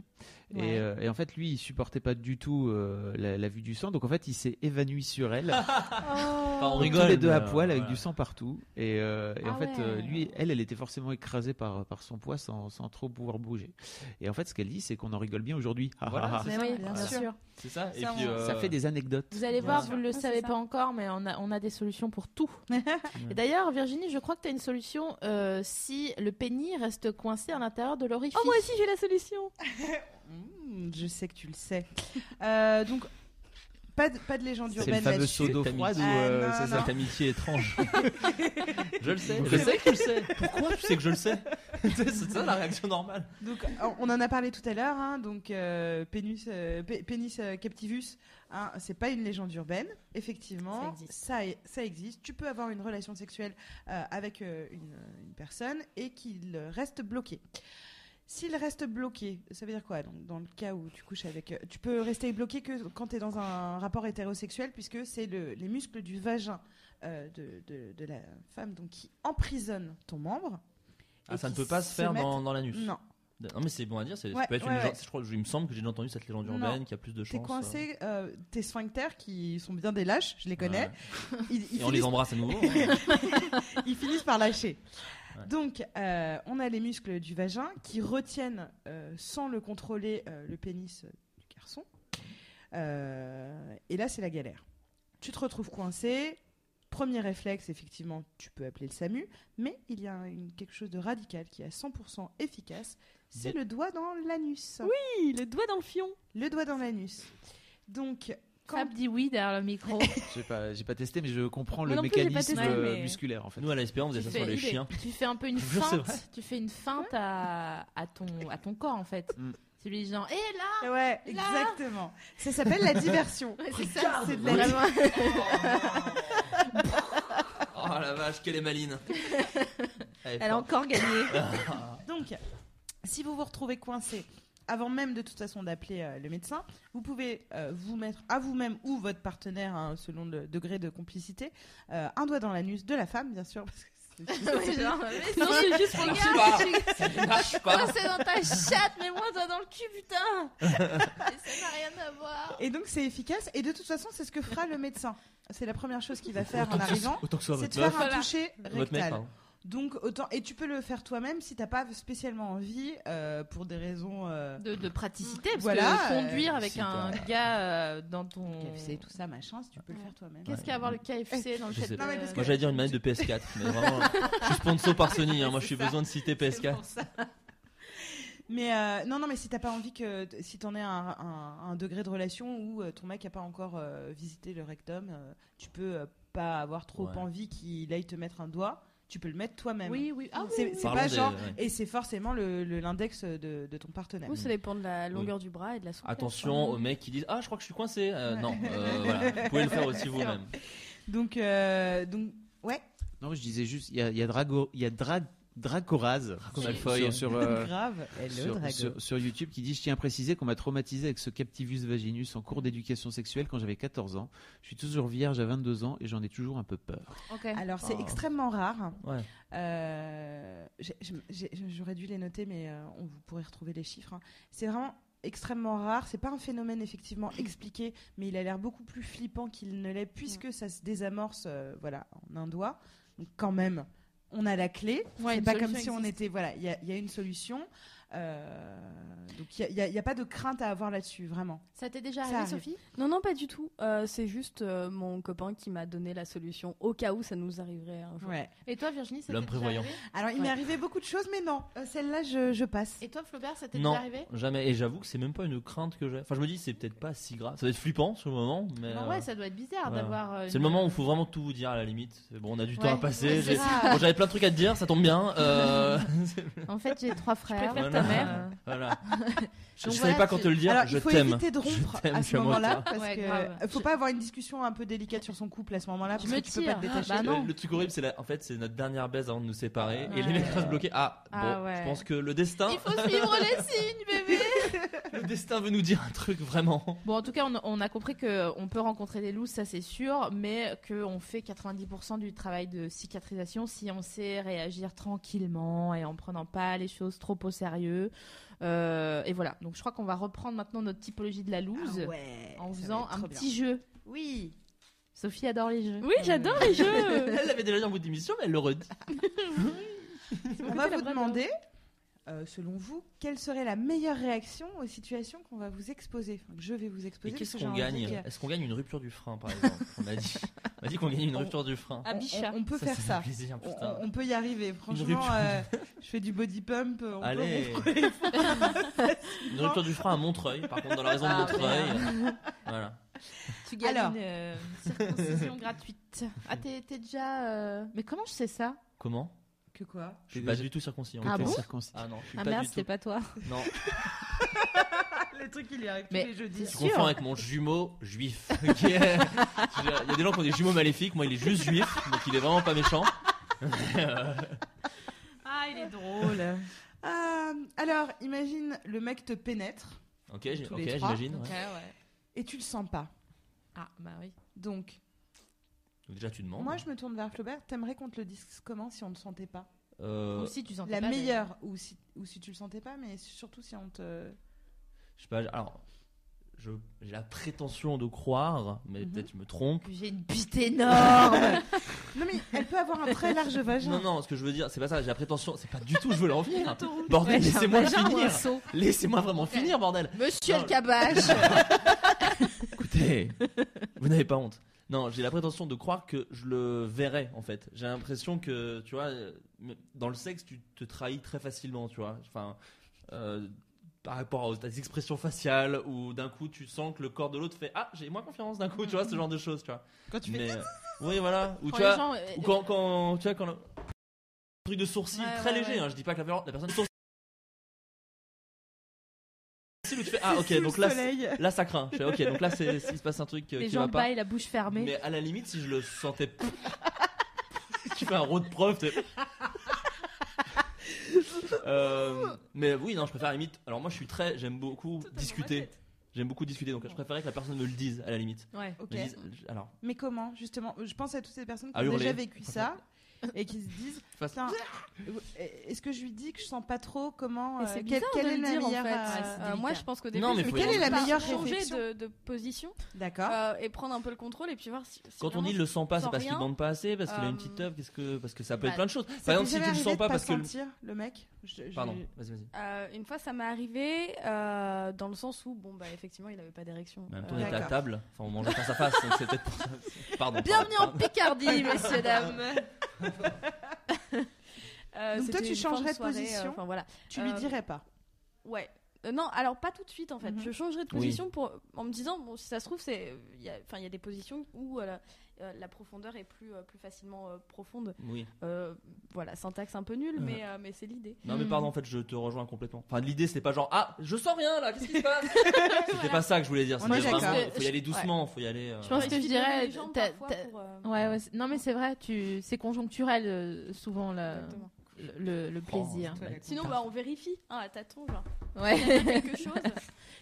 S1: Ouais.
S3: Et, euh, et en fait, lui, il supportait pas du tout euh, la, la vue du sang. Donc en fait, il s'est évanoui sur elle.
S6: Ah. Oh.
S7: Enfin, on
S3: tous
S7: rigole.
S3: les deux
S7: mais,
S3: à
S7: euh,
S3: poil avec
S7: voilà.
S3: du sang partout. Et, euh, et en
S1: Ah
S3: fait, euh,
S1: ouais.
S3: lui, elle, elle était forcément écrasée par, par son poids sans, sans trop pouvoir bouger. Et en fait, ce qu'elle dit, c'est qu'on en rigole bien aujourd'hui. Ah,
S7: Voilà,
S3: ah, ah.
S7: c'est
S1: Mais
S7: ça.
S1: oui,
S2: bien
S1: bien
S7: sûr.
S1: sûr.
S7: C'est ça. Et
S2: Ça,
S7: puis,
S2: on-
S7: euh,
S3: Ça fait des anecdotes.
S1: Vous allez
S7: Bien
S1: voir,
S7: sûr.
S1: vous ne le
S6: Ah, c'est
S1: savez
S6: ça.
S1: pas encore, mais on a, on a des solutions pour *laughs* tout. Et D'ailleurs, Virginie, je crois que tu as une solution euh, si le pénis reste coincé à l'intérieur de l'orifice.
S6: Oh, moi aussi, j'ai la solution.
S2: Mmh, je sais que tu le sais. Euh, donc, pas de, pas de légende
S3: C'est le
S2: urbaine
S3: fameux
S2: là-dessus.
S3: seau d'eau froide. ou, euh,
S2: Ah, non,
S3: c'est ça
S2: non.
S7: Cette amitié *laughs* étrange. je le sais. Je
S3: Je
S7: sais que tu le sais. Pourquoi tu sais que je le sais C'est ça la réaction normale.
S2: Donc, euh, on- on en a parlé tout à l'heure. hein, donc, euh, pénus, euh, pé- pénis euh, captivus, hein, c'est pas une légende urbaine.
S1: Ça
S2: Effectivement,
S1: existe.
S2: ça, e- ça existe. Tu peux avoir une relation sexuelle euh, avec euh, une, une personne et qu'il reste bloqué. S'il reste bloqué, ça veut dire quoi Donc, Dans le cas où tu couches avec. euh, tu peux rester bloqué que quand tu es dans un rapport hétérosexuel, puisque c'est le- les muscles du vagin euh, de, de- de la femme donc, qui emprisonnent ton membre.
S7: Ah,
S2: et
S7: ça ne
S2: qui
S7: peut pas se faire
S2: mettent-
S7: dans, dans l'anus.
S2: Non.
S7: Non, mais c'est bon à dire. c'est-
S2: Ouais,
S7: ça peut être
S2: ouais,
S7: une légende-
S2: ouais.
S7: Je crois, je- il me semble que j'ai déjà entendu cette légende
S2: Non.
S7: urbaine qui a plus de
S2: T'es
S7: chances. euh,
S2: coincé, euh, tes sphincters qui sont bien des lâches, je les connais,
S7: ouais.
S2: ils,
S7: *laughs*
S2: ils
S7: Et on les
S2: finissent,
S7: embrasse à nouveau. hein.
S2: ils finissent par lâcher.
S7: Ouais.
S2: Donc, euh, on a les muscles du vagin qui retiennent, euh, sans le contrôler, euh, le pénis euh, du garçon. Euh, et là, c'est la galère. Tu te retrouves coincé, Premier réflexe, effectivement, tu peux appeler le SAMU, mais il y a un- une- quelque chose de radical qui est à 100% efficace, c'est le doigt dans l'anus.
S6: Oui, le doigt dans le fion.
S2: Le doigt dans l'anus. Donc, quand...
S1: Fab dit oui derrière le *laughs* micro.
S5: J'ai pas, j'ai pas testé, mais je comprends
S6: Moi
S5: le
S6: non plus, j'ai pas
S5: mécanisme
S6: testé,
S5: euh,
S6: mais-
S5: musculaire en fait.
S7: Nous, à la SPA, on faisait
S1: tu,
S7: ça
S1: fais,
S7: sur les
S1: il est- *laughs*
S7: chiens.
S1: tu fais un peu une
S7: *laughs* Je sais vrai.
S1: feinte. Tu fais une feinte à, à ton, à ton corps, en fait.
S5: Mm.
S1: C'est lui eh, disant, hé là
S2: Ouais, exactement. Ça s'appelle la diversion.
S1: Ouais, C'est ça,
S2: C'est de la
S1: vraiment.
S7: Oh la vache, quelle est *laughs* maline
S1: Elle a encore
S7: *laughs*
S1: gagné.
S2: Donc, si vous vous retrouvez coincé, avant même de toute façon d'appeler euh, le médecin, vous pouvez euh, vous mettre à vous-même ou votre partenaire, hein, selon le degré de complicité, euh, un doigt dans l'anus de la femme, bien sûr. Parce que c'est-
S1: Ouais, genre, mais *laughs*
S6: Non,
S1: c'est- *laughs*
S6: c'est juste pour le
S1: Regarde, je suis
S7: Lâche pas
S1: coincée dans ta chatte, mais moi, toi dans le cul,
S7: *laughs*
S1: putain Mais ça n'a rien à voir
S2: et donc, c'est efficace. Et de toute façon, c'est ce que fera le médecin. C'est la première chose qu'il va faire en arrivant.
S7: Autant que ce soit
S2: C'est de faire
S7: votre meuf.
S2: un
S6: Voilà.
S2: toucher
S7: Votre mec, hein.
S2: rectal.
S7: pardon.
S2: Donc autant et tu peux le faire toi-même si t'as pas spécialement envie euh, pour des raisons euh,
S1: de, de praticité, parce
S2: Voilà,
S1: que conduire
S7: euh,
S1: avec
S7: si
S1: un gars euh, dans ton...
S2: KFC tout ça machin si tu peux le faire toi-même.
S1: Qu'est-ce qu'il y a à voir le KFC dans le
S7: Je
S1: fait
S7: sais
S1: de-
S2: pas. Non, mais parce que-
S7: Moi, j'allais dire une manette de PS4, mais vraiment, je suis sponsor par Sony. hein. Moi, je suis
S2: C'est ça.
S7: besoin de citer PS4.
S2: Mais euh, non, non, mais si t'as pas envie que t- si t'en es à un, un- un degré de relation où euh, ton mec a pas encore euh, visité le rectum, euh, tu peux euh, pas avoir trop
S7: Ouais.
S2: envie qu'il aille te mettre un doigt. Tu peux le mettre toi-même.
S1: Oui, oui. Ah, oui,
S2: c'est
S1: oui,
S2: c'est
S7: Parlons
S2: pas
S7: des-
S2: genre.
S7: ouais.
S2: Et c'est forcément l'index le, l'index de, de ton partenaire.
S6: Ou ça dépend de la longueur du bras et de la souplesse. hein.
S7: Attention aux mecs qui disent Ah, je crois que je suis coincé. Euh, Non,
S1: *laughs*
S7: euh, voilà. vous pouvez le faire aussi vous-même.
S2: Donc, euh, donc ouais.
S5: Non, je disais juste, il y a, il y a Drago, il y a Drag, Dracoraz
S7: Malfoy. hein.
S5: sur,
S7: *laughs*
S5: sur, euh,
S2: Grave. Hello,
S5: sur-
S2: Drago.
S5: sur- sur YouTube qui dit Je tiens à préciser qu'on m'a traumatisé avec ce Captivus vaginus en cours d'éducation sexuelle quand j'avais 14 ans. Je suis toujours vierge à 22 ans et j'en ai toujours un peu peur.
S1: Ok.
S2: Alors c'est
S7: Oh.
S2: extrêmement rare.
S7: Ouais.
S2: Euh, j'ai- j'ai- j'ai- J'aurais dû les noter, mais euh, on vous pourrez retrouver les chiffres. hein. C'est vraiment extrêmement rare. C'est pas un phénomène
S1: *coughs*
S2: effectivement expliqué, mais il a l'air beaucoup plus flippant qu'il ne l'est puisque ça se désamorce, euh, voilà, en un doigt. Donc quand même, on a la clé.
S1: Ouais,
S2: C'est
S1: une
S2: pas comme si
S1: solution
S2: on
S1: existe.
S2: était, voilà, il y, a- il y a une solution. Euh, donc il n'y a, il y a pas de crainte à avoir là-dessus, vraiment.
S1: Ça t'est déjà
S2: Ça
S1: arrivé,
S2: arrive.
S1: Sophie
S6: Non, non, pas du tout. Euh, c'est juste euh, mon copain qui m'a donné la solution au cas où ça nous arriverait un jour.
S2: Ouais.
S1: Et toi, Virginie, ça t'est
S7: L'homme
S1: déjà
S7: prévoyant.
S1: arrivé
S2: Alors il
S1: Ouais.
S2: m'est arrivé beaucoup de choses, mais non, euh, celle-là je, je passe.
S1: Et toi, Flaubert, ça t'est
S7: Non,
S1: déjà arrivé
S7: jamais. Et j'avoue que c'est même pas une crainte que j'ai. Enfin, je me dis, c'est peut-être pas si grave. Ça va être flippant sur le moment, mais.
S1: Non,
S7: euh,
S1: ouais, ça doit être bizarre
S7: ouais.
S1: d'avoir. euh,
S7: C'est le
S1: une-
S7: moment où il faut vraiment tout vous dire à la limite. C'est Bon, on a du temps
S1: Ouais,
S7: à passer.
S1: ouais, c'est
S7: j'ai-
S1: ça.
S7: *laughs* Bon, J'avais plein de trucs à te dire, ça tombe bien.
S1: *laughs*
S7: Euh...
S1: En fait, j'ai trois frères.
S7: préfère ta
S1: Euh,
S7: mère. voilà.
S1: *laughs*
S7: Je,
S1: Donc
S7: je
S1: voilà,
S7: savais pas
S1: tu-
S7: quand te le dire.
S2: Alors,
S7: je
S2: il faut
S7: t'aime.
S2: éviter de rompre
S7: t'aime,
S2: à
S7: je suis
S2: ce
S7: amoureux de
S2: moment-là
S7: toi.
S2: parce
S1: Ouais, grave.
S2: que faut pas avoir une discussion un peu délicate sur son couple à ce moment-là
S1: Tu
S2: parce que
S1: me
S2: tu peux pas te
S1: tires.
S2: détacher.
S1: Ah,
S7: Le-
S1: non.
S7: Bah Le, truc horrible, c'est la- en fait, c'est notre dernière baisse avant de nous séparer. Et
S1: Ouais.
S7: les mecs restent bloqués. Ah, bon,
S1: Ah ouais.
S7: je pense que le destin,
S1: Il faut suivre les signes, bébé.
S7: le destin veut nous dire un truc vraiment.
S1: Bon, en tout cas, on, on a compris que on peut rencontrer des loups, ça c'est sûr, mais qu'on fait 90% du travail de cicatrisation si on sait réagir tranquillement et en prenant pas les choses trop au sérieux. Euh, et voilà. Donc, je crois qu'on va reprendre maintenant notre typologie de la loose
S2: Ah ouais,
S1: en
S2: ça
S1: faisant
S2: va être
S1: un
S2: trop
S1: petit
S2: bien.
S1: jeu.
S2: Oui.
S1: Sophie adore les jeux.
S6: Oui, j'adore les *laughs* jeux.
S7: Elle l'avait déjà dit en bout d'émission, mais elle le redit.
S2: On va vous demander euh, selon vous, quelle serait la meilleure réaction aux situations qu'on va vous exposer Enfin, que Je vais vous
S7: Mais
S2: exposer.
S7: qu'est-ce
S2: parce que
S7: qu'on
S2: j'ai
S7: gagne
S2: envie que-
S7: Est-ce qu'on gagne une rupture du frein, par exemple On a dit, on a dit qu'on gagnait une rupture du frein.
S1: À Bichat.
S2: Ah, On, on peut faire
S7: fait
S2: ça.
S7: plaisir,
S2: On,
S7: putain.
S2: on peut y arriver. Franchement,
S7: rupture.
S2: euh, je fais du body pump. On peut
S7: Allez.
S2: rompre les freins.
S7: *laughs* Une rupture du frein à Montreuil, par contre, dans la raison de
S1: Ah,
S7: Montreuil. voilà.
S1: Tu gagnes
S2: Alors.
S1: une euh,
S2: *laughs*
S1: circoncision gratuite. Ah, t'es t'es déjà. euh, Mais comment je sais ça
S7: Comment
S2: Que quoi *laughs*
S7: Je suis pas du tout circoncis. en
S1: Ah
S7: fait.
S1: bon
S5: Circoncis-
S7: Ah non, je suis
S1: Ah
S7: pas
S1: merde,
S7: du tout.
S1: c'était pas toi.
S2: *laughs*
S7: Non,
S2: Ah, Le truc, il y arrive
S1: Mais
S2: tous les jeudis.
S7: je
S1: Sûr.
S7: confonds avec mon jumeau juif. ok *laughs* Il y a des gens qui ont des jumeaux maléfiques. Moi, il est juste juif, donc il est vraiment pas méchant.
S1: Ah, il est drôle.
S2: Ah, alors, imagine le mec te pénètre
S7: Ok, j'ai-
S2: Tous
S7: ok,
S2: les trois.
S7: j'imagine.
S1: Ok,
S7: ouais.
S1: euh, ouais.
S2: et tu le sens pas.
S1: Ah, bah oui.
S2: Donc,
S7: Donc Déjà, tu demandes.
S2: moi, je me tourne vers Flaubert. T'aimerais qu'on te le dise comment si on ne le sentait pas
S7: Euh,
S1: Aussi, tu sentais
S2: La
S1: pas, mais-
S2: meilleure, ou si, ou si tu le sentais pas, mais surtout si on
S7: *laughs*
S2: te. *laughs*
S7: je sais pas. Alors, je- j'ai la prétention de croire, mais
S2: Mhm.
S7: peut-être je me trompe.
S1: que j'ai une bite
S2: *laughs*
S1: énorme.
S2: Non, mais elle peut avoir un très large vagin.
S7: Non, non, ce que je veux dire, c'est pas ça. J'ai la prétention. C'est pas du tout. Je veux l'en venir. Bordel, laissez-moi
S1: j'ai un
S7: finir.
S1: pinceau.
S7: Laissez-moi vraiment finir, bordel.
S1: Monsieur
S7: Non.
S1: le cabache.
S7: *laughs* Écoutez, vous n'avez pas honte. Non, j'ai la prétention de croire que je le verrais en fait. J'ai l'impression que, tu vois, euh, dans le sexe, tu te trahis très facilement, tu vois. Enfin, euh, par rapport aux- à tes expressions faciales ou d'un coup tu sens que le corps de l'autre fait Ah, j'ai moins confiance d'un coup, tu vois, ce genre de choses, tu vois.
S2: Quand tu fais.
S7: Mais, euh, oui, voilà. Ou
S1: Quand
S7: tu
S1: les
S7: vois,
S1: gens, euh,
S7: ou quand, quand- tu vois, quand le truc de sourcil
S6: Ouais,
S7: très
S6: ouais,
S7: léger,
S6: ouais.
S7: hein, je dis pas que la, la personne sourcil où tu fais Ah, ok,
S2: Sous
S7: donc
S2: le
S7: là, c'est-
S2: soleil.
S7: là ça craint. Je fais, ok, donc là, c'est- il se passe un truc euh,
S1: les
S7: qui va
S1: gens
S7: pas.
S1: baillent la bouche fermée.
S7: Mais à la limite, si je le sentais. *laughs* tu fais un road prof. t'es- Euh, mais oui, non, je préfère à la limite. Alors moi, je suis très, j'aime beaucoup discuter. J'aime beaucoup discuter, donc je préférais que la personne me le dise à la limite.
S6: Ouais.
S2: Ok.
S7: Me dise, alors,
S2: Mais comment, justement Je pense à toutes ces personnes qui
S7: À
S2: ont déjà
S7: hurler.
S2: vécu
S7: *laughs*
S2: ça et qui se disent
S7: face-
S2: Tiens, est-ce que je lui dis que je sens pas trop comment
S6: Et
S2: euh,
S6: c'est
S2: quelle-
S6: bizarre
S2: quelle
S6: de
S2: est
S6: le
S2: la
S6: dire en
S2: meilleure,
S6: fait.
S2: euh,
S6: Euh, moi, je pense qu'au début,
S7: Non, mais
S6: je
S7: faut
S6: vais
S7: y
S2: quelle est la
S6: pas
S2: meilleure
S6: changer
S2: réflexion
S6: de, de position
S2: D'accord.
S6: euh, et prendre un peu le contrôle et puis voir si. si
S7: Ah. Quand on
S6: vraiment
S7: dit il le sent pas,
S6: sens
S7: c'est parce qu'il
S6: rien,
S7: bande pas assez, parce qu'il a une
S6: euh,
S7: petite œuvre, qu'est-ce que, parce que ça peut
S6: bah,
S7: être plein de choses.
S2: Ça
S7: Par exemple,
S2: t'est
S7: si
S2: jamais
S7: tu le
S2: arrivé
S7: sens
S2: de
S7: pas parce que. le-
S2: sentir le mec Je- je-
S7: Pardon, vas-y, vas-y.
S6: Euh, une fois, ça m'est arrivé euh, dans le sens où, bon, bah, effectivement, il avait pas d'érection.
S7: Mais en même temps,
S6: Euh,
S7: on était à
S2: D'accord.
S7: table, enfin, on mangeait face à face, donc c'est
S2: *laughs*
S7: peut-être pour ça. Pardon.
S1: Bienvenue en
S7: pardon,
S1: Picardie, messieurs dames.
S6: euh,
S2: Donc toi,
S6: c'était
S2: tu
S6: une fin
S2: changerais de
S6: soirée, euh,
S2: position
S6: Enfin voilà.
S2: Tu lui
S6: Euh,
S2: dirais pas.
S6: Ouais. Euh, non, alors pas tout de suite en fait.
S2: Mhm.
S6: Je changerai de
S7: Oui.
S6: position pour, en me disant, bon, si ça se trouve, c'est, il y a- enfin, il y a des positions où euh, la, euh, la profondeur est plus, euh, plus facilement euh, profonde.
S7: pardon. Oui.
S6: Euh, voilà, syntaxe un peu nulle,
S7: Ouais.
S6: mais, euh, mais c'est l'idée.
S7: Non mais
S1: Hmm.
S7: pardon en fait je te rejoins complètement. Enfin l'idée c'était pas genre ah je sens rien là qu'est-ce qui
S2: *laughs*
S7: se passe
S6: *laughs*
S7: C'était pas ça que je voulais dire.
S2: On est
S7: C'était
S2: d'accord.
S7: vraiment
S1: Je-
S7: faut y aller doucement faut y aller. euh,
S1: Je pense que
S6: Ouais,
S1: je
S6: il donne
S1: dirais,
S6: les jambes
S1: t'as-
S6: parfois
S1: t'as-
S6: pour, euh,
S1: Ouais, ouais, c'est- non mais c'est vrai, tu... c'est conjoncturel euh, souvent la-
S6: exactement.
S1: le, le,
S2: Oh,
S1: le plaisir.
S2: Toi, la
S6: Sinon,
S2: compta.
S6: bah, on vérifie hein, à tâtons,
S1: *laughs*
S6: genre.
S1: Ouais.
S6: Quelque chose.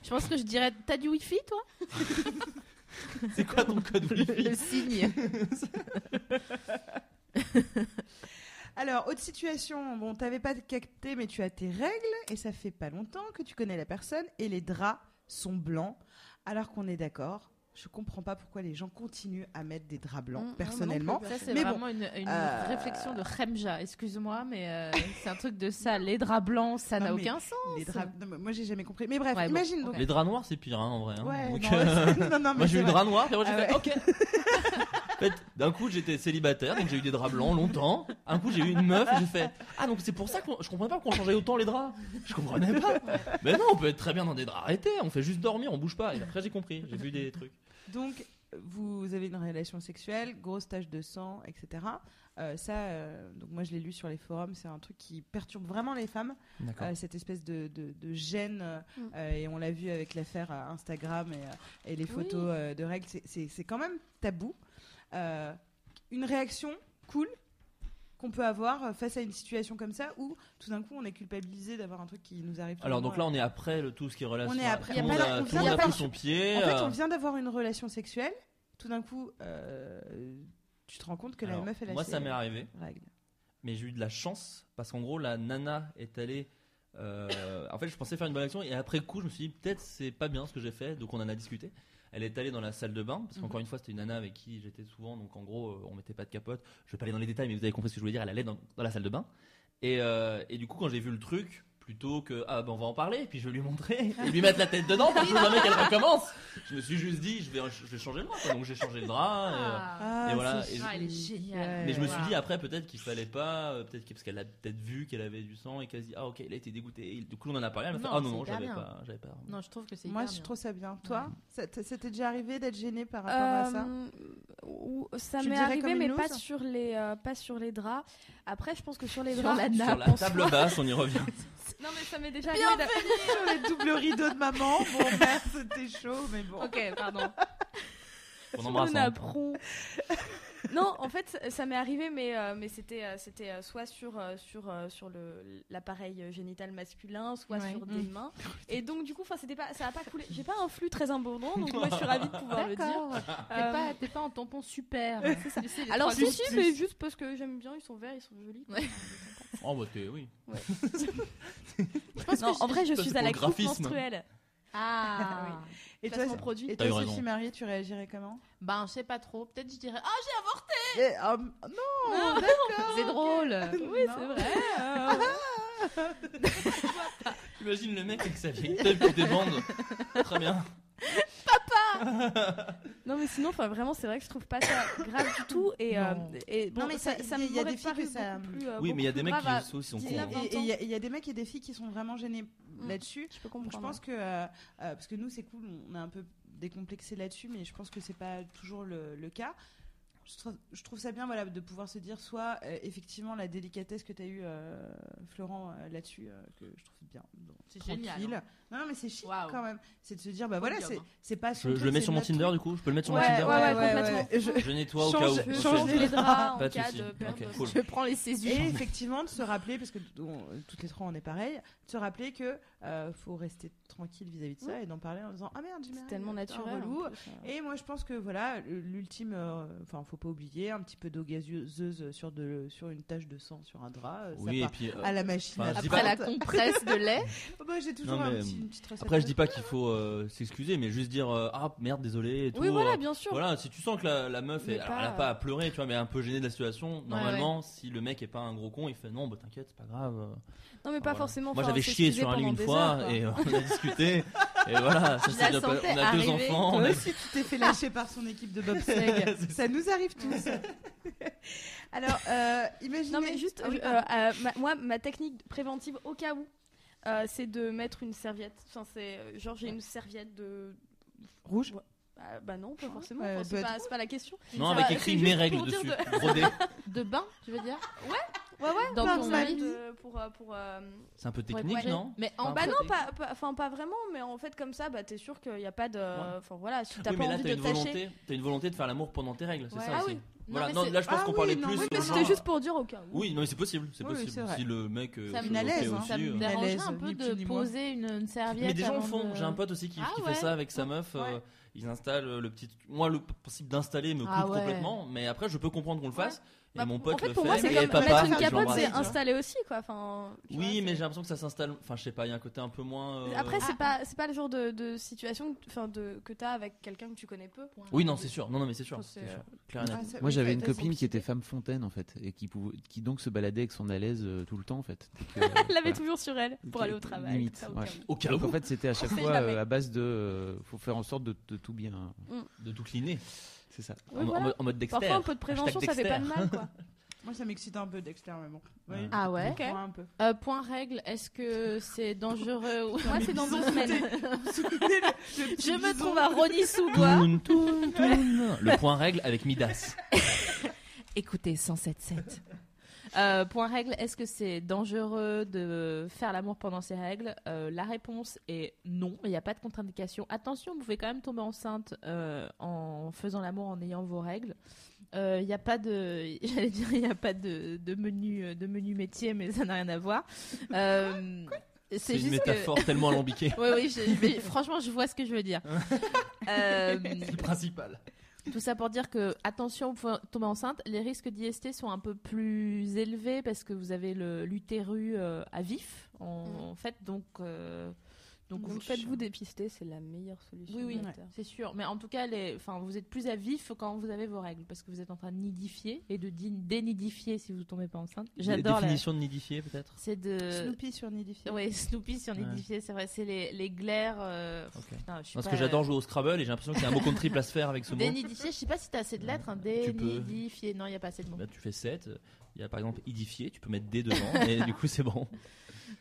S1: je pense que je dirais, t'as du wifi toi
S7: *laughs* C'est quoi
S2: *laughs*
S7: ton code wifi
S1: Le signe.
S2: Alors, autre situation, bon, t'avais pas capté, mais tu as tes règles, et ça fait pas longtemps que tu connais la personne, et les draps sont blancs, alors qu'on est d'accord. Je comprends pas pourquoi les gens continuent à mettre des draps
S1: Mmh,
S2: blancs,
S6: Mm, non,
S2: personnellement.
S6: moi non
S1: Ça c'est
S2: Mais
S1: vraiment une, une
S2: euh,
S1: réflexion de Remja, excuse-moi, mais euh, c'est un truc de ça. Les draps blancs, ça
S2: Non,
S1: n'a
S2: mais
S1: aucun sens.
S2: les draps, non, mais moi j'ai jamais compris. Mais bref,
S1: Ouais, bon,
S2: imagine donc.
S1: ok.
S7: Les draps noirs c'est pire hein, en vrai. hein.
S2: Ouais,
S7: Donc,
S2: *laughs* non,
S7: euh,
S2: non, non, mais
S7: Moi j'ai
S2: c'est
S7: eu des
S2: vrai.
S7: draps noirs puis après j'ai
S2: Ah
S7: fait ok. En fait, D'un coup j'étais célibataire donc j'ai eu des draps blancs longtemps. Un coup j'ai eu une meuf et j'ai fait ah donc c'est pour ça que je comprenais pas qu'on changeait autant les draps. Je comprenais pas. Mais non on peut être très bien dans des draps arrêtés on fait juste dormir on bouge pas et après j'ai compris j'ai vu des trucs.
S2: Donc, vous avez une relation sexuelle, grosse tache de sang, etc. Euh, ça, euh, donc moi je l'ai lu sur les forums, c'est un truc qui perturbe vraiment les femmes.
S7: D'accord.
S2: Euh, cette espèce de, de- de gêne, euh,
S6: Mm.
S2: euh, et on l'a vu avec l'affaire euh, Instagram et, euh, et les photos euh, de règles, c'est- c'est c'est quand même tabou. Euh, une réaction cool qu'on peut avoir euh, face à une situation comme ça où tout d'un coup on est culpabilisé d'avoir un truc qui nous arrive. tout
S7: Alors
S2: le
S7: donc là
S2: temps.
S7: on est après le tout ce qui est relation.
S2: On est après,
S7: Tout le
S2: y a
S7: monde
S2: pas- on
S7: a, tout
S2: vient
S7: le monde a
S2: pas-
S7: pris son pied.
S2: En fait,
S7: euh,
S2: on vient d'avoir une relation sexuelle, tout d'un coup euh, tu te rends compte que
S7: alors,
S2: la meuf elle a
S7: moi
S2: ses
S7: ça m'est arrivé,
S2: règles.
S7: mais j'ai eu de la chance parce qu'en gros la nana est allée. euh, en fait je pensais faire une bonne action et après coup je me suis dit peut-être c'est pas bien ce que j'ai fait donc on en a discuté. Elle est allée dans la salle de bain parce qu'encore une fois c'était une nana avec qui j'étais souvent donc en gros euh, on mettait pas de capote. Je vais pas aller dans les détails mais vous avez compris ce que je voulais dire. Elle allait dans, dans la salle de bain et, euh, et du coup quand j'ai vu le truc plutôt que ah ben on va en parler puis je vais lui montrer et lui mettre la tête dedans pour que jamais qu'elle recommence. Je me suis juste dit je vais je vais changer le drap quoi. donc j'ai changé le drap. et, euh,
S2: *laughs*
S1: Ah,
S7: Et voilà,
S2: c'est
S7: et je-
S1: Ah, elle est
S2: chouette. Euh,
S1: géniale.
S7: mais je me suis
S1: Voilà.
S7: dit après peut-être qu'il fallait pas, euh, peut-être que- parce qu'elle a peut-être vu qu'elle avait du sang et qu'elle se dit ah ok il a été dégoûté. Et du coup on en a parlé. Elle m'a fait
S1: Non,
S7: ah non
S1: c'est
S7: non
S1: hyper
S7: j'avais
S1: bien.
S7: pas, j'avais pas.
S1: Non, je trouve que c'est
S2: Moi
S1: hyper
S2: je
S1: bien.
S2: trouve ça bien. Toi, ça t- ça t'est déjà arrivé d'être gêné par rapport à ça
S6: Euh, ou- ça
S2: Tu le
S6: m'est
S2: dirais
S6: arrivé,
S2: comme
S6: mais
S2: une
S6: pas
S2: loose
S6: sur, les, euh, pas sur les draps. Après, je pense que sur les
S1: Sur
S6: draps.
S1: la
S7: Sur la
S1: nappe.
S7: table basse on y revient.
S6: Non, mais ça m'est déjà arrivé. d'a-
S2: sur les doubles rideaux de maman. Bon, merde, c'était chaud, mais bon.
S1: Ok, pardon. *laughs*
S7: On
S6: Sur
S7: embrasse.
S6: le
S7: hein.
S6: napperon. *laughs* non, en fait, ça- ça m'est arrivé, mais, euh, mais c'était, euh, c'était euh, soit sur, euh, sur, euh, sur le, l'appareil génital masculin, soit
S1: Ouais. Mm.
S6: sur des mains. Et donc, du coup, 'fin, c'était pas, ça a pas coulé. J'ai pas un flux très abondant, donc moi,
S1: *laughs*
S6: je suis ravie de pouvoir le dire.
S1: D'accord. T'es
S6: Euh,
S1: pas, t'es pas en tampon super. *laughs* Tu sais, les
S6: Alors,
S1: trois
S6: si,
S1: petits-
S6: si, mais juste parce que j'aime bien, ils sont verts, ils sont jolis.
S1: Ouais.
S7: Oh bah t'es oui.
S1: Je pense
S6: Non,
S1: que
S6: en vrai, je
S7: Ça,
S6: suis
S7: c'est
S6: à
S7: pour
S6: la
S7: le
S6: coupe
S7: graphisme.
S6: menstruelle.
S1: Ah.
S2: Et toi,
S6: Placement produit.
S2: et
S7: T'as eu
S2: toi
S7: raison.
S2: Sophie Marie, tu réagirais comment
S1: Ben, je sais pas trop. Peut-être je dirais Ah,
S2: Eh, ah, m- Non, d'accord,
S1: c'est
S2: ok.
S1: drôle.
S2: Non.
S1: Oh, *laughs* Oui, c'est vrai.
S7: Imagine le mec avec sa vieille tête qui débande. Très bien.
S6: Non, mais sinon, enfin, vraiment, c'est vrai que je trouve pas ça grave du tout. Et, euh,
S2: Non.
S6: et bon,
S2: Non, mais
S6: ça,
S2: ça-
S6: ça
S2: il y a- il y a
S6: m'aurait
S2: des filles
S6: paru
S2: que ça-
S6: beaucoup plus, euh,
S7: Oui, mais il y a
S6: beaucoup
S7: des
S6: plus
S7: mecs
S6: grave à-
S7: qui aussi sont
S2: Et
S6: Dix-neuf
S2: et-
S6: ans.
S2: et il y, a- il y a des mecs et des filles qui sont vraiment gênés là-dessus.
S6: Je peux
S2: Donc
S6: comprendre.
S2: je pense que, euh, euh, parce que nous c'est cool, on a un peu décomplexé là-dessus, mais je pense que c'est pas toujours le, le cas. Je trouve, je trouve ça bien voilà, de pouvoir se dire soit euh, effectivement la délicatesse que tu as eu euh, Florent euh, là-dessus, euh, que je trouve bien. Bon,
S1: C'est
S2: tranquille.
S1: génial, hein.
S2: Non, non, mais c'est chic
S1: Waouh.
S2: quand même. C'est de se dire, bah voilà,
S1: Podium.
S2: c'est c'est pas. son
S7: Je, je le
S2: truc,
S7: mets
S2: c'est
S7: sur mon
S2: notre truc.
S7: Tinder du coup Je peux le mettre sur
S2: Ouais,
S7: mon Tinder
S2: ouais, ouais,
S6: ouais,
S2: complètement.
S6: ouais.
S2: Je-
S7: *laughs* Je nettoie au
S2: Change-
S7: cas où.
S6: Je
S7: Ok.
S2: change
S6: change euh, les draps
S7: Pas
S6: en
S7: de
S6: cas
S7: soucis.
S6: de perte
S7: Ok,
S6: de-
S7: cool.
S1: Je prends les césures.
S2: Et effectivement, de se rappeler, parce que t- on- toutes les trois on est pareil, de se rappeler que euh, faut rester tranquille vis-à-vis de ça et d'en parler en disant Ah merde, j'ai
S6: C'est
S2: merdé,
S6: tellement
S2: putain,
S6: naturel. en
S2: relou.
S6: plus, euh.
S2: Et moi, je pense que voilà, l'ultime, euh, enfin, faut pas oublier, un petit peu d'eau gazeuse sur, de, sur une tache de sang sur un drap, euh,
S7: Oui,
S2: ça
S7: et
S2: part
S7: puis. euh,
S2: à la machine.
S7: enfin,
S2: à
S7: je dis
S1: Après
S7: pas-
S1: la *laughs*
S2: pâte.
S1: compresse de lait.
S2: Oh, bah, j'ai toujours
S7: Non,
S2: un
S7: mais,
S2: petit- une petite recette.
S7: Après, je dis pas qu'il faut euh, s'excuser, mais juste dire euh, ah merde, désolé. Et tout,
S6: Oui, voilà,
S7: euh,
S6: bien sûr.
S7: Voilà, si tu sens que la, la meuf,
S6: Mais
S7: est- alors,
S6: pas-
S7: elle a pas à pleurer, tu vois, mais un peu gênée de la situation, normalement, si le mec est pas un gros con, il fait non, bah t'inquiète, c'est pas grave. euh,
S6: Non, mais
S7: enfin,
S6: pas
S7: voilà.
S6: forcément.
S7: Moi,
S6: enfin,
S7: j'avais chié
S6: s'excuser
S7: sur un lit
S6: pendant
S7: une
S6: des
S7: fois
S6: heures, quoi.
S7: et euh, on a *laughs* discuté. et
S6: *laughs*
S7: voilà, ça
S1: Je
S7: s'est
S1: la
S7: bien pas-
S1: sentais
S7: On a deux
S1: arriver,
S7: enfants. on
S2: Toi
S7: a-
S2: aussi, tu t'es fait lâcher par son équipe de bobsleigh. ça nous arrive tous. Alors, euh, imaginez.
S6: Non, mais juste,
S2: Ah oui,
S6: je-
S2: pardon.
S6: euh, euh, ma- moi, ma technique préventive au cas où, euh, c'est de mettre une serviette. Enfin, c'est euh, genre, j'ai une serviette de.
S2: Rouge.
S6: Ah, bah non, pas forcément.
S2: Ouais,
S6: Enfin,
S2: elle
S6: c'est
S2: peut
S6: pas,
S2: être
S6: c'est pas la question.
S7: Non,
S6: Ça
S7: avec
S6: va,
S7: écrit
S6: c'est
S7: mes
S6: juste
S7: règles
S6: pour dire
S7: dessus.
S6: de-
S7: Brodé.
S1: De bain, tu veux dire
S6: Ouais, ouais, bah,
S1: Dans
S6: pas
S1: ton
S6: mal
S1: lit.
S6: de- Pour. euh, pour euh,
S7: C'est un peu
S1: Ouais,
S7: technique,
S1: ouais.
S7: non
S1: Mais en bas,
S7: Enfin,
S6: Bah
S7: Après,
S6: non,
S7: t'es-
S6: pas, pas- enfin pas vraiment, mais en fait comme ça, bah t'es sûr qu'il n'y a pas de,
S7: Ouais.
S6: enfin voilà, si t'as
S7: oui,
S6: pas
S7: mais là,
S6: envie
S7: t'as
S6: de
S7: une
S6: tâcher.
S7: volonté, t'as une volonté de faire l'amour pendant tes règles, c'est
S1: Ouais.
S7: ça
S1: Ah
S7: aussi.
S1: oui. Non,
S7: Voilà,
S1: mais
S7: non,
S1: c'est-
S7: là, je pense
S2: Ah
S7: qu'on
S2: oui,
S7: parlait
S2: non,
S7: plus.
S2: oui,
S6: Mais
S7: aux
S2: Genre-
S6: c'était
S7: gens-
S6: juste pour dire au cas où.
S7: Oui, non, mais c'est possible, c'est
S2: Oui, oui,
S7: possible.
S2: c'est vrai.
S7: si le mec. euh,
S1: Ça
S7: se
S1: me-
S7: le
S2: à l'aise,
S7: fait
S2: hein,
S7: aussi,
S1: ça
S7: euh.
S1: me
S2: dérange
S1: dérangerait
S2: l'aise,
S1: un peu
S2: ni
S1: de
S2: plus ni moins.
S1: poser une, une serviette.
S7: Mais des gens le
S1: avant
S7: font.
S1: de-
S7: J'ai un pote aussi qui,
S1: Ah
S7: qui
S1: ouais.
S7: fait ça avec sa meuf. euh,
S2: Ouais.
S7: ils installent euh, le petit. Moi, le principe d'installer me coupe
S1: Ah ouais.
S7: complètement, mais après, je peux comprendre qu'on le fasse. Et
S6: Bah,
S7: mon pote
S6: en fait,
S7: le
S6: pour
S7: fait.
S6: moi, c'est
S7: et
S6: comme
S7: papa,
S6: mettre une
S7: je
S6: capote,
S7: l'embrasse,
S6: c'est
S7: tu vois.
S6: installé aussi, quoi. Enfin, tu vois,
S7: Oui, mais
S6: c'est-
S7: j'ai l'impression que ça s'installe. Enfin, je sais pas, il y a un côté un peu moins. euh,
S6: Après, c'est
S1: Ah.
S6: pas, c'est pas le genre de, de situation, que- enfin, de que t'as avec quelqu'un que tu connais peu.
S7: Oui, non, c'est sûr. Non, non, mais c'est sûr.
S6: Enfin, c'est-
S7: c'est sûr. Clair et net.
S2: Ah, ça-
S5: Moi,
S2: oui,
S5: j'avais
S2: ça-
S5: une
S2: ça-
S5: copine
S2: ça-
S5: qui était femme fontaine en fait, et qui pouvait, qui donc se baladait avec son à l'aise euh, tout le temps en fait.
S6: Elle l'avait toujours sur elle pour
S5: Ok,
S6: aller au travail.
S5: limite,
S6: comme ça, au
S5: ouais.
S6: cas où.
S7: euh, Au cas
S5: Donc, en
S7: où
S5: fait, c'était à chaque
S6: sait
S5: fois
S6: jamais.
S5: euh, à base de, euh, faut faire en sorte de, de tout bien.
S7: de tout cleaner.
S5: C'est ça.
S6: Oui,
S7: en,
S6: voilà.
S7: en mode- en mode Dexter.
S6: Parfois, un peu de prévention, ça fait pas
S7: Dexter.
S6: de mal,
S7: *laughs*
S6: quoi.
S2: Moi, ça m'excite un peu Dexter, mais bon.
S5: Ouais.
S1: Ah ouais
S2: je comprends un peu.
S1: Euh, point règle, est-ce que c'est dangereux ou...
S6: Moi, c'est dans deux semaines.
S1: *laughs* Je me trouve à Ronny Sous-Bois.
S7: Toun, toun, toun. Le point règle avec Midas.
S1: *laughs* Écoutez 107.7. Euh, point règle, est-ce que c'est dangereux de faire l'amour pendant ces règles Euh, La réponse est non, il n'y a pas de contre-indication. Attention, vous pouvez quand même tomber enceinte euh, en faisant l'amour en ayant vos règles. Euh, Il n'y a pas de, *laughs* j'allais dire, il n'y a pas de, de menu, de menu métier, mais ça n'a rien à voir. Euh,
S7: C'est une
S1: juste que-
S7: métaphore tellement alambiquée.
S1: Oui, oui, je- mais franchement, je vois ce que je veux dire.
S7: *laughs*
S1: Euh,
S7: Le principal.
S1: tout ça pour dire que, attention, vous pouvez tomber enceinte, les risques d'IST sont un peu plus élevés parce que vous avez le- l'utérus euh, à vif, en,
S6: Mm.
S1: en fait. Donc, euh, donc
S6: Donc, vous
S1: vous-
S6: faites-vous dépister, c'est la meilleure solution. euh,
S1: Oui, oui,
S6: de la
S2: ouais.
S6: Terre.
S1: c'est sûr. Mais en tout cas, les, enfin, vous êtes plus à vif quand vous avez vos règles parce que vous êtes en train de nidifier et de di- dénidifier si vous tombez pas enceinte. J'adore la.
S7: Définition de nidifier, peut-être
S1: C'est de.
S2: Snoopy sur Nidifié.
S1: Oui, Snoopy sur
S7: Ouais.
S1: nidifier, c'est vrai. C'est les, les glaires. euh,
S7: Ok.
S1: putain, je suis
S7: Parce
S1: pas-
S7: que j'adore jouer au Scrabble et j'ai l'impression qu'il y a un mot contre triple à se
S1: *laughs*
S7: faire avec ce mot.
S1: Dénidifié, je sais pas si t'as assez de lettres. Hein.
S7: Tu peux.
S1: Dénidifié, non, il n'y a pas assez de mots.
S7: Bah, tu fais 7. Il y a par exemple idifié, tu peux mettre D devant et du coup
S1: *laughs*
S7: c'est bon.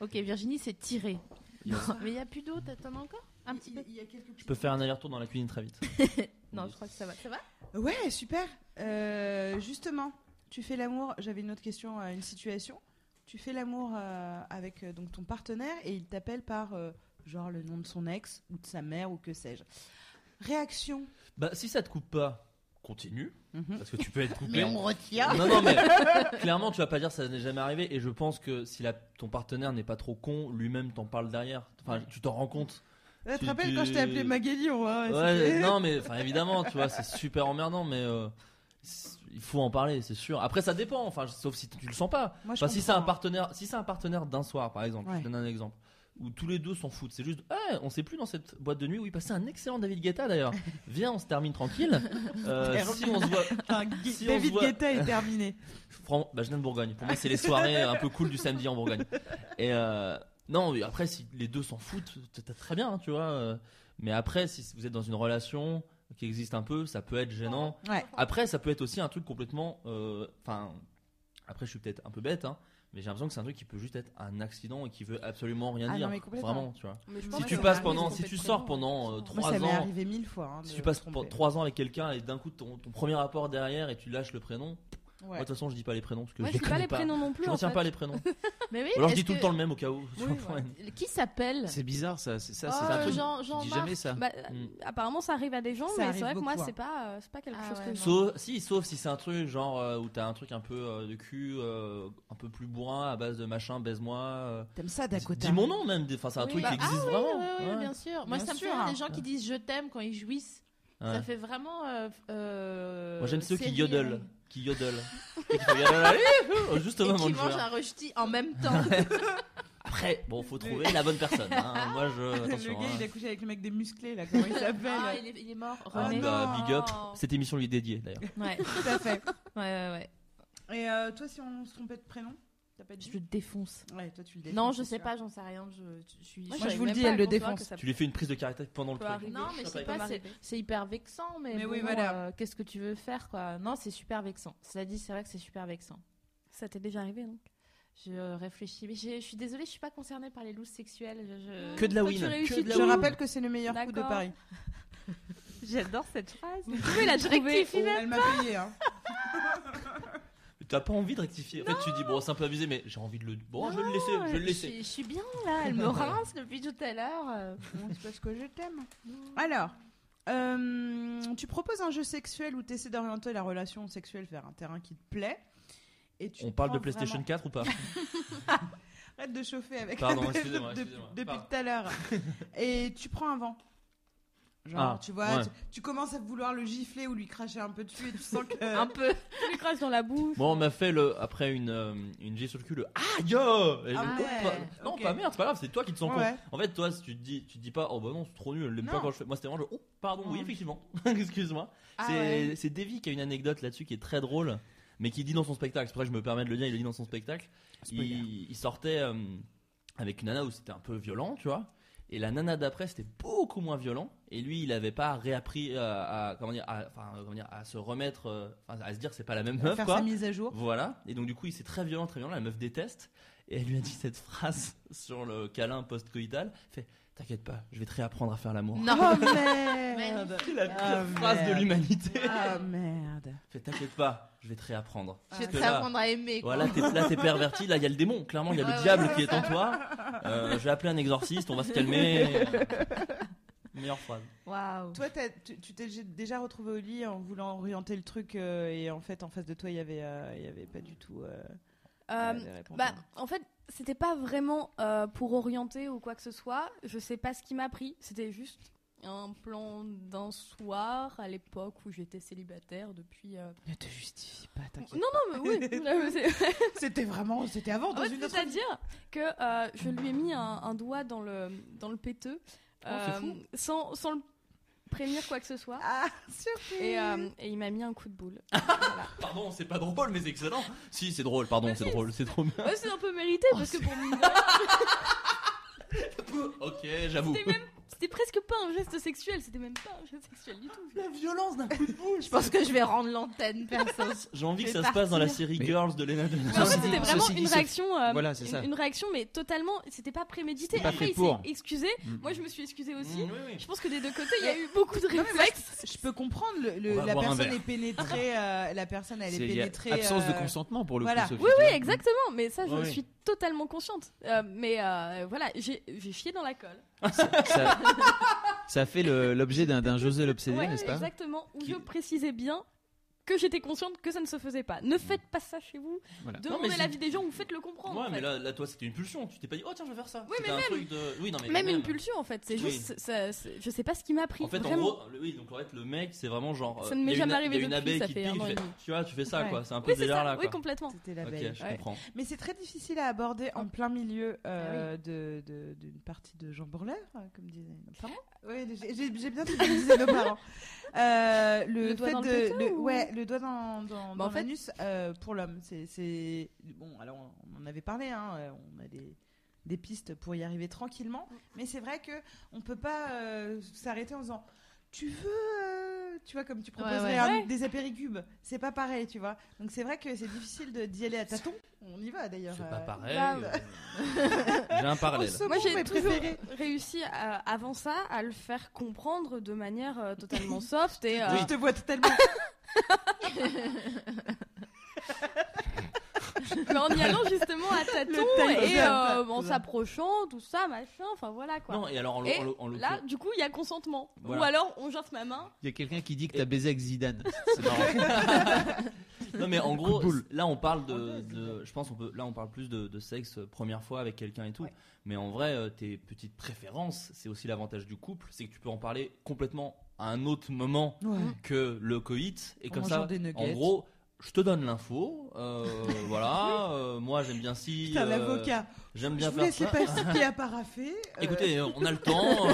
S1: Ok, Virginie, c'est tiré.
S7: Yes.
S1: Mais il n'y a plus d'eau, t'en as encore Un petit peu
S2: Il y a quelques
S7: Je peux faire un aller-retour dans la cuisine très vite.
S1: *laughs* Non, je crois que ça va. Ça va
S2: Ouais, super. Euh, justement, tu fais l'amour. J'avais une autre question, euh, une situation. Tu fais l'amour euh, avec euh, donc ton partenaire et il t'appelle par euh, genre le nom de son ex ou de sa mère ou que sais-je. Réaction.
S7: Bah si ça te coupe pas, continue parce que tu peux être coupé.
S1: retient
S7: Non, non, mais
S1: *laughs*
S7: clairement, tu vas pas dire ça n'est jamais arrivé. Et je pense que si la- ton partenaire n'est pas trop con, lui-même t'en parle derrière. Enfin, tu t'en rends compte.
S2: Ouais, tu
S7: Tu-
S2: te rappelles
S7: tu-
S2: quand je t'ai appelé Magali, on va-
S7: Ouais,
S2: c'était-
S7: non, mais enfin, évidemment, tu vois, c'est super emmerdant, mais euh, c'est- il faut en parler, c'est sûr. Après, ça dépend, enfin, sauf si tu le sens pas.
S2: Moi, je
S7: Enfin, si c'est un
S2: comprends. hein.
S7: partenaire, si c'est un partenaire d'un soir, par exemple,
S2: Ouais.
S7: je te donne un exemple, où tous les deux s'en foutent, c'est juste, Eh, on sait plus dans cette boîte de nuit où il passait un excellent David Guetta d'ailleurs. Viens, on se termine tranquille.
S2: *laughs*
S7: Euh, si on se voit,
S2: Un Gu-
S7: si on se
S2: David
S7: voit-
S2: Guetta est
S7: *laughs*
S2: terminé.
S7: Fran- bah, je viens de Bourgogne. Pour moi, c'est les soirées un peu cool du samedi en Bourgogne. Et euh, non, mais après, si les deux s'en foutent, t- t'as très bien, hein, tu vois. euh, Mais après, si vous êtes dans une relation qui existe un peu, ça peut être gênant.
S2: Ouais.
S7: Après, ça peut être aussi un truc complètement. euh, Enfin, après, je suis peut-être un peu bête, hein, mais j'ai l'impression que c'est un truc qui peut juste être un accident et qui veut absolument rien
S2: Ah non,
S7: dire.
S2: mais complètement.
S7: Vraiment, tu vois.
S6: Mais je
S2: Si
S6: pense
S7: Si
S2: Ouais,
S6: que-
S7: tu
S2: ça
S7: passes
S2: m'arrive,
S7: pendant,
S6: ils
S7: si
S6: sont
S7: tu
S6: peut-être
S7: sors
S6: très hein.
S7: pendant euh,
S6: bons.
S2: Moi, ça
S7: trois
S2: m'est
S7: ans,
S2: arrivé mille fois. hein,
S7: si
S2: de
S7: tu passes
S2: me tromper.
S7: pe- trois ans avec quelqu'un et d'un coup ton, ton premier rapport derrière et tu lâches le prénom.
S2: Ouais.
S7: Moi, de toute façon, je dis pas les prénoms parce que
S6: Moi, je
S7: je les
S6: dis pas
S7: connais
S6: les prénoms non plus.
S7: Je
S6: en
S7: retiens
S6: fait.
S7: pas les prénoms.
S1: Mais oui,
S7: Ou alors je
S1: est-ce
S7: dis tout le
S1: que-
S7: temps le même au cas où. *laughs*
S6: Oui, voilà.
S1: Qui s'appelle
S5: C'est bizarre ça, c'est ça,
S1: Oh,
S5: c'est un truc.
S1: Jean-
S5: tu dis
S1: Jean-Marc.
S5: jamais ça.
S6: Bah, euh,
S7: Mm.
S6: Apparemment, ça arrive à des gens,
S2: Ça
S6: mais
S2: arrive
S6: c'est vrai que moi,
S2: beaucoup,
S6: c'est pas, euh, c'est pas quelque
S1: Ah
S6: chose
S1: ouais,
S6: que
S1: non.
S6: je.
S7: Sauf si, sauf si c'est un truc genre euh, où t'as un truc un peu euh, de cul, euh, un peu plus bourrin à base de machin, baise-moi. euh,
S2: T'aimes ça, Dakota
S7: dis mon nom même. des- Enfin, c'est un
S6: Oui,
S7: truc
S6: bah,
S7: qui
S6: ah
S7: existe
S1: Oui,
S7: vraiment.
S1: oui, oui,
S7: Ouais.
S1: bien sûr. Moi,
S2: Bien
S1: ça me fait
S2: sûr.
S1: rire des gens qui
S7: Ouais.
S1: disent je t'aime quand ils jouissent.
S7: Ouais.
S1: Ça fait vraiment. euh, euh,
S7: Moi, j'aime ceux qui
S1: série,
S7: yodelent.
S1: euh,
S7: Qui yodelent. Et qui font yodelala, oh, Juste au
S1: Et
S7: moment
S1: qui
S7: de jouer.
S1: mangent un rusty en
S7: *laughs*
S1: même temps.
S7: Après, bon, faut trouver la bonne
S1: *laughs*
S7: personne. hein. Moi,
S2: *laughs*
S7: je.
S2: Le
S7: Attention.
S2: gars,
S7: hein.
S2: il a couché avec le mec des musclés, là, comment il
S1: Ah,
S2: s'appelle
S1: il, est, il est mort.
S7: Ah,
S1: René.
S7: bah,
S6: non.
S7: big up. Cette émission lui est dédiée d'ailleurs.
S1: Ouais, ouais,
S2: Tout à fait.
S1: ouais, ouais.
S2: Et euh, toi, si on se trompait de prénom, t'as pas dit
S1: Je le défonce.
S2: Ouais, toi, tu le détestes,
S1: Non,
S2: c'est
S1: je sais
S2: sûr.
S1: pas, j'en sais rien. Je, je suis.
S2: Moi, je
S6: savais
S2: vous le
S6: même
S2: dis,
S6: pas
S2: elle le
S6: qu'on soit
S2: défonce.
S6: que ça
S7: Tu lui fais une prise de caractère pendant le
S6: peut
S7: truc.
S6: arriver.
S1: Non, mais
S7: Je
S1: je sais
S7: sais
S1: pas,
S6: pas.
S1: c'est c'est hyper vexant, mais,
S2: Mais oui,
S1: bon,
S2: voilà.
S1: euh, qu'est-ce que tu veux faire, quoi Non, c'est super vexant. Cela dit, c'est vrai que c'est super vexant.
S6: Ça t'est déjà arrivé, non
S1: Je euh, réfléchis, mais j'ai- je suis désolée, je suis pas concernée par les looses sexuelles. je- je-
S7: Que de la
S6: Toi, tu
S7: win.
S6: réussis
S7: Que de la
S2: Je
S7: win.
S2: rappelle que c'est le meilleur coup de
S6: D'accord.
S2: Paris.
S1: *laughs* J'adore cette phrase.
S6: Vous pouvez la trouver.
S1: rectifie
S2: Elle m'a payé, hein.
S7: T'as pas envie de rectifier. En fait, tu dis, bon, c'est un peu abusé, mais j'ai envie de le. Bon, je vais le laisser. Je vais le laisser.
S1: Je, suis bien là, elle me rince depuis tout à l'heure. euh.
S2: Bon, c'est parce que je t'aime. Alors, euh, tu proposes un jeu sexuel où tu essaies d'orienter la relation sexuelle vers un terrain qui te plaît. Et tu
S7: On parle de
S2: prends
S7: PlayStation
S2: vraiment-
S7: 4
S2: *laughs*
S7: ou pas
S2: Arrête de chauffer avec *laughs*
S7: Pardon,
S2: la développe
S7: excusez-moi,
S2: de-
S7: excusez-moi.
S2: depuis
S7: Pardon.
S2: tout à
S7: *laughs*
S2: l'heure. Et tu prends un vent. Genre,
S7: Ah,
S2: tu vois,
S7: ouais.
S2: tu, tu commences à vouloir le gifler ou lui cracher un peu dessus et tu sens que.
S1: Un *laughs* peu.
S6: Tu lui craches dans la bouche.
S7: Moi, on m'a fait le après une euh, une gifle sur le cul le ah yo Et
S2: Ah
S7: le-
S2: ouais,
S7: pas- non
S2: ok.
S7: pas merde c'est pas grave c'est toi qui te sens con
S2: Ouais.
S7: en fait toi si tu te dis tu te dis pas oh bah non c'est trop nul elle l'aime
S2: Non.
S7: pas quand je fais moi c'était vraiment le oh pardon oui
S2: Non. Ah
S7: effectivement *laughs* excuse-moi c'est c'est Davy qui a une anecdote là-dessus qui est très drôle mais qui dit dans son spectacle c'est pour ça que je me permets de le dire il le dit dans son spectacle il, il sortait euh, avec une nana où c'était un peu violent tu vois et la nana d'après c'était beaucoup moins violent et lui il avait pas réappris euh, à comment dire à, enfin, comment dire, à se remettre euh, enfin, à se dire c'est pas la même meuf
S2: faire
S7: quoi
S2: sa mise à jour.
S7: voilà, et donc du coup, il s'est très violent, très violent. La meuf déteste, et elle lui a dit cette phrase *laughs* sur le câlin post-coïtal fait T'inquiète pas, je vais te réapprendre à faire l'amour.
S1: Non.
S6: *laughs*
S2: Oh merde
S7: C'est la pire
S2: Ah,
S7: phrase de
S2: merde.
S7: l'humanité.
S2: Ah merde
S7: Fait T'inquiète pas, je vais te réapprendre.
S1: Je vais
S7: Parce
S1: te
S7: que là,
S1: apprendre à aimer. quoi.
S7: voilà, t'es- là, t'es perverti, là, il y a le démon, clairement, il y a
S1: Ouais,
S7: le
S1: ouais,
S7: diable
S1: c'est
S7: qui est en toi. Euh, je vais appeler un exorciste, on va se calmer. Meilleure phrase.
S1: Waouh.
S2: Toi, t'as- tu tu t'es déjà retrouvé au lit en voulant orienter le truc euh, et en fait, en face de toi, il y avait, euh, il y avait pas du tout. euh,
S6: Euh,
S2: de réponse.
S6: Bah, en fait, c'était pas vraiment euh, pour orienter ou quoi que ce soit. Je sais pas ce qui m'a pris. C'était juste un plan d'un soir à l'époque où j'étais célibataire depuis. euh,
S2: Ne te justifie pas, t'inquiète.
S6: Non, non, mais oui. *laughs* Là, mais c'est-
S2: *laughs* C'était vraiment, c'était avant dans
S6: Ouais,
S2: une autre.
S6: C'est-à-dire que euh, je lui ai mis un, un doigt dans le dans le péteux euh,
S7: c'est fou.
S6: sans sans le prévenir quoi que ce soit.
S2: Ah, surprise.
S6: Et, euh, et il m'a mis un coup de boule.
S7: Pardon, c'est pas drôle, mais c'est excellent. Si, c'est drôle, pardon, c'est drôle,
S6: *laughs*
S7: c'est trop bien.
S6: Ouais, c'est un peu mérité parce que pour moi,
S7: ok, j'avoue.
S6: c'était même- c'était presque pas un geste sexuel, c'était même pas un geste sexuel du tout.
S7: La violence d'un coup de boule.
S1: Je pense que je vais rendre l'antenne, perso.
S7: J'ai envie que
S1: Fais
S7: ça se passe dans la
S1: partir.
S7: série
S5: Mais-
S7: Girls de Lena Dunham.
S6: Mais en
S5: Ceci
S6: fait,
S5: dit-
S6: c'était vraiment
S5: ceci dit,
S6: une
S5: ce-
S6: réaction, euh,
S5: voilà, c'est
S6: une-
S5: ça.
S6: une réaction, mais totalement, c'était pas prémédité.
S5: C'était pas
S6: Après,
S5: fait
S6: il s'est
S5: pour.
S6: excusé.
S5: Mm.
S6: Moi, je me suis excusée
S7: Mm,
S6: aussi.
S7: oui, oui.
S6: Je pense que des deux côtés, il y a eu beaucoup de réflexes.
S2: Je peux comprendre, le, le-
S7: On va
S2: la
S7: boire un
S2: personne
S7: verre.
S2: est pénétrée, euh, la personne elle est,
S5: C'est- il y a
S2: pénétrée.
S5: absence de
S2: euh,
S5: consentement pour le
S2: voilà.
S5: coup. Sophie,
S6: Oui,
S5: tu vois.
S6: oui, exactement. Mais ça, je
S7: Ouais.
S6: suis totalement consciente. Euh, mais euh, voilà, j'ai j'ai chié dans la colle.
S5: Ça, ça fait le- l'objet d'un d'un José l'obsédé,
S6: Ouais,
S5: n'est-ce pas
S6: exactement. Où
S7: Qui-
S6: je précisais bien que j'étais consciente que ça ne se faisait pas. Ne faites pas ça chez vous.
S5: Voilà.
S7: Non,
S6: Demandez
S7: mais
S6: l'avis des gens ou faites-le comprendre.
S7: Ouais,
S6: en
S7: mais
S6: fait.
S7: là, là, toi, c'était une pulsion. Tu t'es pas dit, oh tiens, je vais faire ça.
S6: Oui,
S7: C'était
S6: mais
S7: un
S6: même-
S7: truc de. Oui, non, mais
S6: Même une pulsion, en fait. C'est
S7: Oui.
S6: juste, ça- c'est- je sais pas ce qui m'a pris.
S7: En fait,
S6: vraiment.
S7: en gros, le- oui, donc en fait, le mec, c'est vraiment genre.
S6: Ça
S7: euh,
S6: ne m'est
S7: il y a
S6: jamais
S7: une-
S6: arrivé
S7: Il y a une
S6: depuis,
S7: abeille
S6: ça
S7: qui te
S6: fait
S7: pique,
S6: un an
S7: tu
S6: et
S7: fais-
S6: demi.
S7: tu vois, tu fais ça,
S2: Ouais.
S7: quoi. C'est un peu
S6: Oui, c'est
S7: délire
S6: ça.
S7: là,
S6: oui,
S7: quoi.
S6: complètement.
S2: C'était la
S7: Ok,
S2: belle.
S7: je
S6: Ouais.
S7: comprends.
S2: Mais c'est très difficile à aborder en plein milieu euh, de- de- d'une partie de Jean Bourleur, euh, comme disaient nos parents. Oui, j'ai- j'ai j'ai bien dit comme disaient nos *laughs* parents. Euh, le,
S6: Le doigt
S2: fait
S6: dans le
S2: de,
S6: péteux
S2: le-
S6: ou-
S2: ouais, le doigt dans, dans,
S6: Bah,
S2: dans
S6: en fait-
S2: l'anus euh, pour l'homme, c'est- c'est bon. Alors on en avait parlé, hein, euh, on a des des pistes pour y arriver tranquillement. Mais c'est vrai que on peut pas euh, s'arrêter en disant tu veux, euh, tu vois, comme tu proposerais
S1: ouais.
S2: un-
S6: Ouais.
S2: des apéricubes, c'est pas pareil, tu vois. Donc c'est vrai que c'est difficile de- d'y aller à tâtons. On y va d'ailleurs.
S7: C'est
S2: euh,
S7: pas pareil.
S6: bah,
S7: euh, *laughs* J'ai un
S2: au
S7: parallèle.
S2: second,
S6: Moi, j'ai
S2: mais
S6: toujours
S2: préféré.
S6: réussi à- avant ça à le faire comprendre de manière euh, totalement
S7: *laughs*
S6: soft et. euh,
S2: Je te vois
S1: *laughs*
S2: totalement.
S6: mais en y allant justement à tâtons
S2: Le
S6: et
S2: timing.
S6: euh, en s'approchant, tout ça, machin, enfin voilà quoi.
S7: Non, et alors en l'oc-
S6: Et
S7: en l'oc- en l'occurrence-
S6: Là, *laughs* du coup, il y a consentement.
S7: Voilà.
S6: Ou alors, on jante ma main.
S5: Il y a quelqu'un qui dit que t'as baisé avec Zidane.
S7: C'est marrant. non mais en gros,
S5: boule.
S7: là on parle de,
S2: Ouais, c'est
S7: de- je pense on peut, là on parle plus de, de sexe euh, première fois avec quelqu'un et tout. Mais en vrai, euh, tes petites préférences, c'est aussi l'avantage du couple, c'est que tu peux en parler complètement à un autre moment que le coït et
S2: En
S7: comme
S2: mangeant
S7: ça,
S2: des
S7: en
S2: nuggets.
S7: gros. Je te donne l'info, euh, *laughs* voilà. euh, moi j'aime bien si.
S2: Putain,
S7: euh,
S2: l'avocat.
S7: J'aime
S2: Je
S7: bien
S2: vous
S7: faire
S2: laisse les
S7: ça. *laughs*
S2: papiers à paraffer. euh,
S7: Écoutez, euh,
S2: *laughs*
S7: on a le temps. euh,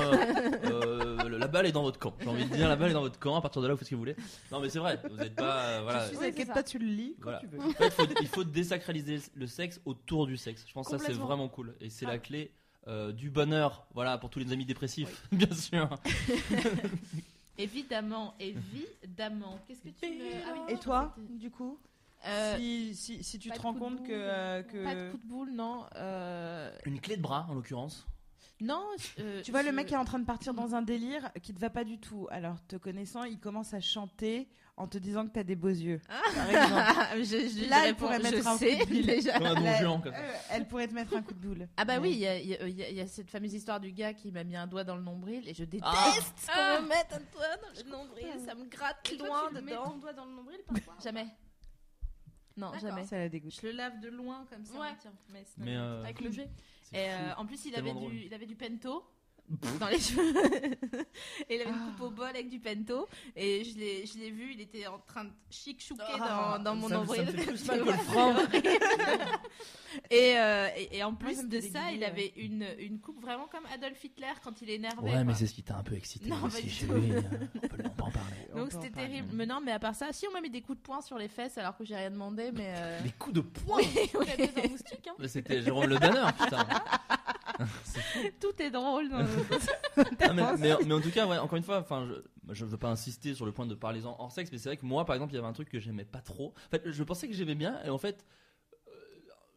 S7: euh, le- la balle est dans votre camp. J'ai envie de dire, la balle est dans votre camp. À partir de là, vous faites ce que vous voulez. Non, mais c'est vrai. Vous n'êtes pas. euh, voilà.
S2: je suis
S6: Oui,
S2: inquiète
S6: c'est ça.
S2: pas, tu le lis quand
S7: Voilà.
S1: *laughs*
S2: tu veux.
S7: En fait, faut- il faut désacraliser le sexe autour du sexe. Je pense que ça, c'est
S6: Complètement.
S7: vraiment cool. Et c'est
S6: Ah.
S7: la clé euh, du bonheur. Voilà, pour tous les amis dépressifs, *laughs* bien sûr.
S1: *laughs* Évidemment, évidemment. Qu'est-ce que tu me... Ah oui,
S2: Et
S1: non,
S2: toi,
S1: c'était-
S2: du coup
S1: Euh,
S2: si, si, si tu
S1: pas
S2: te
S1: de
S2: rends
S1: coup de
S2: compte
S1: boule,
S2: que, euh, que-
S1: Pas de coup de boule, non. euh,
S7: Une clé de bras, en l'occurrence.
S2: *laughs*
S1: Non. euh,
S2: Tu vois, le
S1: je-
S2: mec est en train de partir dans un délire qui te va pas du tout. Alors, te connaissant, il commence à chanter en te disant que t'as des beaux yeux. Par exemple.
S1: *laughs* je, je,
S2: Là,
S1: je
S2: elle
S1: réponds,
S2: pourrait
S1: je
S2: mettre un coup
S1: sais,
S2: de bille.
S1: déjà.
S7: Comme un
S2: Ouais.
S7: don juan, comme ça.
S2: Euh, elle pourrait te mettre un coup de boule.
S1: Ah bah
S2: Mais-
S1: oui, il y, a- il y a- il y a- il y a cette fameuse histoire du gars qui m'a mis un doigt dans le nombril et je déteste
S7: Ah.
S1: qu'on
S6: Ah.
S1: me mette un doigt dans le nombril, ça me gratte
S6: Et toi,
S1: loin
S6: tu le mets
S1: dedans.
S6: ton doigt dans le *laughs* nombril parfois
S1: Jamais. Non,
S6: D'accord.
S1: jamais.
S2: Ça la dégoûte.
S1: Je le lave de loin comme ça.
S6: Ouais.
S1: tiens, mais c'est
S7: Mais.
S1: normal.
S7: euh,
S6: Avec le jet.
S7: c'est
S1: Et
S7: fou.
S1: euh, en plus, il avait,
S7: Tellement
S1: du,
S7: drôle.
S1: il avait du
S7: *laughs*
S1: pento dans les cheveux. *laughs* et il avait une
S6: Ah.
S1: coupe au bol avec du pento. Et je l'ai je l'ai vu, il était en train de chic-chouquer
S7: Ah,
S1: dans, dans mon
S7: ça me-
S1: nombril.
S7: Ça me fait plus
S1: Tu
S7: mal que
S1: vois, *laughs*
S7: le franc.
S1: et, euh, et, et en
S2: ça
S1: plus
S2: me
S1: de
S2: fait
S1: ça,
S2: dégueuler,
S1: il
S2: ouais.
S1: avait une, une coupe vraiment comme Adolf Hitler quand il est énervé.
S7: Ouais, mais
S1: quoi.
S7: c'est ce qui t'a un peu excité
S1: Non, pas
S7: aussi
S1: du
S7: chez
S1: tout.
S7: lui. euh, On peut on peut en *laughs* parler.
S1: Donc c'était terrible. Mais non, mais à part ça, si on m'a mis des coups de poing sur les fesses alors que j'ai rien demandé, mais.
S7: *laughs*
S1: euh,
S7: Des coups
S1: *laughs*
S7: de poing.
S1: oui,
S6: Il y a deux en moustique, hein.
S7: Mais C'était Jérôme Le Banner,
S1: *laughs*
S7: putain.
S1: tout est drôle. dans-
S7: Ah, mais, mais- mais en tout cas, ouais, encore une fois, enfin, je- je ne veux pas insister sur le point de parler en hors sexe, mais c'est vrai que moi, par exemple, il y avait un truc que j'aimais pas trop. En fait, je pensais que j'aimais bien, et en fait, euh,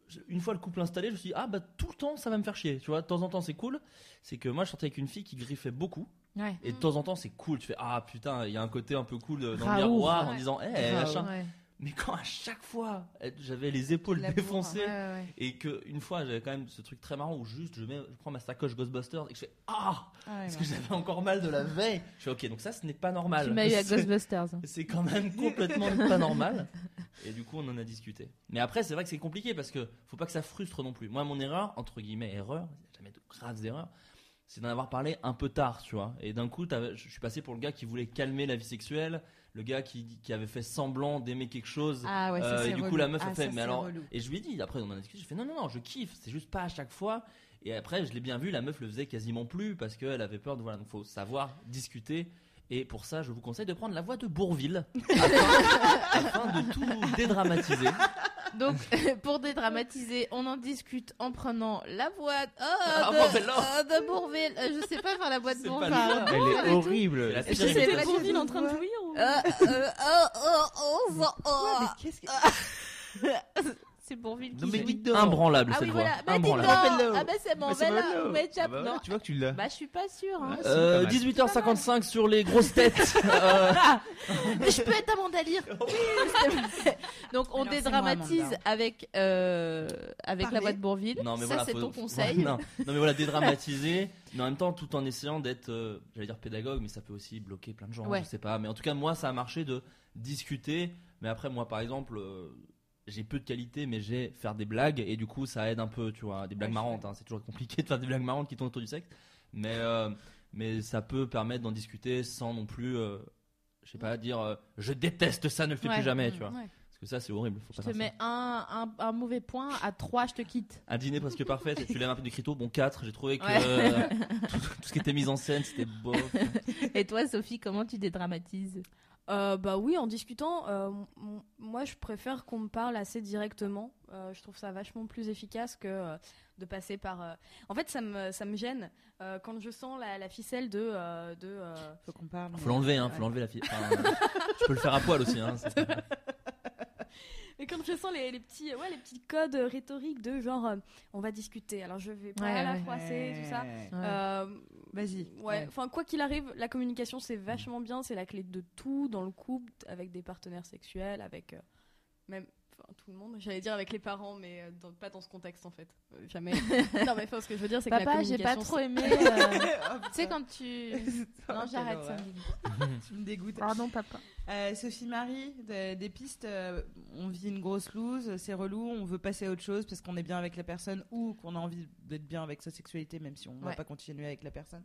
S7: je- une fois le couple installé, je me suis dit, ah bah tout le temps, ça va me faire chier. Tu vois, de temps en temps, c'est cool. C'est que moi, je sortais avec une fille qui griffait beaucoup,
S1: Ouais.
S7: et de
S6: Mm.
S7: temps en temps, c'est cool. Tu fais, ah putain, il y a un côté un peu cool euh, dans
S1: Raouf.
S7: le miroir en
S6: Ouais.
S7: disant, eh,
S1: Ah,
S7: machin.
S1: ouais.
S7: Mais quand à chaque fois, elle- j'avais les épaules
S2: La bourre,
S7: défoncées,
S1: Ouais, ouais.
S7: et que une fois, j'avais quand même ce truc très marrant où juste, je, mets, je prends ma sacoche Ghostbusters, et que je fais, ah parce que j'avais encore mal de la veille. Je fais ok, donc ça, ce n'est pas normal.
S1: Tu m'as *laughs* eu à
S7: C'est-
S1: Ghostbusters. hein.
S7: C'est quand même
S1: *laughs*
S7: complètement pas normal. Et du coup, on en a discuté. Mais après, c'est vrai que c'est compliqué parce que faut pas que ça frustre non plus. Moi, mon erreur, entre guillemets, erreur, il y a jamais de graves erreurs, c'est d'en avoir parlé un peu tard, tu vois. Et d'un coup, t'avais- je suis passé pour le gars qui voulait calmer la vie sexuelle, le gars qui, qui avait fait semblant d'aimer quelque chose.
S2: Ah ouais, ça,
S7: Euh,
S2: c'est
S7: et du coup,
S2: relou.
S7: la meuf a
S2: Ah,
S7: fait,
S2: ça,
S7: mais
S2: c'est
S7: alors.
S2: relou.
S7: Et je lui ai dit, après, on en a discuté, je fais non, non, non, je kiffe, c'est juste pas à chaque fois. Et après, je l'ai bien vu, la meuf le faisait quasiment plus parce qu'elle avait peur de. Voilà, donc faut savoir discuter. Et pour ça, je vous conseille de prendre la voix
S1: *laughs*
S7: de Bourville afin, afin de tout dédramatiser.
S1: Donc, *laughs* pour dédramatiser, on en discute en prenant la voix oh,
S7: Ah,
S1: de,
S7: Bourville, non.
S1: oh, de Bourville. Euh, Je sais pas faire la voix de
S7: C'est pas
S1: Bourville.
S7: le
S5: Elle est horrible.
S7: La
S1: Je
S7: pire
S1: sais
S7: imitation.
S1: pas.
S6: C'est Bourville en train de jouir ou...
S1: Euh, euh, oh, oh, oh, oh,
S2: Quoi,
S1: oh.
S2: mais qu'est-ce que-
S1: C'est Bourville qui
S5: Non, mais
S1: joue.
S5: dites donc.
S7: Imbranlable,
S1: Ah
S7: cette
S1: oui,
S7: voix.
S1: voilà. Bah, dis donc.
S7: Imbranlable.
S5: Bello.
S1: Ah bah c'est bon,
S5: Bah, c'est
S1: bah là,
S5: Bello.
S1: on m'échappe.
S5: Ah bah
S1: Non.
S5: voilà, Tu vois que tu l'as.
S1: Bah je suis pas sûre. hein.
S5: Ah, c'est
S7: Euh,
S5: pas mal.
S7: 18h55 sur les
S1: *laughs*
S7: grosses têtes. Euh,
S1: Mais Ah. je peux être Amanda Lear. *laughs* Oui, c'est vrai. Donc on
S2: Alors, c'est moi,
S1: dédramatise
S2: Amanda.
S1: avec euh, avec la
S2: Parler.
S1: voix de Bourville.
S7: Non, mais
S1: ça
S7: voilà,
S1: c'est
S7: faut-
S1: ton
S7: faut-
S1: conseil.
S7: *laughs* non, non, mais
S1: *laughs*
S7: voilà, dédramatiser, mais en même temps tout en essayant d'être, euh, j'allais dire pédagogue, mais ça peut aussi bloquer plein de gens,
S1: Ouais.
S7: je sais pas. Mais en tout cas, moi, ça a marché de discuter. Mais après, moi, par exemple, euh, j'ai peu de qualité, mais j'ai faire des blagues et du coup, ça aide un peu, tu vois, des blagues
S2: Ouais,
S7: marrantes. hein. c'est toujours compliqué de faire des blagues marrantes qui tournent autour du sexe, mais euh, mais ça peut permettre d'en discuter sans non plus, euh, je sais pas, dire euh, je déteste ça, ne le fais
S1: Ouais.
S7: plus jamais,
S1: Mmh,
S7: tu vois.
S6: ouais.
S7: Parce que ça, c'est horrible. Faut pas
S1: Je te
S7: faire ça.
S1: mets un, un, un mauvais point, à 3 je te quitte.
S7: Un dîner presque parfait, tu l'aimes un peu d'écriteau, bon 4, j'ai trouvé que
S1: Ouais.
S7: euh, tout, tout ce qui était mis en scène c'était beau.
S1: Et toi Sophie, comment tu dédramatises
S6: Euh, bah oui, en discutant, euh, m- m- moi je préfère qu'on me parle assez directement. Euh, je trouve ça vachement plus efficace que euh, de passer par. euh, En fait, ça me, ça me gêne euh, quand je sens la, la ficelle de. euh, de euh,
S2: Faut qu'on parle.
S7: Faut l'enlever, hein,
S2: Ouais.
S7: faut l'enlever la fille. tu peux le faire à poil aussi. Hein, c'est-
S6: Et quand je sens les, les petits, ouais, les petits codes rhétoriques de genre, euh, on va discuter. Alors je vais pas
S1: Ouais,
S6: la
S1: ouais.
S6: froisser, tout ça. Euh,
S2: Vas-y.
S6: Ouais, enfin quoi qu'il arrive, la communication c'est vachement bien, c'est la clé de tout dans le couple, avec des partenaires sexuels, avec euh, même enfin, tout le monde. J'allais dire avec les parents, mais euh, dans- pas dans ce contexte en fait, Euh, jamais. non mais enfin, ce que je veux dire c'est que la
S1: Papa, j'ai pas
S6: communication,
S1: trop
S6: c'est-
S1: aimé.
S2: *laughs*
S1: euh,
S2: Hop.
S1: tu sais, quand tu.
S2: *laughs*
S1: Non,
S2: Quelle
S1: j'arrête ça.
S2: horreur. Tu me dégoûtes.
S1: Pardon, papa.
S2: Euh, Sophie Marie, de- des pistes, euh, on vit une grosse loose, c'est relou, on veut passer à autre chose parce qu'on est bien avec la personne ou qu'on a envie d'être bien avec sa sexualité même si on va
S1: Ouais.
S2: pas continuer avec la personne.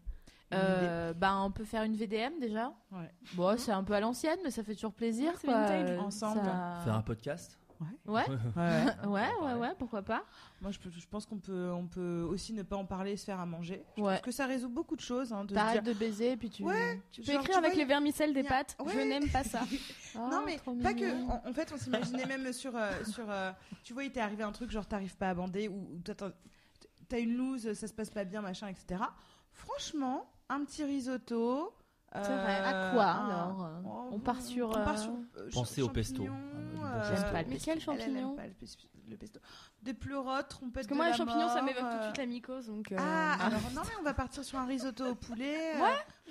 S2: Une idée.
S1: Euh, bah, on peut faire une VDM déjà.
S2: Ouais.
S1: Bon, c'est un peu à l'ancienne, mais ça fait toujours plaisir.
S6: Ouais, c'est
S1: quoi.
S6: vintage.
S1: Euh,
S2: Ensemble.
S1: ça-
S7: Faire un podcast.
S1: Ouais.
S2: *laughs* Ouais,
S7: *laughs*
S2: ouais.
S1: Ouais, ouais,
S7: pareil.
S1: ouais, pourquoi pas.
S2: Moi je, peux- je pense qu'on peut, on peut aussi ne pas en parler et se faire à manger. Je
S1: Ouais.
S2: trouve que ça résout beaucoup de choses. hein, de se
S1: T'arrêtes
S2: dire-
S1: de baiser et puis tu.
S2: Ouais.
S6: Tu peux
S2: Genre,
S6: écrire
S2: tu
S6: avec
S2: vois,
S6: les vermicelles des
S2: y a-
S6: pattes. Je
S2: Ouais.
S6: n'aime pas *laughs* ça.
S1: Ah,
S2: non mais
S1: trop
S2: pas
S1: mignon.
S2: que. En, en fait, on s'imaginait même sur euh, sur. euh, tu vois, il t'est arrivé un truc genre t'arrives pas à bander ou ou toi, t'as- t'as une loose, ça se passe pas bien, machin, etc. Franchement, un petit risotto. euh,
S1: C'est vrai. À quoi
S2: un-
S1: alors
S2: Oh,
S1: On part sur.
S2: on part
S1: euh,
S2: sur, euh, cha-
S7: Pensez au pesto.
S2: champignons, euh,
S7: Ah,
S1: J'aime pas le
S6: Mais
S1: pesto.
S6: quel
S2: elle, elle aime
S6: champignon
S2: pas le pes- le pesto. Des pleurotes, trompettes
S6: Parce que
S2: de
S6: moi, les
S2: la
S6: champignons, ça
S2: mort,
S6: m'évoque tout de
S2: euh,
S6: suite la mycose, donc. euh,
S2: Ah, alors non, mais on va partir sur un risotto au poulet. euh,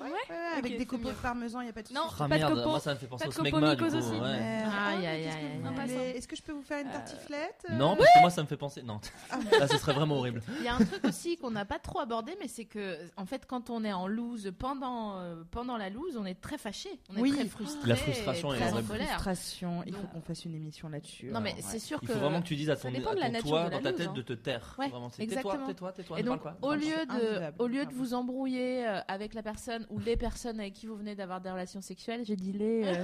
S6: ouais,
S2: avec
S6: ok,
S2: des
S6: c'est
S2: copeaux
S6: mieux.
S2: de parmesan, il n'y a pas de
S6: Non,
S2: souci.
S7: Ah
S6: pas de
S7: merde,
S6: copeaux.
S7: moi ça me fait penser
S6: Pas
S7: au
S6: de copeaux
S7: smegma du coup.
S6: mycoses aussi.
S7: ouais.
S2: Merde.
S1: Aïe,
S2: Ah,
S1: aïe,
S2: qu'est-ce que
S1: aïe,
S2: vous
S1: aïe,
S6: aïe.
S2: voulez Est-ce que je peux vous faire une
S6: Euh,
S2: tartiflette
S7: Non, parce que moi ça me fait penser. Non,
S2: Ah,
S7: là ce serait vraiment horrible.
S1: Il y a un truc aussi qu'on n'a pas trop abordé, mais c'est que, en fait, quand on est en loose, pendant, euh, pendant la loose, on est très fâché. On est
S2: Oui.
S1: très frustré.
S7: La frustration
S1: et
S7: est
S1: très en
S7: horrible.
S1: colère.
S2: Frustration, il faut
S1: Donc-
S2: qu'on fasse une émission là-dessus. euh,
S1: Non, mais
S2: Ouais.
S1: c'est sûr
S7: Il
S1: que.
S7: faut vraiment que tu dises à ton,
S6: ça
S7: à
S6: dépend de la
S7: ton
S6: nature
S7: toi
S6: de la
S7: dans ta
S6: loose,
S7: tête
S6: hein.
S7: de te taire.
S1: Ouais,
S7: Vraiment, c'est
S1: exactement.
S7: Tais-toi, tais-toi, tais-toi,
S1: Et
S7: ne
S1: donc,
S7: parle pas.
S1: au
S7: Non, je-
S1: lieu, de,
S2: invivable.
S1: au lieu de vous embrouiller euh, avec la personne ou les personnes avec qui vous venez d'avoir des relations sexuelles, j'ai dit les. euh,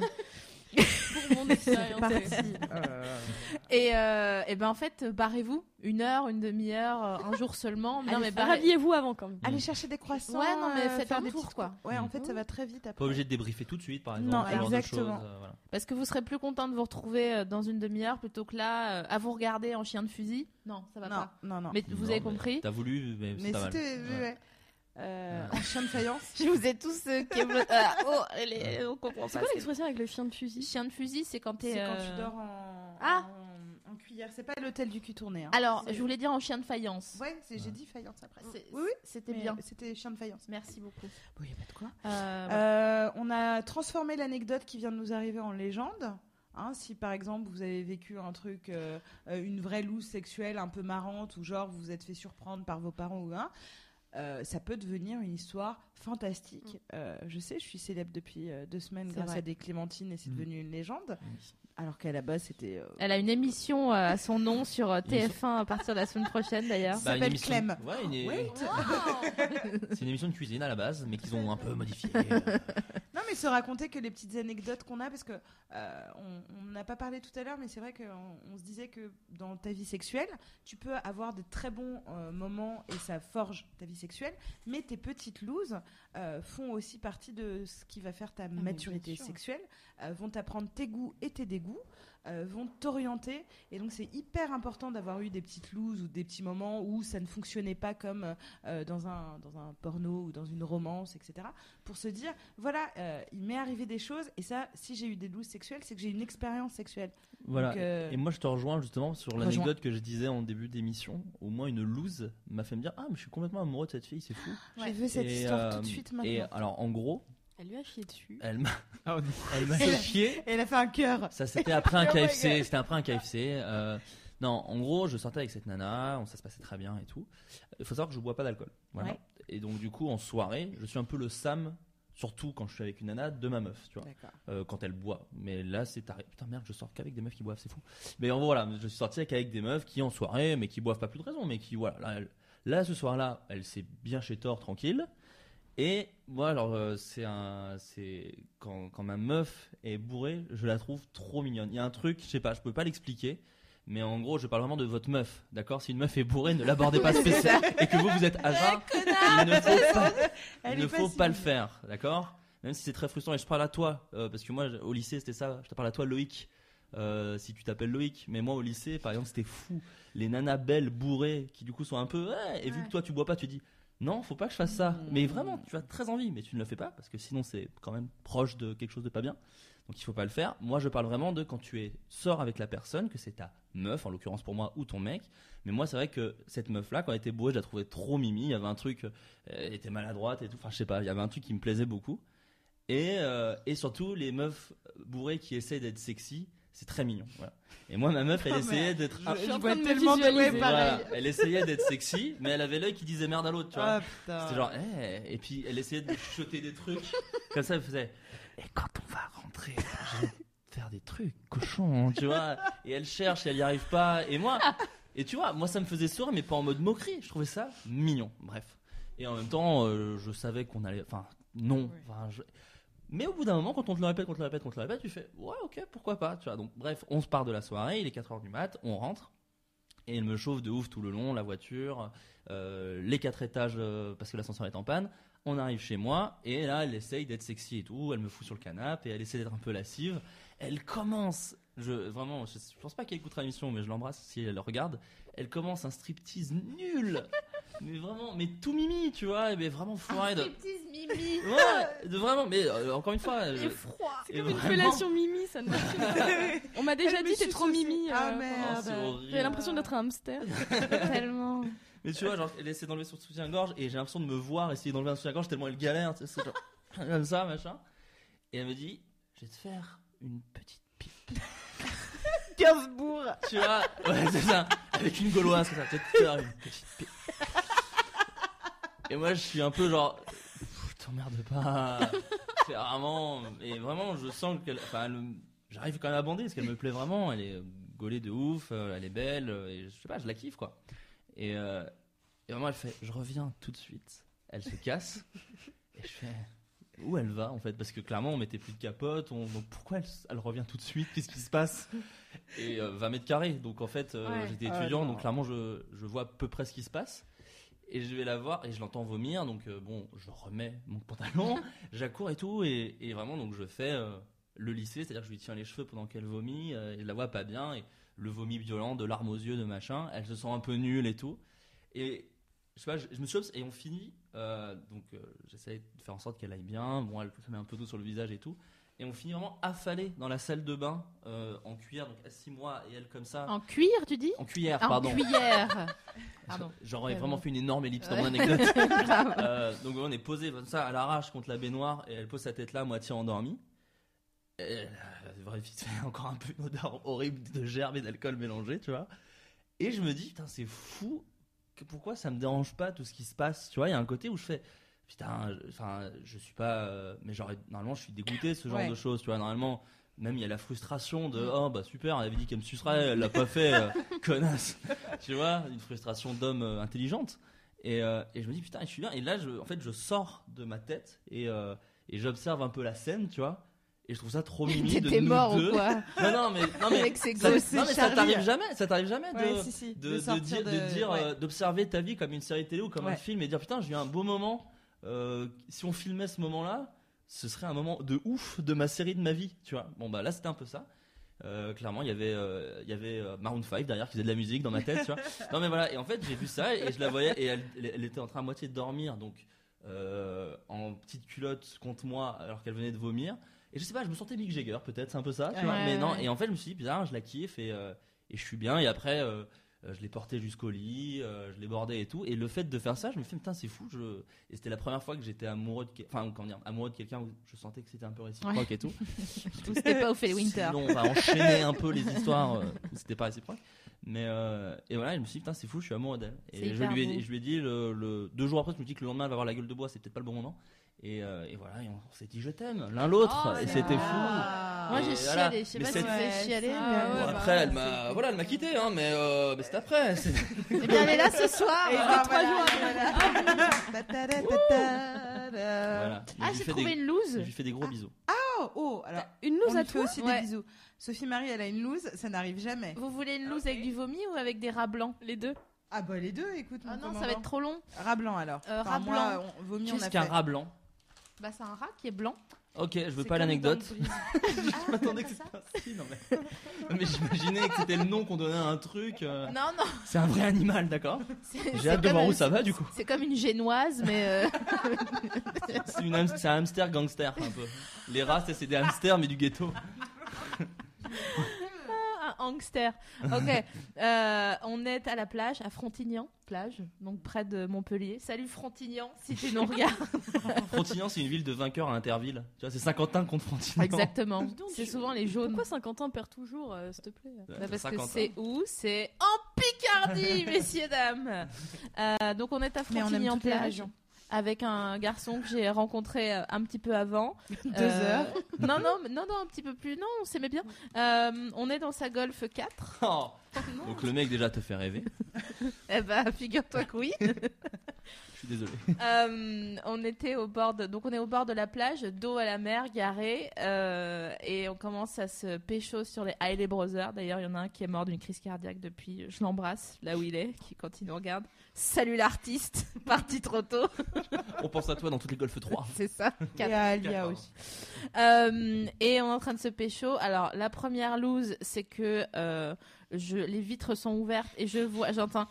S1: *laughs*
S6: Pour mon expérience.
S2: parti.
S1: et, euh, et ben en fait, barrez-vous. Une heure, une demi-heure, euh, un jour seulement. non,
S6: Allez,
S1: mais
S6: fa-
S1: barrez
S6: Rhabillez-vous bah, avant quand même.
S2: Allez chercher des croissants.
S1: Ouais, non, mais
S2: euh,
S1: faites
S2: faire
S1: un
S2: des
S1: tour,
S2: petites
S1: quoi.
S2: cou- Ouais, en fait, ça va très vite
S7: Pas
S2: après.
S7: obligé de débriefer tout de suite, par exemple.
S2: Non,
S7: ce genre de
S2: exactement.
S7: choses, euh, voilà.
S1: Parce que vous serez plus content de vous retrouver euh, dans une demi-heure plutôt que là, euh, à vous regarder en chien de fusil. Non, ça va
S2: Non,
S1: pas.
S2: non, non.
S1: Mais vous
S7: Non,
S1: avez
S7: mais
S1: compris
S7: T'as voulu, mais c'est
S2: Mais
S7: pas mal.
S2: c'était.
S7: Ouais.
S2: ouais, ouais. Euh, En chien
S1: *laughs*
S2: de faïence.
S1: Je vous ai tous euh, qui- Ah, oh, elle est- on comprend
S6: C'est
S1: pas
S6: quoi
S1: ce
S6: l'expression avec le chien de fusil
S1: que- Chien de fusil, c'est quand t'es.
S2: C'est quand tu
S1: euh,
S2: dors en.
S1: Ah.
S2: En en cuillère. C'est pas l'hôtel du cul tourné. hein.
S1: Alors,
S2: C'est-
S1: je voulais dire en chien de faïence.
S2: Ouais, c'est- j'ai dit faïence après.
S1: C'est-
S2: Mm. Oui, oui.
S1: C'était
S2: mais
S1: bien.
S2: C'était chien de faïence.
S1: Merci beaucoup.
S2: Bon, y a pas de quoi.
S1: Euh,
S2: Euh, on a transformé l'anecdote qui vient de nous arriver en légende. Hein, si par exemple vous avez vécu un truc, euh, euh, une vraie loose sexuelle un peu marrante ou genre vous vous êtes fait surprendre par vos parents ou un, euh, ça peut devenir une histoire fantastique. Euh, je sais, je suis célèbre depuis euh, deux semaines
S1: C'est
S2: grâce
S1: vrai.
S2: à des clémentines et c'est
S5: Mm.
S2: devenu une légende. Alors qu'à la base c'était. euh,
S1: Elle a une émission euh, à son nom sur euh, TF1 à partir de la semaine prochaine d'ailleurs.
S2: Ça s'appelle
S7: Bah, une émission-
S2: Clem.
S7: Ouais, une-
S2: Wait.
S7: Bah, c'est une émission de cuisine à la base, mais qu'ils ont un
S2: *laughs*
S7: peu modifiée.
S2: euh, Non, mais se raconter que les petites anecdotes qu'on a, parce que euh, on- on n'a pas parlé tout à l'heure, mais c'est vrai qu'on on se disait que dans ta vie sexuelle, tu peux avoir des très bons euh, moments et ça forge ta vie sexuelle, mais tes petites looses euh, font aussi partie de ce qui va faire ta
S1: Ah, mais
S2: maturité
S1: bien sûr.
S2: sexuelle, euh, vont t'apprendre tes goûts et tes dégoûts, euh, vont t'orienter, et donc c'est hyper important d'avoir eu des petites looses ou des petits moments où ça ne fonctionnait pas comme euh, dans, un, dans un porno ou dans une romance, etc., pour se dire voilà, euh, il m'est arrivé des choses, et ça, si j'ai eu des looses sexuelles, c'est que j'ai une expérience sexuelle.
S7: voilà.
S2: Donc, euh,
S7: Et moi, je te rejoins justement sur
S2: Rejoins.
S7: l'anecdote que je disais en début d'émission. Au moins, une loose m'a fait me dire Ah, mais je suis complètement amoureux de cette fille, c'est fou.
S2: J'ai vu cette
S7: Et,
S2: histoire
S7: euh,
S2: tout de suite
S7: Et
S2: maintenant.
S7: alors, en gros,
S6: Elle lui a chié dessus.
S7: elle
S2: *laughs*
S7: m'a
S5: *laughs* Ah, on dit-
S7: elle m'a fait chier.
S2: Et elle a fait un cœur.
S7: Ça, c'était après un
S2: Oh my
S7: KFC. C'était après un KFC. euh, non, en gros, je sortais avec cette nana, on- ça se passait très bien et tout. Il faut savoir que je bois pas d'alcool. Voilà.
S2: Ouais.
S7: Et donc, du coup, en soirée, je suis un peu le Sam, surtout quand je suis avec une nana, de ma meuf, tu vois.
S2: D'accord.
S7: Euh, quand elle boit. Mais là, c'est taré. Putain, merde, je sors qu'avec des meufs qui boivent, c'est fou. Mais en gros, voilà, je suis sorti qu'avec des meufs qui en soirée, mais qui boivent pas plus de raison, mais qui, voilà. Là, elle- là, ce soir-là, elle s'est bien chez tort, tranquille. Et moi, alors, euh, c'est un. C'est. Quand, quand ma meuf est bourrée, je la trouve trop mignonne. Il y a un truc, je sais pas, je peux pas l'expliquer. Mais en gros, je parle vraiment de votre meuf, d'accord Si une meuf est bourrée, ne l'abordez pas spécialement. et que vous, vous êtes à jeun, il ne faut pas,
S2: Elle
S7: il ne
S2: est
S7: faut
S2: si
S7: pas le
S2: mignonne.
S7: faire, d'accord Même si c'est très frustrant. Et je parle à toi, euh, parce que moi, je- au lycée, c'était ça. Je te parle à toi, Loïc. euh, si tu t'appelles Loïc. Mais moi, au lycée, par exemple, c'était fou. Les nanas belles bourrées qui, du coup, sont un peu. Ouais, et vu
S6: Ouais.
S7: que toi, tu bois pas, tu dis. Non, faut pas que je fasse ça. Mais vraiment, tu as très envie, mais tu ne le fais pas parce que sinon c'est quand même proche de quelque chose de pas bien. Donc il faut pas le faire. Moi, je parle vraiment de quand tu es sors avec la personne, que c'est ta meuf, en l'occurrence pour moi, ou ton mec. Mais moi, c'est vrai que cette meuf-là, quand elle était bourrée, je la trouvais trop mimi. Il y avait un truc, euh, elle était maladroite et tout. Enfin, je sais pas, il y avait un truc qui me plaisait beaucoup. Et, euh, et surtout, les meufs bourrées qui essaient d'être sexy, c'est très mignon. voilà. Et moi, ma meuf, elle
S2: Oh,
S7: essayait
S2: merde.
S7: d'être.
S6: Ah, je suis en train de me
S2: de-
S6: visualiser.
S2: ouais, pareil.
S7: Voilà, elle essayait d'être sexy, mais elle avait l'œil qui disait merde à l'autre, tu vois.
S2: Ah, putain.
S7: C'était genre, Eh et puis elle essayait de chuchoter des trucs. Comme ça, elle faisait, et quand on va rentrer, je vais faire des trucs, cochon, tu vois. Et elle cherche, et elle n'y arrive pas. Et moi, et tu vois, moi ça me faisait sourire, mais pas en mode moquerie. Je trouvais ça mignon, bref. Et en même temps, euh, je savais qu'on allait. Enfin, non.
S2: Oui.
S7: enfin, je- Mais au bout d'un moment, quand on te le répète, quand on te le répète, quand on te le répète, tu fais, ouais, ok, pourquoi pas, tu vois. Donc, bref, on se part de la soirée, il est 4h du mat, on rentre. Et elle me chauffe de ouf tout le long, la voiture, euh, les quatre étages euh, parce que l'ascenseur est en panne. On arrive chez moi et là elle essaye d'être sexy et tout. Elle me fout sur le canapé et elle essaie d'être un peu lascive. Elle commence, je vraiment, je, je pense pas qu'elle écoutera l'émission, mais je l'embrasse si elle le regarde. Elle commence un
S1: *laughs*
S7: striptease nul, mais vraiment, mais tout mimi, tu vois, mais vraiment foiré *laughs* de,
S1: petite mimi. *laughs*
S7: ouais, de vraiment, mais euh, encore une fois, je-
S1: Ah, Il est froid.
S6: C'est comme
S7: Et
S6: une
S7: vraiment-
S6: fellation mimi, ça ne marche
S2: *laughs*
S6: pas. On m'a déjà
S2: Elle me
S6: dit, t'es
S2: suce
S6: trop
S2: aussi.
S6: mimi. euh,
S2: Ah,
S7: oh,
S2: merde.
S7: c'est horrible.
S6: J'ai l'impression d'être un *laughs* hamster.
S1: Tellement.
S7: Mais tu vois, genre, elle essaie d'enlever son soutien-gorge et j'ai l'impression de me voir essayer d'enlever un soutien-gorge tellement elle galère, tu sais, c'est genre, *laughs* comme ça, machin. Et elle me dit, je vais te faire une petite pipe.
S2: Gainsbourg.
S7: Tu vois, ouais, c'est ça, avec une gauloise, comme ça, je vais te faire une petite pipe. Et moi, je suis un peu genre, Pff, t'emmerde pas. C'est vraiment, et vraiment, je sens qu'elle, enfin, elle- j'arrive quand même à bander parce qu'elle me plaît vraiment, elle est gaulée de ouf, euh, elle est belle, euh, et je sais pas, je la kiffe, quoi. Et, euh, et vraiment, elle fait Je reviens tout de suite. Elle se casse. et je fais Où elle va en fait Parce que clairement, on mettait plus de capote. on- donc pourquoi elle, s- elle revient tout de suite Qu'est-ce qui se passe Et euh, 20 mètres carrés. Donc en fait, euh,
S6: Ouais.
S7: j'étais
S2: Ah,
S7: étudiant,
S2: non.
S7: donc clairement, je, je vois à peu près ce qui se passe. Et je vais la voir et je l'entends vomir. Donc euh, bon, je remets mon *laughs* pantalon, j'accours et tout. Et, et vraiment, donc je fais euh, le lycée, c'est-à-dire que je lui tiens les cheveux pendant qu'elle vomit. euh, et je la vois pas bien. Et le vomi violent, de larmes aux yeux, de machin. Elle se sent un peu nulle et tout. Et je sais pas, je, je me suis obs- et on finit. euh, donc euh, j'essaie de faire en sorte qu'elle aille bien. Bon, elle se met un peu d'eau sur le visage et tout. Et on finit vraiment affalé dans la salle de bain euh, en cuillère, donc à 6 mois et elle comme ça.
S1: En cuir, tu dis
S7: En cuillère,
S1: En
S7: Ah, pardon.
S1: cuillère. Pardon.
S7: J'aurais
S1: Euh,
S7: vraiment fait une énorme ellipse dans mon
S1: Ouais.
S7: anecdote.
S1: *laughs* Grave.
S7: Euh, donc on est posé comme ça à l'arrache contre la baignoire et elle pose sa tête là, moitié endormie. Et Elle a vite fait *laughs* encore un peu une odeur horrible de gerbe et d'alcool mélangé, tu vois. Et je me dis, putain, c'est fou. Que pourquoi ça me dérange pas tout ce qui se passe Tu vois, il y a un côté où je fais, putain, je- enfin, je suis pas. euh, mais genre, normalement, je suis dégoûté de ce genre
S2: Ouais.
S7: de choses, tu vois. Normalement, même il y a la frustration de,
S1: Mm.
S7: oh bah super, elle avait dit qu'elle me sucerait, elle l'a pas
S1: *laughs*
S7: fait, euh, connasse. tu vois, une frustration d'homme euh, intelligente. Et, euh, et je me dis putain, je suis là. Et là, je, en fait, je sors de ma tête et, euh, et j'observe un peu la scène, tu vois. Et je trouve ça trop mimi de
S1: T'étais
S7: nous
S1: mort
S7: deux.
S1: ou quoi
S7: Non, non, mais non, mais
S1: Avec ses
S7: ça,
S1: gosses,
S7: non, mais ça
S2: Charlie.
S7: t'arrive jamais, ça t'arrive jamais de,
S2: Ouais, si, si.
S7: de, de
S2: sortir
S7: dire, de dire,
S2: ouais.
S7: euh, d'observer ta vie comme une série télé ou comme un
S2: Ouais.
S7: film et dire putain, j'ai eu un beau moment. Euh, si on filmait ce moment-là, ce serait un moment de ouf de ma série de ma vie, tu vois. Bon bah là, c'était un peu ça. Euh, clairement, il y avait, euh, il y avait euh, Maroon 5 derrière qui faisait de la musique dans ma tête, tu vois. Non mais voilà, et en fait j'ai vu ça et je la voyais et elle, elle- elle était en train à moitié de dormir, donc euh, en petite culotte contre moi alors qu'elle venait de vomir. Et je sais pas, je me sentais Mick Jagger peut-être, c'est un peu ça, tu vois.
S1: Ouais,
S7: Mais
S1: ouais,
S7: non,
S1: ouais.
S7: et en fait je me suis dit, putain, je la kiffe et, euh, et je suis bien. Et après, euh, euh, je l'ai portée jusqu'au lit, euh, je l'ai bordée et tout. Et le fait de faire ça, je me fais, putain, c'est fou. Je... Et c'était la première fois que j'étais amoureux de, quel- enfin, comment dire, amoureux de quelqu'un où je sentais que c'était un peu réciproque et tout.
S1: Ou c'était pas au fait Winter.
S7: Sinon, on va enchaîner un peu les histoires. euh, où C'était pas réciproque. Mais euh, et voilà, je me suis dit, putain, c'est fou, je suis amoureux d'elle.
S1: C'est
S7: Et je
S1: hyper
S7: lui,
S1: beau.
S7: ai, je lui ai dit, le, le- deux jours après, je me dis que le lendemain, elle va avoir la gueule de bois, c'est peut-être pas le bon moment. Et, euh, et voilà, et on, s'est dit, je t'aime, l'un l'autre.
S6: Oh
S7: et
S6: là
S7: c'était
S6: là.
S7: fou.
S1: Moi
S2: Ah.
S7: Et
S1: j'ai
S7: euh, voilà.
S1: chialé, je sais
S7: Mais
S1: pas si
S7: cette-
S1: vous avez chialé.
S6: Ah,
S1: mais-
S6: ouais,
S7: Bon,
S6: bah,
S7: après, elle
S6: c'est
S7: m'a, voilà, elle m'a quitté, hein, mais, euh, mais c'est après. c'est-
S1: Eh bien, elle est là ce soir.
S2: Et
S1: Ah,
S2: ben,
S1: trois
S2: voilà,
S1: jours après.
S2: voilà. Ta-ta-da, ta-ta-da. *laughs*
S7: *laughs* Voilà. Mais
S1: Ah,
S7: je lui
S1: j'ai
S7: fais
S1: trouvé
S7: des-
S1: une loose.
S7: je lui fais des gros bisous.
S2: Oh, oh, alors
S6: Une
S2: on
S6: loose à
S2: lui fait
S6: tous.
S2: aussi
S1: Ouais.
S2: des bisous. Sophie Marie, elle a une loose, ça n'arrive jamais.
S1: Vous voulez une loose avec du vomi ou avec des rats blancs
S6: Les deux.
S2: Ah bah les deux, écoute.
S1: Ah
S2: mon
S1: non, ça va être
S2: commandant.
S1: trop long.
S2: Rat blanc alors.
S1: Euh,
S2: Enfin,
S1: rat
S2: moi, on- vomi, on a
S7: Qu'est-ce qu'un
S2: fait.
S7: rat blanc
S1: Bah, c'est un rat qui est blanc.
S7: Ok, je veux
S2: C'est
S7: pas
S2: comme
S7: l'anecdote.
S2: dans le brise.
S7: je m'attendais que c'était ainsi, non mais, non, mais *laughs* j'imaginais que c'était le nom qu'on donnait à un truc. euh,
S1: Non, non.
S7: C'est un vrai animal, d'accord
S1: c'est- c'est
S7: J'ai hâte de
S1: comme
S7: voir où
S1: un-
S7: ça va du coup.
S1: C'est comme une génoise, mais euh, *laughs*
S7: C'est une ham- c'est un hamster gangster un peu. Les rats, ça, c'est des hamsters mais du ghetto.
S1: un hangster. Ok. Euh, on est à la plage, à Frontignan, plage, donc près de Montpellier. Salut Frontignan, si tu nous regardes.
S7: Frontignan, c'est une ville de vainqueurs à Interville. Tu vois, c'est Saint-Quentin contre Frontignan.
S1: Exactement.
S6: *laughs* donc,
S1: C'est
S6: je-
S1: souvent les jaunes.
S6: Pourquoi Saint-Quentin perd toujours, euh, s'il te plaît
S7: Ouais,
S1: Bah, parce que
S7: Saint-Quentin.
S1: c'est où C'est en Picardie, messieurs dames. Euh, donc on est à
S2: Mais on aime
S1: Frontignan
S2: toutes les
S1: plage
S2: régions.
S1: avec un garçon que j'ai rencontré euh, un petit peu avant.
S2: Deux
S1: Euh,
S2: heures.
S1: Non non mais- non non un petit peu plus. Non, on s'aimait bien. Euh, on est dans sa Golf
S7: *laughs*
S1: 4.
S7: Oh. Donc le mec déjà te fait rêver.
S1: Eh ben *laughs* figure-toi que oui.
S7: Je suis désolé.
S1: Euh, on était au bord de, donc on est au bord de la plage, dos à la mer, garé, euh, et on commence à se pécho sur les Hailey Brothers. D'ailleurs, il y en a un qui est mort d'une crise cardiaque depuis. Je l'embrasse là où il est, qui quand il nous regarde. Salut l'artiste, *laughs* parti trop tôt,
S7: On pense à toi dans toutes les golfes 3.
S1: c'est ça.
S2: Et
S1: quatre.
S2: à Alia
S7: Quatre,
S2: aussi.
S1: Euh, et on est en train de se pécho. Alors la première loose, c'est que euh, je, les vitres sont ouvertes et je vois, j'entends.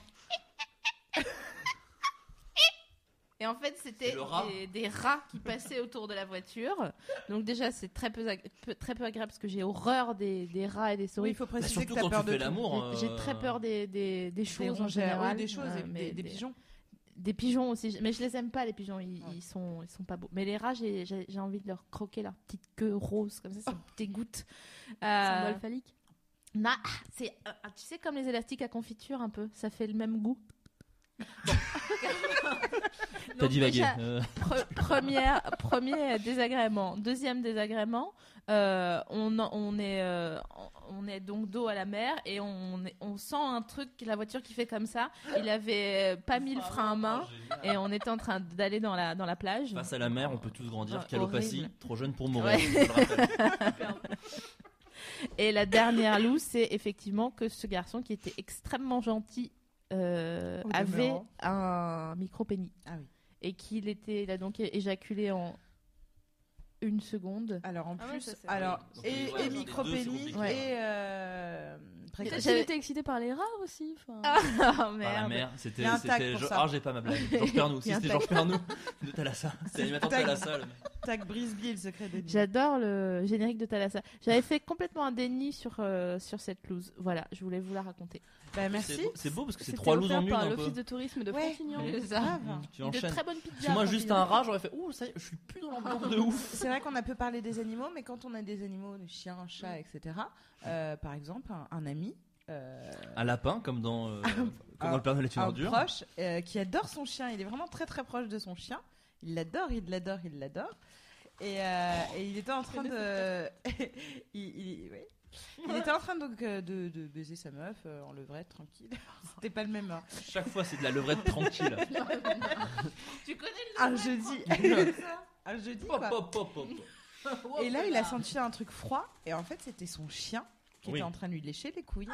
S1: Et en fait, c'était
S7: C'est le rat.
S1: des, des rats qui passaient autour de la voiture. Donc déjà, c'est très peu, ag- peu- très peu agréable parce que j'ai horreur des, des rats et des
S2: Oui,
S1: souris.
S2: il faut
S7: Bah,
S2: préciser
S7: surtout
S2: que t'as
S7: quand
S2: peur
S7: tu
S2: de
S7: fais
S2: tout.
S7: l'amour. euh,
S1: J'ai très peur des, des, des choses
S2: Des
S1: en
S2: rongères,
S1: général.
S2: oui, des choses,
S1: Euh,
S2: et
S1: mais
S2: des, des pigeons.
S1: des pigeons aussi, mais je les aime pas les pigeons, ils,
S2: Ouais.
S1: ils sont ils sont pas beaux. Mais les rats, j'ai j'ai- j'ai envie de leur croquer leur petite queue rose comme ça, ça me dégoûte. Euh,
S6: Symbole phallique
S1: na- c'est euh, tu sais comme les élastiques à confiture un peu, ça fait le même goût. *laughs*
S7: T'as
S1: Donc
S7: divagué.
S1: déjà,
S7: Euh,
S1: pre- première, premier désagrément. Deuxième désagrément, euh, on, on, est, euh, on est donc dos à la mer et on, est- on sent un truc, la voiture qui fait comme ça. Il avait pas mis le frein à main et on était en train d'aller dans la, dans la plage.
S7: Face à la mer, on peut tous grandir.
S1: Ah,
S7: Calopatie,
S1: horrible.
S7: trop jeune pour mourir.
S1: Ouais.
S7: je le rappelle.
S1: Et la dernière loue, c'est effectivement que ce garçon qui était extrêmement gentil euh,
S2: Au
S1: avait
S2: demeurant.
S1: un micro-pénis
S2: Ah oui.
S1: et qu'il était, il a donc é- éjaculé en une seconde.
S2: Alors en
S6: Ah ouais,
S2: plus,
S6: ça, c'est
S2: alors
S7: vrai.
S2: et,
S7: Donc, ouais,
S2: et
S7: les deux, c'est
S2: micropénie
S7: compliqué.
S2: et euh, précoce.
S1: Mais
S6: Peut-être
S1: j'avais-
S6: qu'il était excité par les rats aussi. enfin.
S1: Ah
S7: Par la
S1: merde.
S7: mer,
S2: Il y
S7: c'était.
S2: a un tag
S7: c'était
S2: pour
S7: Geor-
S2: ça.
S7: Ah, j'ai pas ma blague. Georges Pernou.
S1: Il
S7: Si
S1: y a un
S7: c'était
S1: tag.
S7: Georges Pernou
S1: *laughs*
S7: de Talassa. C'est l'animateur de
S2: tag.
S7: Talassa. le mec.
S2: Tac Brisby, le secret des dieux.
S1: J'adore le générique de Thalassa. J'avais fait complètement un déni sur, euh, sur cette loose. Voilà, je voulais vous la raconter.
S2: Bah,
S7: C'est
S2: merci.
S7: beau- C'est beau parce que c'est
S6: C'était
S7: trois loups
S6: offert
S7: en une.
S6: par
S7: un peu.
S6: l'office de tourisme de
S2: Ouais.
S6: Frontignan.
S2: Mais
S1: ça.
S2: grave.
S7: Tu
S1: De
S7: enchaînes.
S1: très bonnes
S7: Parce
S1: pizzas.
S7: que moi, juste un
S1: Frontignan.
S7: rat, j'aurais fait Ouh, ça y est, je suis plus dans l'ambiance de ouf.
S2: C'est vrai qu'on a peu parlé des animaux, mais quand on a des animaux, des chiens, chats, etc. euh, par exemple, un, un ami. euh,
S7: *laughs* Un lapin, comme dans, euh, comme dans
S2: un-
S7: le Père Noël est une
S2: un
S7: ordure.
S2: proche euh, qui adore son chien. Il est vraiment très très proche de son chien. Il l'adore, il l'adore, il l'adore. Et, euh, et il était en train de, *laughs* il, il- ouais. Il était en train donc euh, de, de baiser sa meuf euh, en levrette tranquille. *laughs* C'était pas le même. hein.
S7: Chaque fois, c'est de la levrette tranquille.
S1: Tu connais le
S2: Un
S1: nom,
S2: *laughs* jeudi, un jeudi
S7: Pop,
S2: quoi.
S7: pop, pop, pop.
S2: Et oh, là, il a senti un truc froid. Et en fait, c'était son chien qui
S7: Oui.
S2: était en train de lui lécher les couilles.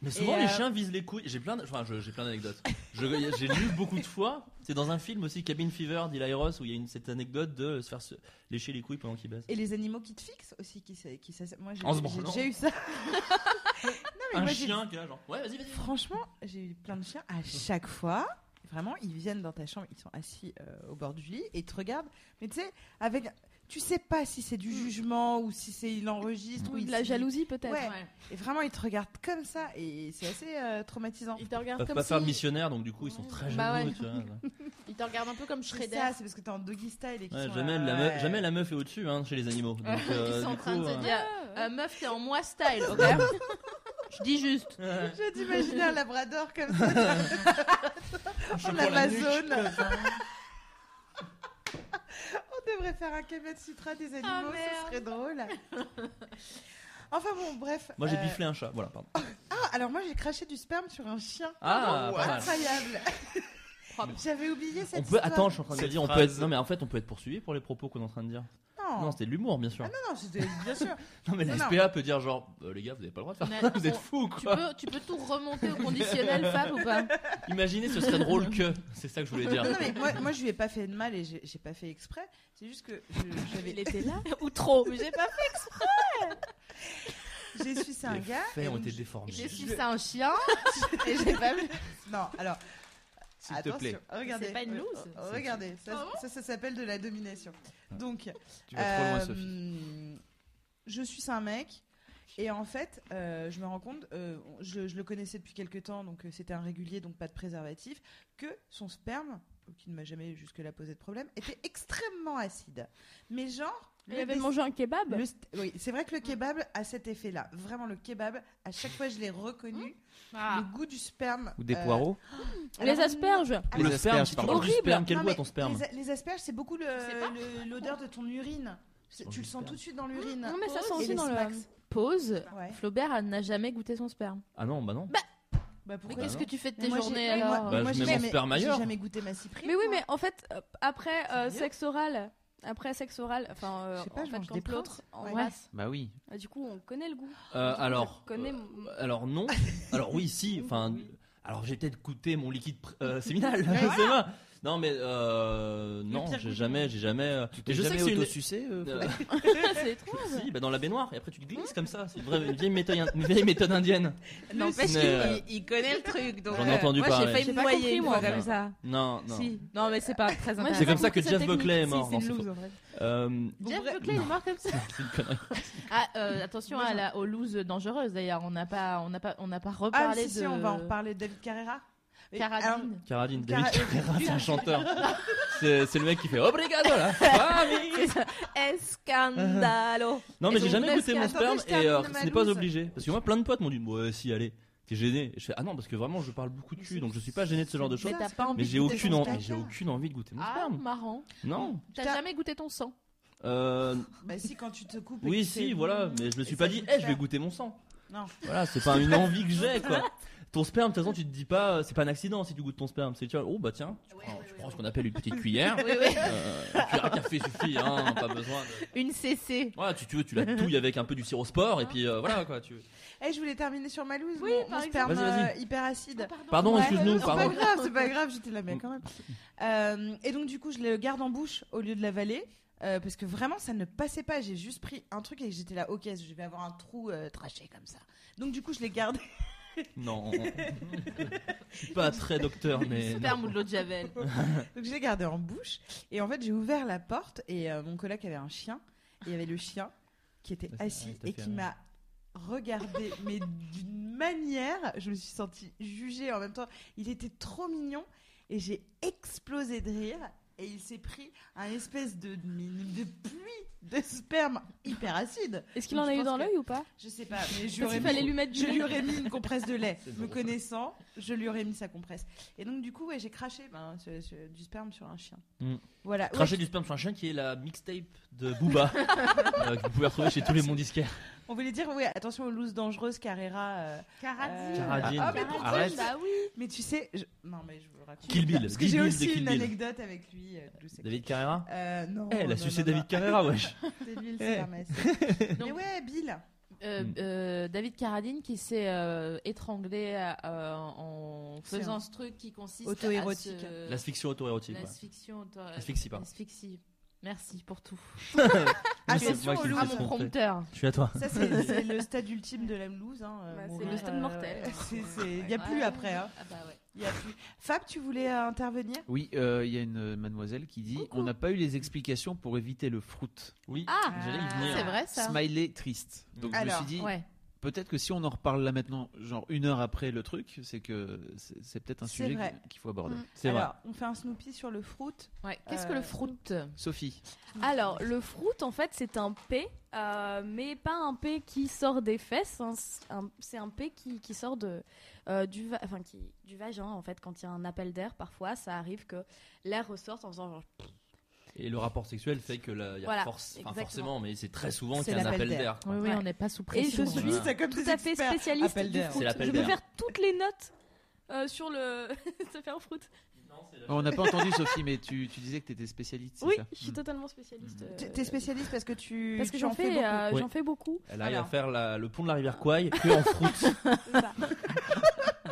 S7: Mais souvent,
S2: Et,
S7: les
S2: euh,
S7: chiens visent les couilles. J'ai plein, de- enfin, je- j'ai plein d'anecdotes. Je- J'ai lu beaucoup de fois. C'est dans un film aussi, Cabin Fever d'Eli Ross, où il y a une, cette anecdote de se faire se- lécher les couilles pendant qu'il baisse.
S2: Et les animaux qui te fixent aussi, qui, s'a- qui s'ass- moi j'ai
S7: En se
S2: j'ai-
S7: branlant.
S2: j'ai eu ça. *laughs* mais
S7: Un
S2: moi, j'ai-
S7: chien qui est là, genre, ouais, vas-y, vas-y.
S2: Franchement, j'ai eu plein de chiens à chaque fois. Vraiment, ils viennent dans ta chambre, ils sont assis euh, au bord du lit et ils te regardent. Mais tu sais, avec, tu sais pas si c'est du jugement ou si c'est il enregistre
S6: Mm. Ou
S2: il
S6: de la
S2: se dit-
S6: jalousie peut-être.
S2: Ouais. Et vraiment, ils te regardent comme ça et c'est assez euh, traumatisant.
S1: Il te regarde
S7: Ils peuvent
S1: comme
S7: pas faire
S1: si-
S7: missionnaire, donc du coup, ils sont très jaloux.
S1: Bah
S7: tu vois.
S1: Il te regarde un peu comme
S2: C'est
S1: Shredder.
S2: ça, c'est parce que t'es en doggy style et qu'ils
S7: Ouais,
S2: sont
S7: jamais,
S2: là,
S7: la meuf,
S2: ouais.
S7: jamais la meuf est au-dessus hein,
S2: *laughs*
S7: chez les animaux. Donc, euh,
S1: Ils sont en
S7: du
S1: train
S7: coup,
S1: de se
S7: euh,
S1: dire
S6: Ah,
S1: euh, Meuf, t'es en moi style, *laughs* ok Je dis juste.
S7: ouais.
S2: Je viens d'imaginer un labrador comme
S7: *laughs*
S2: ça
S7: Je prends
S2: en
S7: la
S2: Amazone.
S7: nuque.
S1: hein.
S2: *laughs* On devrait faire un Kamet Sutra des animaux,
S1: Ah, merde.
S2: ce
S1: *laughs*
S2: serait drôle. Enfin bon, bref.
S7: *laughs* Moi, j'ai
S2: euh,
S7: biflé un chat. Voilà, pardon.
S2: Ah, alors moi j'ai craché du sperme sur un chien.
S7: Ah, pas
S1: *laughs*
S7: mal.
S2: Incroyable.
S1: Propre.
S2: J'avais oublié cette
S1: Oh.
S7: On peut,
S2: histoire.
S7: attends, je suis en train de
S5: Cette
S7: dire, on peut
S5: phrase.
S7: être, non mais en fait, on peut être poursuivi pour les propos qu'on est en train de dire.
S2: Non, non.
S7: Non, c'était de l'humour, bien sûr.
S2: Oh. Ah non, non, c'était bien sûr.
S7: non, mais
S2: non,
S7: la
S2: non.
S7: SPA peut dire genre, euh, les gars, vous avez pas le droit de faire
S1: Mais
S7: ça, vous
S1: on-
S7: êtes fous ou
S1: Tu
S7: quoi
S1: peux, tu peux tout remonter au conditionnel, Fab, ou *laughs* pas
S7: Imaginez, ce serait drôle que. C'est ça que je voulais dire.
S2: Non, mais moi, moi, je lui ai pas fait de mal et j'ai j'ai pas fait exprès. C'est juste que
S1: *laughs*
S2: je- j'avais.
S1: était là Ou trop Mais j'ai pas
S2: J'ai sucé un
S7: Les
S2: gars. et
S7: faits ont
S2: donc
S7: été
S2: *laughs* je-
S7: déformés.
S1: J'ai su ça un chien et j'ai pas vu.
S2: Non, alors.
S5: S'il te plaît.
S2: attention, Regardez. Euh,
S1: C'est pas une loose. Ah
S2: Regardez, ça, ça, ça s'appelle de la domination.
S7: Ah.
S2: Donc,
S5: Tu vas trop loin,
S2: Euh,
S5: Sophie.
S2: Je suis un mec. Et en fait, euh, je me rends compte, euh, je, je le connaissais depuis quelques temps, donc euh, c'était un régulier, donc pas de préservatif, que son sperme, qui ne m'a jamais jusque-là posé de problème, était extrêmement acide. Mais genre...
S6: Il
S2: le
S6: avait
S2: dé-
S6: mangé un kebab.
S2: le st- oui, c'est vrai que le kebab a cet effet-là. Vraiment, le kebab, à chaque fois, je l'ai
S6: Mmh.
S2: reconnu.
S1: Ah.
S2: Le goût du sperme.
S5: Ou des
S2: euh,
S5: poireaux
S6: Les asperges.
S2: Ah,
S7: Ou le
S5: Les
S7: sperme,
S5: asperges,
S7: si tu
S5: pardon.
S7: manges du
S6: Horrible.
S7: sperme, quel
S2: non,
S7: goût a
S2: mais
S7: ton sperme
S2: les, a- les asperges, c'est beaucoup le-
S1: sais pas.
S2: le- l'odeur de ton urine. C'est-
S7: Sur
S2: Tu
S5: Oh,
S7: le
S2: le sens
S7: sperme.
S2: tout de suite dans l'urine.
S6: Non, mais ça
S1: Pause
S6: sent
S2: Et
S6: aussi
S2: les
S6: dans le.
S2: smacks.
S1: Pause.
S2: Ouais.
S1: Flaubert n'a jamais goûté son sperme.
S7: Ah non, bah non.
S2: Bah
S1: Mais
S2: pourquoi
S1: qu'est-ce
S7: non.
S1: que tu fais de
S2: Mais
S1: tes
S2: moi, j'ai-
S1: journées
S2: mais moi-
S1: alors
S7: Bah,
S2: moi,
S7: je
S2: j'ai
S7: mets mon
S2: jamais-
S7: sperme ailleurs.
S2: J'ai jamais goûté ma cyprine.
S6: Mais oui,
S2: moi.
S6: mais en fait, euh, après euh,
S2: mieux.
S6: sexe oral, après sexe oral, enfin, euh,
S2: Je sais pas,
S6: en
S2: je
S6: fait,
S2: mange
S6: quand
S2: des
S6: l'autre
S2: Ouais.
S6: embrasse,
S5: Bah oui.
S6: euh, du coup, on connaît le goût.
S7: Euh,
S6: Du coup,
S7: alors,
S6: je connais
S7: euh,
S6: mon-
S2: *laughs*
S7: alors non. alors oui, si. Enfin, alors j'ai peut-être goûté mon liquide pr-
S2: *laughs*
S7: euh, séminal.
S2: Ouais,
S7: *laughs* c'est vrai. Non, mais euh, non,
S2: pire
S7: j'ai
S2: goût
S7: jamais, j'ai jamais. euh,
S5: Tu
S7: et
S5: t'es
S7: je sais
S5: jamais
S7: que c'est une.
S5: auto-sucé euh, *laughs*
S7: *laughs*
S2: *laughs*
S7: Euh,
S1: *laughs*
S6: c'est étrange.
S7: si, bah, dans la baignoire. Et après tu te glisses comme ça. C'est une, vraie- une vieille méthode, une vieille méthode indienne.
S1: Non, parce
S7: Mais, euh,
S1: qu'il il connaît le truc. donc,
S7: J'en ai
S1: euh,
S7: entendu
S1: moi,
S7: parler.
S1: J'ai failli
S6: J'ai
S1: me
S6: pas
S1: noyer
S6: compris,
S1: une
S6: moi.
S1: fois comme ça.
S7: Non, non.
S1: Si. Non, mais c'est pas très
S6: Moi,
S1: intéressant.
S7: C'est comme ça que
S6: Cette
S7: Jeff
S6: technique,
S7: Buckley est mort.
S2: Si,
S7: Non,
S2: c'est
S7: c'est
S2: une
S7: faux.
S2: loose en vrai.
S7: Euh,
S1: Jeff
S2: Bon,
S1: Buckley il est mort comme ça.
S7: *laughs* c'est une connerie.
S1: Ah, euh, attention à la, aux looses dangereuses d'ailleurs. On n'a pas, on n'a pas, on n'a pas
S2: Ah,
S1: reparlé
S2: si, si,
S1: de.
S2: on va en reparler de David Carrera. Mais, alors, *laughs*
S1: Caradine.
S7: Caradine,
S2: Cara- euh,
S7: David
S2: *laughs*
S7: Carrera, c'est un chanteur. C'est c'est le mec qui fait Obrigado là. Ah,
S1: C'est
S7: mais-
S1: ça. Escandalo.
S7: Non, mais
S1: Elles
S7: j'ai
S1: ont
S7: jamais
S1: presque-
S7: goûté mon
S2: Attendez,
S7: sperme
S2: je
S7: et
S2: termine
S7: euh,
S2: ma
S7: ce n'est pas
S2: loose.
S7: obligé. Parce que moi, plein de potes m'ont dit Ouais, si, allez, t'es gêné. Et je fais Ah non, parce que vraiment, *laughs* je parle beaucoup de cul, donc je suis pas gêné de ce genre de choses.
S1: Mais t'as pas envie
S7: Mais
S1: de
S7: j'ai
S1: goûter
S7: aucune,
S1: ton
S7: en-
S1: sperme.
S7: mais j'ai aucune envie de goûter mon
S1: Ah,
S7: sperme.
S1: marrant.
S7: Non.
S1: T'as
S2: Putain.
S1: jamais goûté ton sang
S7: Euh,
S2: Bah, si, quand tu te coupes. et
S7: oui,
S2: que tu
S7: si,
S2: fais-
S7: voilà. Mais je me
S2: Et
S7: suis
S2: ça
S7: pas dit
S2: goûte
S7: Eh, je vais
S2: cher.
S7: goûter mon sang.
S2: Non.
S7: Voilà, c'est pas une envie que j'ai, quoi. *laughs* Ton sperme, de toute façon, tu te dis pas, euh, c'est pas un accident si tu goûtes ton sperme. C'est tu vois, oh bah tiens, tu prends, tu prends ce qu'on appelle une petite cuillère. Euh, une cuillère à café suffit, hein, pas besoin de.
S1: Une CC.
S7: Voilà, tu, tu veux, tu la touilles avec un peu du sirop sport et puis euh, voilà quoi. Tu...
S2: Eh, je voulais terminer sur ma loose.
S1: Oui,
S2: mon-
S1: par
S2: mon
S1: exemple.
S2: sperme
S7: Vas-y, vas-y.
S2: euh, hyper acide.
S7: Pardon,
S2: Ouais,
S7: excuse-nous,
S2: c'est pas
S7: pardon.
S2: grave, c'est pas grave, j'étais la mère
S7: *laughs*
S2: quand même. Euh, et donc, du coup, je le garde en bouche au lieu de la l'avaler. euh, parce que vraiment, ça ne passait pas. J'ai juste pris un truc et j'étais là, ok, je vais avoir un trou euh, traché comme ça. Donc, du coup, je l'ai gardé.
S7: Non, je suis pas très docteur, mais. non.
S1: Sperme ou de l'eau de
S7: *laughs*
S1: javel.
S2: Donc, je l'ai gardé en bouche. Et en fait, j'ai ouvert la porte et euh, mon collègue avait un chien. Et il y avait le chien qui était
S7: Ah, c'est-
S2: assis
S7: ouais, t'as
S2: et
S7: fait
S2: qui
S7: un-
S2: m'a regardé, mais d'une manière, je me suis sentie jugée en même temps. Il était trop mignon et j'ai explosé de rire. Et il s'est pris un espèce de, de pluie de sperme hyper acide.
S6: Est-ce qu'il en a
S2: Je
S6: eu
S2: pense
S6: dans
S2: que-
S6: l'œil ou pas
S2: Je sais pas, mais
S6: Parce
S2: j'aurais
S6: qu'il fallait
S2: mis,
S6: lui mettre du
S2: je lui
S6: lait.
S2: aurais mis une compresse de lait.
S7: *laughs* C'est
S2: Me
S7: drôle.
S2: connaissant, je lui aurais mis sa compresse. Et donc, du coup, ouais, j'ai craché ben, ce- ce- du sperme sur un chien.
S7: Mm.
S2: Voilà.
S7: Cracher
S2: Ouais,
S7: du sperme sur un chien qui est la mixtape de Booba euh, que vous pouvez retrouver chez tous les bons disquaires.
S2: on voulait dire, ouais, attention aux looses dangereuses, Carrera. euh,
S1: Caradine.
S7: Caradine.
S2: Ah, mais pourquoi
S7: Arrête.
S2: je-
S1: Bah oui.
S2: Mais tu sais, je- non mais je vous le raconte.
S7: Kill Bill,
S2: Parce que
S7: Kill
S2: j'ai
S7: Bill
S2: aussi
S7: de Kill
S2: une
S7: Bill.
S2: anecdote avec lui. euh, je sais
S7: David
S2: pas.
S7: Carrera
S2: Euh, non.
S7: Eh, elle a
S2: non,
S7: sucé
S2: non,
S7: David Carrera, wesh.
S2: non, C'était lui le
S7: Eh. *laughs*
S2: Superman. Mais
S1: Donc-
S2: ouais, Bill.
S1: Euh,
S7: Hmm.
S1: euh, David Carradine qui s'est euh, étranglé euh, en
S2: C'est
S1: faisant
S2: un-
S1: ce truc qui consiste
S2: Auto-érotique.
S1: à se-
S7: L'asphyxion auto-érotique. quoi.
S1: l'asphyxion, auto-
S7: Asphyxie, pardon.
S1: asphyxie. Merci pour tout.
S7: Moi,
S2: Attention
S7: c'est moi
S2: aux
S7: qui
S2: loups.
S7: vous
S1: Ah
S7: ai
S1: mon
S7: trompé.
S1: prompteur.
S7: Je suis à toi.
S2: Ça c'est c'est
S7: *laughs*
S2: le stade ultime de la loose. Hein, euh,
S6: Ouais,
S2: bon,
S6: Bah, c'est
S2: hein.
S6: le stade
S2: Euh,
S6: mortel.
S2: c'est- c'est- Il n'y a plus après. Hein.
S1: Ah bah ouais.
S2: Il y a plus. Fab, tu voulais euh, intervenir
S5: Oui, euh, il y a une mademoiselle qui dit On n'a pas eu les explications pour éviter le fruit.
S7: Oui,
S1: Ah,
S7: j'allais y venir.
S1: C'est vrai ça.
S5: Smiley triste. Donc
S2: Alors,
S5: je me suis dit
S1: Ouais.
S5: Peut-être que si on en reparle là maintenant, genre une heure après le truc, c'est que c'est c'est peut-être un
S2: C'est
S5: sujet
S2: vrai.
S5: qu'il faut aborder.
S6: Mm.
S7: C'est vrai.
S2: Alors, on fait un Snoopy sur le fruit.
S1: Ouais. Qu'est-ce que le
S2: Euh,
S1: fruit
S5: Sophie,
S6: Alors, le fruit, en fait, c'est un P, euh, mais pas un P qui sort des fesses. hein, c'est un- c'est un P qui, qui sort de, euh, du, va- enfin, qui, du vagin, en fait. Quand il y a un appel d'air, parfois, ça arrive que l'air ressorte en faisant genre...
S7: Et le rapport sexuel fait que là, il y a
S6: Voilà,
S7: force, enfin,
S6: exactement.
S7: forcément, mais c'est très souvent
S2: C'est
S7: qu'il y a un
S2: l'appel
S7: appel
S2: d'air.
S7: d'air. quoi.
S1: Oui, oui,
S6: Ouais.
S1: on n'est pas sous
S6: Et
S1: pression.
S6: je
S1: hein.
S6: suis
S7: Voilà.
S2: C'est comme
S6: tout à fait spécialiste
S2: Appel
S6: du
S2: d'air.
S6: fruit.
S7: C'est l'appel
S6: Je peux
S7: d'air.
S6: faire toutes les notes euh, sur le... *laughs* ça fait un fruit.
S7: Non,
S5: On n'a pas entendu Sophie, mais tu, tu disais que tu étais spécialiste. c'est
S6: Oui,
S5: ça Mm.
S6: je suis totalement spécialiste. euh,
S2: T'es t'es spécialiste parce que tu.
S6: Parce que
S2: tu
S6: j'en
S2: en
S6: fais,
S2: beaucoup.
S6: euh,
S7: Oui.
S6: j'en fais beaucoup.
S7: Elle arrive
S2: Alors.
S7: à faire la- le pont de la rivière Kouai que en fruit.
S6: C'est ça.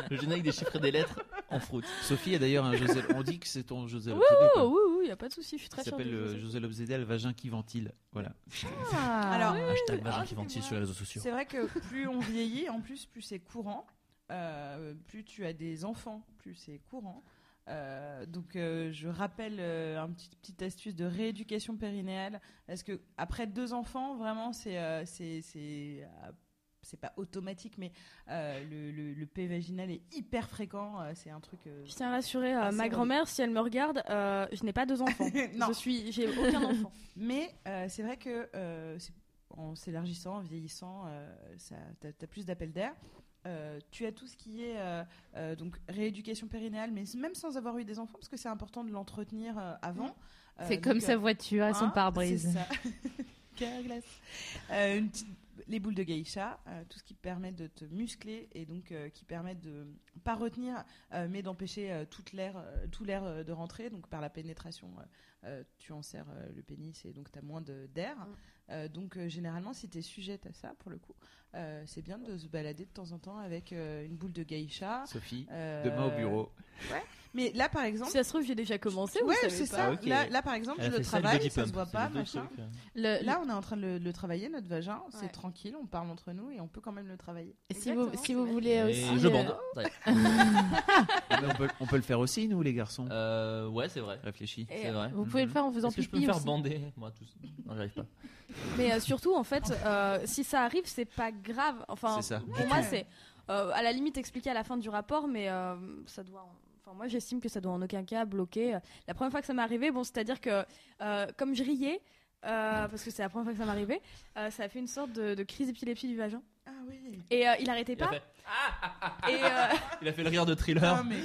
S7: le générique des chiffres et des lettres en fruit.
S5: Sophie a d'ailleurs un José. On dit que c'est ton José
S6: Ouh,
S5: Lobzedel, quoi.
S6: Oh, oui, oui, il n'y a pas de souci, je suis très
S5: Il
S6: sûre. de
S5: s'appelle
S6: ce
S5: euh,
S6: que
S5: José Lobzedel, vagin qui ventile. Voilà.
S2: Ah. Alors,
S7: Hashtag vagin
S6: ah,
S7: qui
S6: c'est
S7: ventile
S6: moi.
S7: sur les réseaux sociaux.
S2: c'est vrai que plus on vieillit, en plus, plus c'est courant. euh, plus tu as des enfants, plus c'est courant. Euh, donc, euh, je rappelle euh, un petit petite astuce de rééducation périnéale. Parce que après deux enfants, vraiment, c'est euh, c'est c'est euh, c'est pas automatique, mais euh, le, le, le P vaginal est hyper fréquent. euh, c'est un truc. euh,
S6: Je tiens à rassurer euh,
S2: Ah, c'est
S6: ma
S2: vrai.
S6: grand-mère, si elle me regarde, euh, je n'ai pas deux enfants.
S2: *laughs* Non.
S6: Je suis, j'ai
S2: *laughs*
S6: aucun enfant.
S2: Mais euh, c'est vrai que euh, c'est- en s'élargissant, en vieillissant, euh, tu as, plus d'appels d'air. Euh, tu as tout ce qui est euh, euh, donc rééducation périnéale, mais même sans avoir eu des enfants, parce que c'est important de l'entretenir euh, avant. Euh,
S1: Mmh. C'est
S2: donc,
S1: comme
S2: euh,
S1: sa voiture et son
S2: hein, c'est
S1: pare-brise.
S2: ça. *laughs* Cœur à glace. Euh, une petite- les boules de geisha, euh, tout ce qui permet de te muscler et donc euh, qui permet de pas retenir, euh, mais d'empêcher euh, toute l'air, euh, tout l'air euh, de rentrer. Donc par la pénétration, euh, euh, tu enserres euh, le pénis et donc tu as moins de- d'air.
S6: Mm.
S2: Euh, donc euh, généralement, si tu es sujette à ça, pour le coup, euh, c'est bien de se balader de temps en temps avec euh, une boule de geisha.
S5: Sophie,
S2: euh,
S5: demain au bureau.
S2: Mais là, par
S6: Si
S2: exemple,
S6: ça se trouve, j'ai déjà commencé. vous
S2: ouais,
S6: savez
S2: c'est
S6: pas.
S2: ça.
S7: Ah, ok.
S2: Là, là, par exemple,
S7: Elle a
S2: je le
S7: fait ça et le
S2: travaille,
S7: body
S2: ça se
S7: pump.
S2: voit
S7: C'est
S2: pas,
S7: les deux
S2: machin.
S7: trucs, euh.
S1: Le-
S2: Là, on est en train de le, le travailler, notre vagin. C'est
S6: Ouais.
S2: tranquille, on parle entre nous et on peut quand même le travailler.
S1: si vous,
S6: Exactement,
S1: si
S6: c'est
S1: vous
S6: vrai.
S1: voulez
S7: Et
S1: aussi.
S7: je
S1: euh,
S7: bande.
S5: Ah, mais on, peut, on peut le faire aussi, nous, les garçons.
S7: Euh, ouais, c'est vrai.
S5: Réfléchis.
S6: Et,
S7: C'est vrai.
S1: Vous pouvez le faire en faisant
S7: Est-ce que
S1: pipi
S7: je peux me faire
S1: aussi.
S7: bander Moi, tout Non, j'arrive pas.
S6: Mais euh, surtout, en fait, euh, si ça arrive, c'est pas grave. Enfin,
S5: C'est ça.
S6: pour moi, c'est euh, à la limite expliqué à la fin du rapport, mais euh, ça doit. en- Enfin, moi, j'estime que ça doit en aucun cas bloquer. euh, La première fois que ça m'est arrivé, bon, c'est-à-dire que euh, comme je riais. euh, parce que c'est la première fois que ça m'arrivait, euh, ça a fait une sorte de, de crise d'épilepsie du vagin.
S2: Ah oui.
S6: Et euh, il arrêtait
S7: Il a,
S6: pas.
S7: fait,
S6: Et, euh,
S7: il a fait le rire de thriller.
S2: mais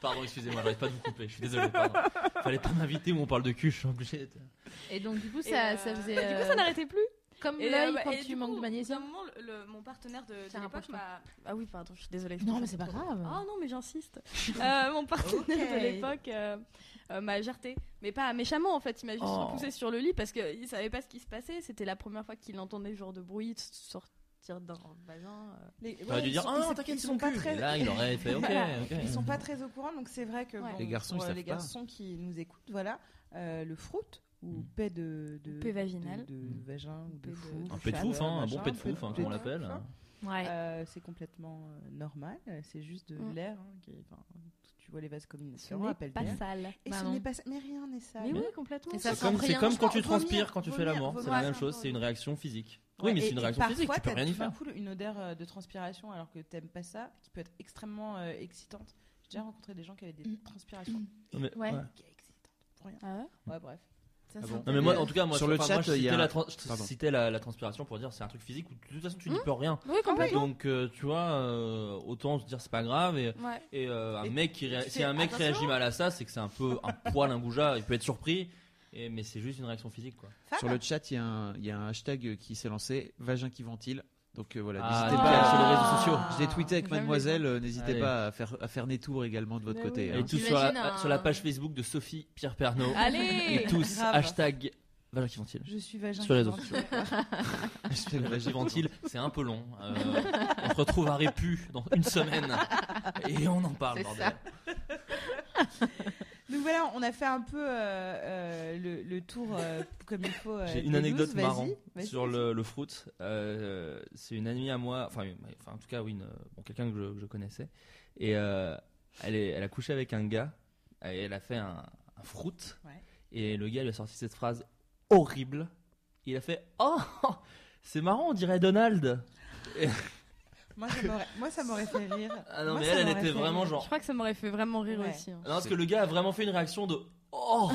S7: Pardon, excusez-moi, j'arrive pas de vous couper. Je suis désolé. Pardon. Fallait pas m'inviter où on parle de cul. Je suis obligé. d'être-
S1: Et donc, du coup,
S6: et,
S1: ça,
S6: euh,
S1: ça faisait.
S6: et du coup, ça
S1: euh,
S6: n'arrêtait plus.
S1: Comme
S6: Et,
S1: l'œil
S6: euh,
S1: quand
S6: et
S1: tu
S6: du
S1: manques de
S6: coup, au bout
S1: magnésium.
S6: d'un moment, le- le- mon partenaire de, de
S1: C'est un
S6: l'époque
S1: rapprochement.
S6: m'a- Ah oui, pardon, je suis désolée. je
S1: Non,
S6: me
S1: mais
S6: suis
S1: c'est pas
S6: trop-
S1: grave.
S6: Ah non, mais j'insiste. *laughs* Euh, mon partenaire
S2: Ok.
S6: de l'époque euh, euh, m'a jarté. Mais pas méchamment, en fait. Il m'a juste
S7: Oh.
S6: poussé sur le lit parce qu'il savait pas ce qui se passait. C'était la première fois qu'il entendait ce genre de bruit s- sortir d'un vagin. euh.
S2: les-
S7: J'aurais
S2: ouais,
S7: dû
S2: ils
S7: dire
S2: sont-
S7: Ah non,
S2: ils-
S7: t'inquiète,
S2: ils
S7: c'est
S2: sont
S7: son
S2: pas
S7: cul.
S2: très-
S7: Et là, il aurait fait Ok,
S2: Voilà.
S7: ok.
S2: Ils sont pas très au courant, donc c'est vrai que
S6: Ouais.
S2: bon,
S5: Les garçons,
S2: pour,
S5: ils
S2: euh,
S5: savent
S2: les
S5: pas.
S2: garçons qui nous écoutent, voilà, euh, le froute ou
S7: Mm.
S2: paix de, de
S6: paix vaginale.
S2: de, de vagin ou
S6: Paix
S2: de
S6: de-
S2: fou,
S7: Un
S2: du
S7: pet de
S2: chat,
S7: fouf, hein, un
S2: machin,
S7: bon pet de fouf, hein,
S2: paix
S7: comme on
S2: de
S7: l'appelle.
S2: fouf, hein.
S1: Ouais.
S2: Euh, c'est complètement euh, normal, euh, c'est juste de
S6: Mm.
S2: l'air. hein, qui est- enfin, tu vois les vases
S6: Ce
S2: communicants,
S6: n'est
S2: appel
S6: pas
S2: d'air.
S6: sale.
S2: Et
S1: Bah
S2: ce
S1: non.
S2: n'est pas ça. Mais rien n'est ça.
S6: Mais oui, complètement.
S1: Et ça
S7: C'est
S1: sent
S7: comme, c'est
S1: rien.
S7: comme quand tu
S2: Vomir,
S7: transpires, quand tu fais
S2: vomir,
S7: l'amour. C'est la
S2: vomir,
S7: même
S2: c'est
S7: chose,
S2: un
S7: c'est une
S2: peu-
S7: réaction physique.
S2: Ouais,
S7: oui, mais
S2: et-
S7: c'est une
S2: et
S7: réaction
S2: parfois,
S7: physique, tu peux
S2: t'as
S7: rien y
S2: tout d'un
S7: faire.
S2: coup une odeur euh, de transpiration alors que t'aimes pas ça, qui peut être extrêmement euh, excitante. J'ai déjà rencontré des gens qui avaient des
S1: Mm.
S2: transpirations
S7: Non, mais-
S1: Ouais.
S7: ouais.
S2: qui est excitante.
S6: Ah ouais
S2: Ouais, bref.
S1: Ça
S5: Ah
S1: sent-
S5: bon
S7: Non mais moi en tout cas moi
S5: Sur
S7: je-
S5: le
S7: enfin,
S5: chat,
S7: moi, je
S5: il y a
S7: citais
S5: un-
S7: la, trans- je
S5: Pardon.
S7: citais la, la transpiration pour dire c'est un truc physique où de toute façon tu n'y
S2: Mmh.
S6: Hmm
S7: peux rien.
S6: Oui, complètement.
S7: Donc euh, tu vois euh, autant se dire c'est pas grave et,
S6: *laughs* Ouais.
S7: et, euh, un
S2: Et
S7: mec qui ré-
S2: tu
S7: si
S2: fais
S7: un mec
S2: attention.
S7: réagit mal à ça c'est que c'est un peu un poil un goujat il peut être surpris et, mais c'est juste une réaction physique quoi.
S2: Fab
S5: Sur le chat, il y, a un- il y a un hashtag qui s'est lancé vagin qui ventile. Donc euh, voilà,
S7: Ah,
S5: n'hésitez
S7: ah.
S5: pas sur les réseaux
S2: Ah.
S5: sociaux. Je l'ai tweeté avec
S1: J'aime les
S5: mademoiselle. euh, N'hésitez
S7: Allez.
S5: pas à faire, à faire des tours également de votre
S6: Mais
S5: côté.
S6: oui.
S5: hein.
S7: Et tous sur la,
S1: T'imagines un-
S7: sur la page Facebook de Sophie Pierre
S6: *laughs*
S7: Pernaud et
S1: Allez
S7: tous
S2: Grave.
S7: hashtag vagin qui
S2: *laughs*
S7: ventile.
S2: Je suis vagin.
S7: Sur les
S2: qui
S7: autres.
S2: ventile.
S5: Hashtag
S7: Vagin qui
S5: vagin
S7: ventile c'est un peu long. euh, on se retrouve à Répu dans une semaine et on en parle
S1: C'est
S7: bordel.
S1: ça.
S2: *laughs* Donc voilà, on a fait un peu euh, euh, le, le tour euh, comme il faut. euh,
S7: J'ai
S2: des
S7: une anecdote
S2: looses, vas-y,
S7: marrante
S2: vas-y,
S7: sur
S2: vas-y.
S7: le, le fruit. Euh, c'est une amie à moi, enfin, une- enfin, en tout cas, oui, une- bon, quelqu'un que je, que je connaissais. Et euh, elle, est- elle a couché avec un gars, et elle a fait un, un fruit.
S2: Ouais.
S7: Et le gars lui a sorti cette phrase horrible. Il a fait Oh, *laughs* c'est marrant, on dirait Donald.
S2: Moi, ça m'aurait- moi, ça m'aurait fait
S7: *laughs*
S2: rire.
S7: Ah non,
S2: Moi,
S7: mais
S2: ça
S7: elle, elle
S2: m'aurait
S7: était
S2: fait
S7: vraiment
S2: rire.
S6: Je
S7: genre.
S6: crois que ça m'aurait fait vraiment rire
S2: Ouais.
S6: aussi. hein.
S7: Non, parce que le gars a vraiment fait une réaction de
S2: *laughs*
S7: Oh,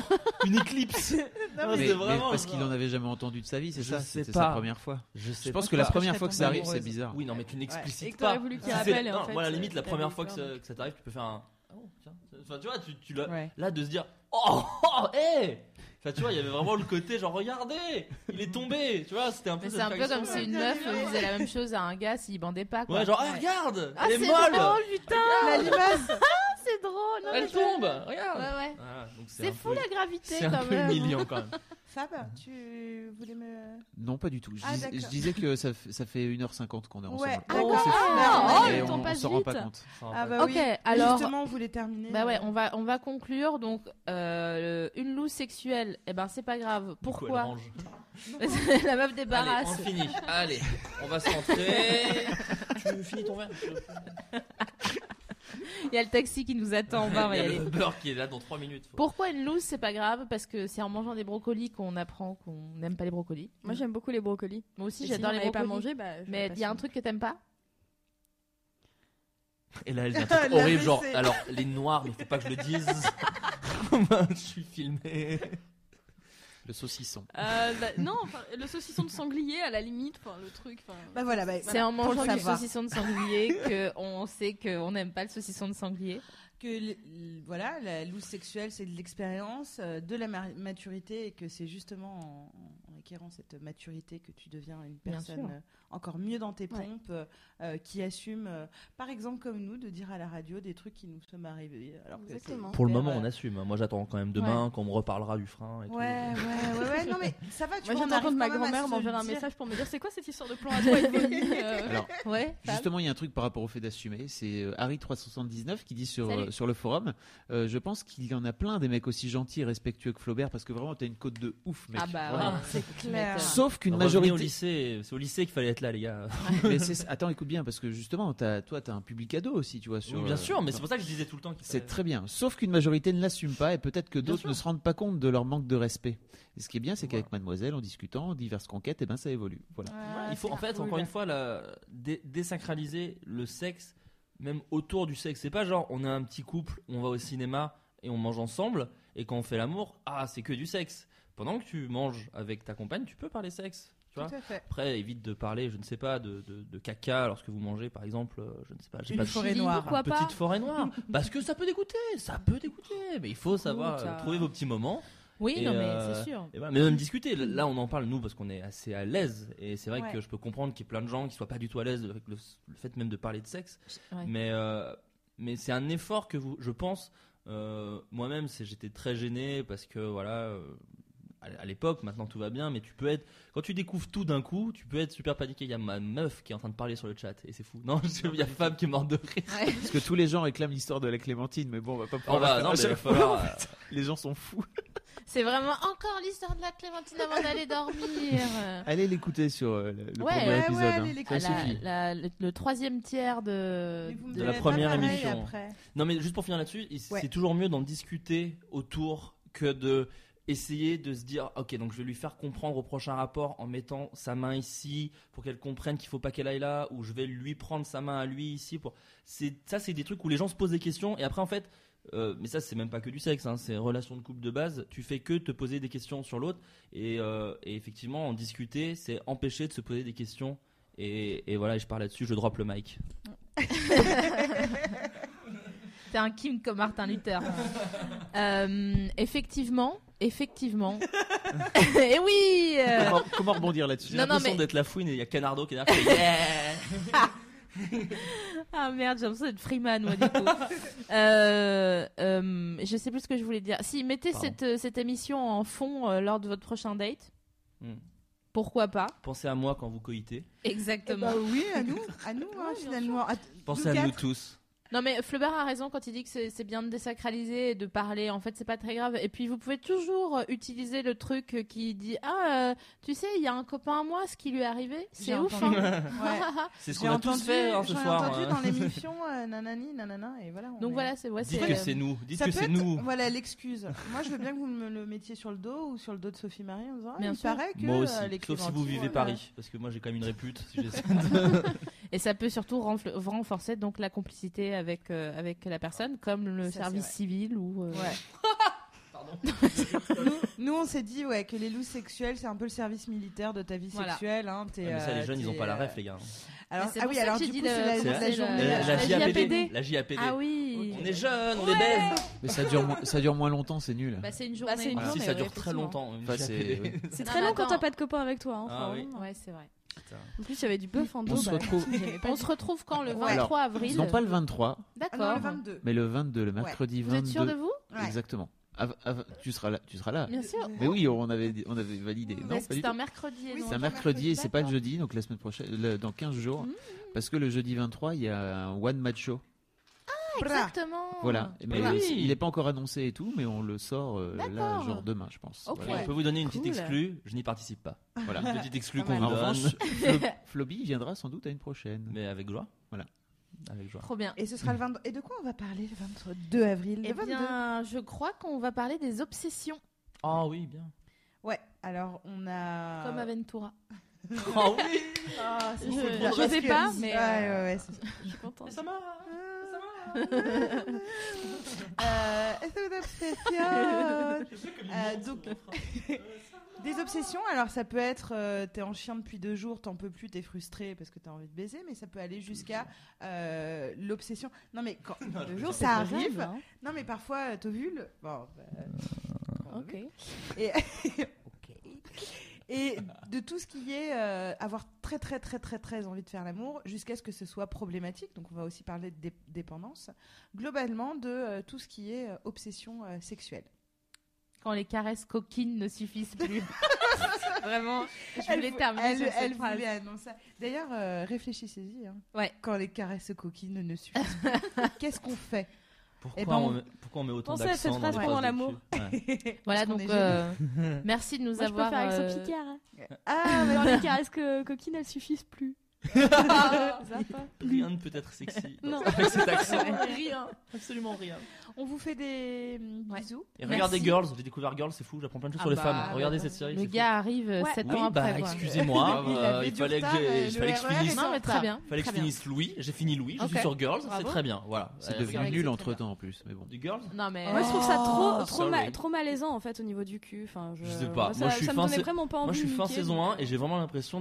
S7: une éclipse.
S2: Non,
S7: Non,
S2: mais-
S5: Mais,
S7: c'est
S5: mais
S7: vraiment
S5: parce
S7: genre-
S5: qu'il en avait jamais entendu de sa vie, c'est
S7: Je
S5: ça
S7: sais
S5: C'était
S7: pas.
S5: sa première fois.
S7: Je sais
S5: Je pense
S7: pas.
S5: que la
S2: Moi, je
S5: première
S2: serais
S5: fois que ça
S2: tombée
S5: arrive, c'est
S2: amoureuse.
S5: bizarre.
S7: Oui, non, mais tu
S6: Et
S7: n'explicites
S6: que
S7: pas.
S6: t'aurais voulu
S7: Si
S6: qu'il
S7: c'est-
S6: rappelle, et en
S7: non,
S6: fait,
S7: moi, à la
S6: euh,
S7: limite, la
S6: t'as
S7: première
S6: eu
S7: fois que
S6: peur,
S7: ça,
S6: donc.
S7: que ça t'arrive, tu peux faire un. Oh, tiens. Enfin, tu vois, tu, tu l'as-
S2: Ouais.
S7: là, de se dire Oh, oh, hey Enfin, tu vois, il y avait vraiment le côté genre, regardez, il est tombé Tu vois, c'était un peu
S1: Mais
S7: cette
S1: c'est un peu
S7: réaction.
S1: comme si une meuf faisait la même chose à un gars s'il bandait pas. Quoi.
S7: Ouais, genre, Ah,
S1: Ouais.
S7: regarde
S1: Ah,
S7: Elle est
S1: c'est
S7: molle
S1: drôle, putain
S2: La limace
S1: euros non, mais
S7: Elle
S1: je-
S7: tombe Regarde
S1: Ouais, ouais.
S7: Ah, donc
S1: C'est
S7: un
S1: fou
S7: peu-
S1: la gravité
S7: C'est
S1: quand
S7: un peu
S1: même.
S7: humiliant quand même.
S2: Fab, tu voulais me.
S5: Non, pas du tout. Je,
S2: Ah,
S5: dis- je
S2: d'accord.
S5: disais que ça, f- ça fait 1h50 qu'on est ensemble.
S2: Ouais,
S5: Oh,
S2: ah,
S5: c'est fou.
S2: d'accord.
S6: Oh,
S5: Et
S6: le temps
S5: on on
S6: passe
S5: s'en rend pas
S6: vite.
S5: compte.
S2: Ah bah
S1: Ok,
S2: oui.
S1: alors.
S2: Justement, on voulait terminer.
S1: Bah ouais,
S2: euh,
S1: on va, on va conclure. Donc, euh, une loose sexuelle, eh ben, c'est pas grave. Pourquoi *laughs* La meuf
S7: Allez, on
S1: débarrasse.
S7: finit. Allez, on va se rentrer. tu finis ton verre
S1: Il y a le taxi qui nous attend en bas, on va y
S7: *laughs* Il y a
S1: aller.
S7: le beurre qui est là dans 3 minutes. faut-
S1: Pourquoi une loose, c'est pas grave Parce que c'est en mangeant des brocolis qu'on apprend qu'on n'aime pas les brocolis.
S6: Moi j'aime beaucoup les brocolis.
S1: Moi aussi,
S6: Et
S1: j'adore
S6: si
S1: les
S6: j'en avais
S1: brocolis.
S6: pas mangé, bah, je
S1: mais
S6: l'aurais
S1: il y a
S6: pas
S1: un
S6: su.
S1: truc que t'aimes pas
S7: Et là, elle
S2: *laughs*
S7: dit un truc
S2: La
S7: horrible, genre,
S2: baissée.
S7: alors, les noirs, mais faut pas que je le dise. *laughs* je suis filmé.
S5: Le saucisson.
S6: Euh, bah, non, enfin, le saucisson de sanglier à la limite, enfin, le truc. enfin,
S2: Bah voilà, bah,
S1: C'est
S2: voilà,
S1: en
S2: pour le
S1: mangeant du
S2: savoir.
S1: saucisson de
S2: *laughs*
S1: sanglier qu'on sait qu'on n'aime pas le saucisson de sanglier.
S2: que l- l- voilà, la loose sexuelle, c'est de l'expérience, euh, de la mar- maturité, et que c'est justement en, en acquérant cette maturité que tu deviens une
S1: Bien
S2: personne
S1: sûr.
S2: euh, encore mieux dans tes
S6: Ouais.
S2: pompes, euh, euh, qui assume, euh, par exemple comme nous, de dire à la radio des trucs qui nous sommes arrivés. Alors que c'est
S6: Exactement.
S7: Pour le
S2: hyper,
S7: moment,
S2: euh,
S7: on assume. hein. Moi, j'attends quand même demain qu'on me reparlera du frein et tout. Euh,
S2: Ouais, ouais, ouais, ouais, non mais ça va, tu
S6: Moi
S2: vois, on arrive
S6: j'attends quand ma
S2: quand même à
S6: grand-mère
S2: se
S6: m'enverra un
S2: dire-
S6: message pour me dire c'est quoi cette histoire de plan à trois *laughs* et demi euh,
S5: Alors,
S1: Ouais, Fab
S5: Justement, il y a un truc par rapport au fait d'assumer. C'est euh, Harry379 qui dit sur,
S1: Salut.
S5: euh, sur le forum euh, Je pense qu'il y en a plein des mecs aussi gentils et respectueux que Flaubert parce que vraiment, t'as une côte de ouf, mec.
S1: Ah bah
S5: Vraiment.
S1: ouais,
S7: Ah.
S1: c'est
S2: clair.
S1: clair.
S5: Sauf qu'une
S7: Revenez au
S5: majorité.
S7: lycée, c'est au lycée qu'il fallait être là, les gars.
S5: Mais
S7: *laughs*
S5: c'est- Attends, écoute bien, parce que justement, t'as- toi, t'as un public ado aussi, tu vois. Sur,
S7: Oui, bien
S5: euh,
S7: sûr, mais c'est pour ça que je disais tout le temps qu'il
S5: C'est
S7: fallait-
S5: très bien. Sauf qu'une majorité ne l'assume pas et peut-être que
S7: Bien
S5: d'autres
S7: sûr.
S5: ne se rendent pas compte de leur manque de respect. Et ce qui est bien, c'est
S7: Voilà.
S5: qu'avec Mademoiselle, en discutant, en diverses conquêtes, et ben ça évolue. Voilà.
S1: Ah,
S2: Ouais,
S7: Il faut en
S2: c'est
S7: fait
S2: cool.
S7: encore une fois la, dé- désacraliser le sexe même autour du sexe. C'est pas genre on a un petit couple, on va au cinéma et on mange ensemble et quand on fait l'amour, ah c'est que du sexe. Pendant que tu manges avec ta compagne, tu peux parler sexe. Tu vois
S2: Tout à fait.
S7: Après évite de parler, je ne sais pas, de, de- de caca lorsque vous mangez par exemple, euh, je ne sais pas, j'ai
S2: Une
S7: pas de
S2: forêt
S6: Chili,
S2: noire.
S6: pourquoi pas
S7: petite
S2: *laughs*
S7: forêt noire parce que ça peut dégoûter, ça peut dégoûter, mais il faut savoir
S6: Écoute,
S7: euh,
S6: euh,
S7: trouver vos petits moments.
S1: Oui,
S7: Et
S1: non, mais
S7: euh,
S1: c'est sûr.
S7: Et voilà, mais même discuter, Là, là on en parle nous parce qu'on est assez à l'aise et c'est vrai
S2: Ouais.
S7: que je peux comprendre qu'il y ait plein de gens qui soient pas du tout à l'aise avec le, le fait même de parler de sexe.
S1: Ouais.
S7: Mais, euh, mais c'est un effort que vous, je pense, euh, moi-même c'est- j'étais très gêné parce que voilà, euh, à à l'époque maintenant tout va bien, mais tu peux être, quand tu découvres tout d'un coup, tu peux être super paniqué. Il y a ma meuf qui est en train de parler sur le chat et c'est fou. Non, *laughs* je- il y a Fab qui est morte de rire.
S5: Parce que tous les gens réclament l'histoire de la Clémentine, mais bon, on va pas
S7: On
S5: pouvoir. la
S7: va,
S5: faire
S7: non,
S5: à
S7: mais il va
S5: chaque fois.
S7: falloir, euh,
S5: Les gens sont fous.
S1: C'est vraiment encore l'histoire de la Clémentine avant d'aller dormir.
S7: *laughs*
S5: Allez l'écouter sur euh, le, le
S1: Ouais,
S5: premier
S1: ouais,
S5: épisode.
S2: ouais,
S5: hein.
S2: allez
S5: Ça
S1: Ah,
S2: l'écouter.
S1: la-
S5: suffit.
S1: la- le, le troisième tiers de,
S2: Mais vous me
S1: de-
S7: la
S2: direz pas
S7: première
S2: pareil
S7: émission.
S2: après.
S7: Non, mais juste pour finir là-dessus, il-
S2: Ouais.
S7: c'est toujours mieux d'en discuter autour que de essayer de se dire ok donc je vais lui faire comprendre au prochain rapport en mettant sa main ici pour qu'elle comprenne qu'il faut pas qu'elle aille là ou je vais lui prendre sa main à lui ici pour c'est ça c'est des trucs où les gens se posent des questions et après en fait euh, mais ça c'est même pas que du sexe hein, c'est relation de couple de base tu fais que te poser des questions sur l'autre et, euh, et effectivement en discuter c'est empêcher de se poser des questions et, et voilà et je parle là-dessus je drop le mic
S1: T'es un Kim comme Martin
S2: *laughs*
S1: Luther. Euh, effectivement,
S2: *laughs*
S1: effectivement. *laughs* et oui euh,
S5: Comment, comment rebondir là-dessus
S7: j'ai
S1: Non, non,
S7: l'impression
S1: mais-
S7: d'être la fouine et il y a Canardo qui est derrière qui fait, *laughs* Yeah
S1: Ah merde, j'ai l'impression d'être Freeman, moi, du coup.
S2: *laughs*
S1: Euh, euh, je sais plus ce que je voulais dire. Si, mettez
S7: Pardon.
S1: cette, euh, cette émission en fond euh, lors de votre prochain date.
S7: Hmm.
S1: Pourquoi pas
S7: Pensez à moi quand vous coïtez.
S2: Eh
S1: Exactement.
S2: bah oui, à nous, à nous hein,
S7: *laughs*
S6: Ouais, bien
S2: finalement. À-
S7: Pensez
S2: nous
S7: à nous
S2: quatre.
S7: tous.
S1: Non mais Flaubert a raison quand il dit que c'est c'est bien de désacraliser et de parler. En fait, c'est pas très grave. Et puis vous pouvez toujours euh, utiliser le truc euh, qui dit ah euh, tu sais il y a un copain à moi ce qui lui est arrivé c'est
S2: J'ai
S1: ouf.
S2: entendu.
S1: hein.
S2: Ouais.
S7: C'est ce
S2: J'ai
S7: qu'on a tous
S2: entendu-
S7: fait hein, ce
S2: j'en ai
S7: soir.
S2: entendu
S7: hein.
S2: dans l'émission euh, nanani nanana et voilà. on
S1: Donc
S2: est-
S1: voilà c'est ouais,
S7: Dites
S1: c'est-
S7: que c'est nous. Dites
S2: Ça
S7: que
S2: peut
S7: c'est
S2: être-
S7: nous.
S2: Voilà l'excuse. Moi, je veux bien que vous me le mettiez sur le dos ou sur le dos de Sophie Marie en disant. Ah,
S1: Bien
S2: il
S1: sûr.
S2: paraît que
S7: Moi
S2: euh,
S7: aussi.
S2: les
S7: Sauf si vous
S2: Clémentines,
S7: vivez
S2: euh,
S7: Paris. Parce que moi j'ai quand même une répute. si j'essaie.
S1: et ça peut surtout renfle- renforcer donc la complicité avec euh, avec la personne comme le
S2: Ça, c'est
S1: service
S2: vrai.
S1: civil ou euh,
S7: *laughs*
S2: Ouais. nous, nous, on s'est dit ouais que les loups sexuels, c'est un peu le service militaire de ta vie
S1: Voilà.
S2: sexuelle. hein, t'es,
S7: Ah, mais ça,
S2: euh,
S7: les jeunes, ils ont
S2: t'es,
S7: pas la
S2: euh,
S7: ref, les gars.
S2: Alors,
S1: Mais c'est
S2: ah
S1: pour
S2: oui,
S1: ça que
S2: alors
S1: j'ai
S2: du
S1: dit
S2: coup,
S1: le-
S2: c'est la-
S7: c'est
S2: la
S1: le-
S2: journée.
S1: la-
S2: euh,
S1: la JAPD.
S7: La JAPD.
S1: ah oui
S7: On est jeunes, on est belles.
S5: Mais ça dure, mo- ça dure moins longtemps, c'est nul.
S1: bah c'est une journée
S6: Bah, c'est une
S7: Ah,
S6: journée,
S7: si ça
S6: ouais,
S7: dure très
S6: effectivement.
S7: longtemps. une
S5: Enfin, c'est- *laughs*
S7: JAPD.
S6: C'est
S1: Non,
S6: très
S1: mais
S6: long quand
S1: attends.
S6: t'as pas de copain avec toi. hein,
S7: Ah
S6: enfin,
S7: oui.
S6: vraiment.
S1: ouais c'est vrai
S6: En plus, il y avait du bœuf en dos.
S5: On se
S6: bah,
S5: retrouve.
S6: j'aimais pas
S1: On
S6: du
S1: se retrouve quand le 23
S2: Ouais.
S1: avril
S5: Non, Ah, pas le
S2: Ah
S5: 23,
S2: non,
S1: D'accord.
S2: le 22.
S5: mais le 22, le mercredi
S1: Vous
S5: 22.
S1: êtes sûr de vous
S2: Ouais.
S5: Exactement. Av- av- tu seras là. Tu seras là.
S1: Bien sûr.
S5: Mais oui, on avait, on avait validé. Non,
S1: Parce
S5: pas
S1: que
S5: du
S1: c'est
S5: tout.
S1: un mercredi et
S2: Oui,
S1: non
S5: C'est
S1: un
S5: un
S2: D'accord.
S5: mercredi et c'est pas le
S2: D'accord.
S5: jeudi, donc la semaine prochaine, le- dans 15 jours.
S1: Mmh. Oh.
S5: Parce que le jeudi 23, il y a un one match show.
S2: Bra.
S1: Exactement.
S5: Voilà.
S1: Ah
S5: Mais
S7: Oui.
S5: c'est- il n'est pas encore annoncé et tout, mais on le sort euh, là,
S1: D'accord.
S5: genre demain, je pense.
S1: Ok.
S5: Voilà.
S7: Je peux vous donner une
S6: Cool.
S7: petite exclue, je n'y participe pas.
S1: *laughs*
S5: Voilà.
S7: Une petite exclue
S6: Pas
S7: qu'on
S6: mal.
S5: En
S7: vous donne,
S5: Ah, revanche, Flo- Floby viendra sans doute à une prochaine.
S7: mais avec joie.
S5: Voilà.
S7: Avec joie.
S1: Trop bien.
S2: Et ce sera le 22. Et de quoi on va parler le 22 avril
S1: Eh
S2: Le 22.
S1: bien, je crois qu'on va parler des obsessions
S7: Ah oui, bien.
S2: Ouais, alors on a.
S1: comme Aventura.
S7: Ah oui
S2: Ah, c'est
S1: Je-
S2: trop
S1: je
S2: drôle.
S1: sais
S2: Parce que-
S1: pas, mais, euh,
S2: Ouais,
S1: *laughs*
S2: ouais, ouais,
S6: tout, Je suis contente.
S2: Euh, c'est une obsession. Euh, donc, *laughs* des obsessions, alors ça peut être euh, t'es en chien depuis deux jours, t'en peux plus, t'es frustré parce que t'as envie de baiser, mais ça peut aller jusqu'à euh, l'obsession. Non mais quand
S6: Le jour,
S2: ça
S6: c'est
S2: arrive.
S6: raisonnable,
S2: Non mais parfois euh, t'ovules. Bon, bah,
S6: hein. Ok.
S2: et, Ok. et de tout ce qui est euh, avoir très très très très très envie de faire l'amour jusqu'à ce que ce soit problématique. Donc on va aussi parler de dé- dépendance. Globalement de euh, tout ce qui est euh, obsession euh, sexuelle.
S1: Quand les caresses coquines ne suffisent
S7: *laughs*
S1: plus. Vraiment, je
S2: Elle
S1: voulais
S2: vou-
S1: terminer
S2: elle-
S1: sur cette
S2: elle
S1: phrase.
S2: voulait annoncer. D'ailleurs, euh, réfléchissez-y. hein.
S1: Ouais.
S2: Quand les caresses coquines
S1: *laughs*
S2: ne suffisent pas, qu'est-ce qu'on fait
S7: pourquoi,
S2: Eh ben,
S7: on met, pourquoi on met autant
S6: pensez à cette
S7: d'accent dans
S6: phrase
S7: les
S6: pour
S7: phrases de
S6: l'amour.
S7: cul Ouais.
S1: Voilà,
S2: Parce qu'on
S1: donc
S2: est gênés.
S1: euh,
S7: *laughs*
S1: merci de nous
S6: Moi, je
S1: avoir.
S6: préfère avec son
S1: euh, *laughs*
S6: picard. hein.
S2: Ah, mais
S6: Dans les caresses que coquines, elles suffisent *laughs* plus.
S7: Rien ne peut être sexy.
S6: Non.
S7: Avec cet accent.
S1: Rien.
S7: Absolument rien.
S2: on vous fait des mm,
S1: Ouais.
S2: bisous.
S7: Et regardez
S1: Merci.
S7: Girls, j'ai découvert Girls, c'est fou, j'apprends plein de choses
S1: Ah
S7: sur les
S1: bah,
S7: femmes. Regardez
S1: bah,
S7: cette série.
S1: Le
S7: c'est
S1: gars arrive euh,
S6: Ouais.
S1: sept
S7: fou. Oui,
S1: ans
S7: bah
S1: après. quoi.
S7: excusez-moi,
S2: Il
S7: euh,
S2: avait
S7: il
S2: du
S7: fallait que
S2: retard, euh,
S7: j'ai- il
S2: le
S7: fallait que je
S2: RER,
S7: finisse.
S1: Non, mais très bien.
S7: Il fallait que je
S1: très bien.
S7: finisse Louis, j'ai fini Louis, je
S1: Ok.
S7: suis sur Girls, c'est
S1: Bravo.
S7: très bien. Voilà.
S5: C'est
S7: Euh,
S1: vrai
S5: devenu
S1: que
S5: nul
S1: c'est
S5: entre temps en plus, mais bon.
S7: Du Girls
S1: Non, mais.
S6: Moi, je trouve ça trop,
S7: Oh,
S6: trop, ma-
S7: sorry.
S6: trop malaisant en fait au niveau du cul. Enfin, je,
S7: Je sais pas.
S6: Ça,
S7: Moi, je suis
S6: ça me
S7: fin
S6: donnait
S7: sa-
S6: vraiment pas envie.
S1: Oh,
S7: Moi je suis
S6: de
S7: fin
S6: niquer,
S7: saison
S6: donc, euh,
S7: 1 et j'ai vraiment l'impression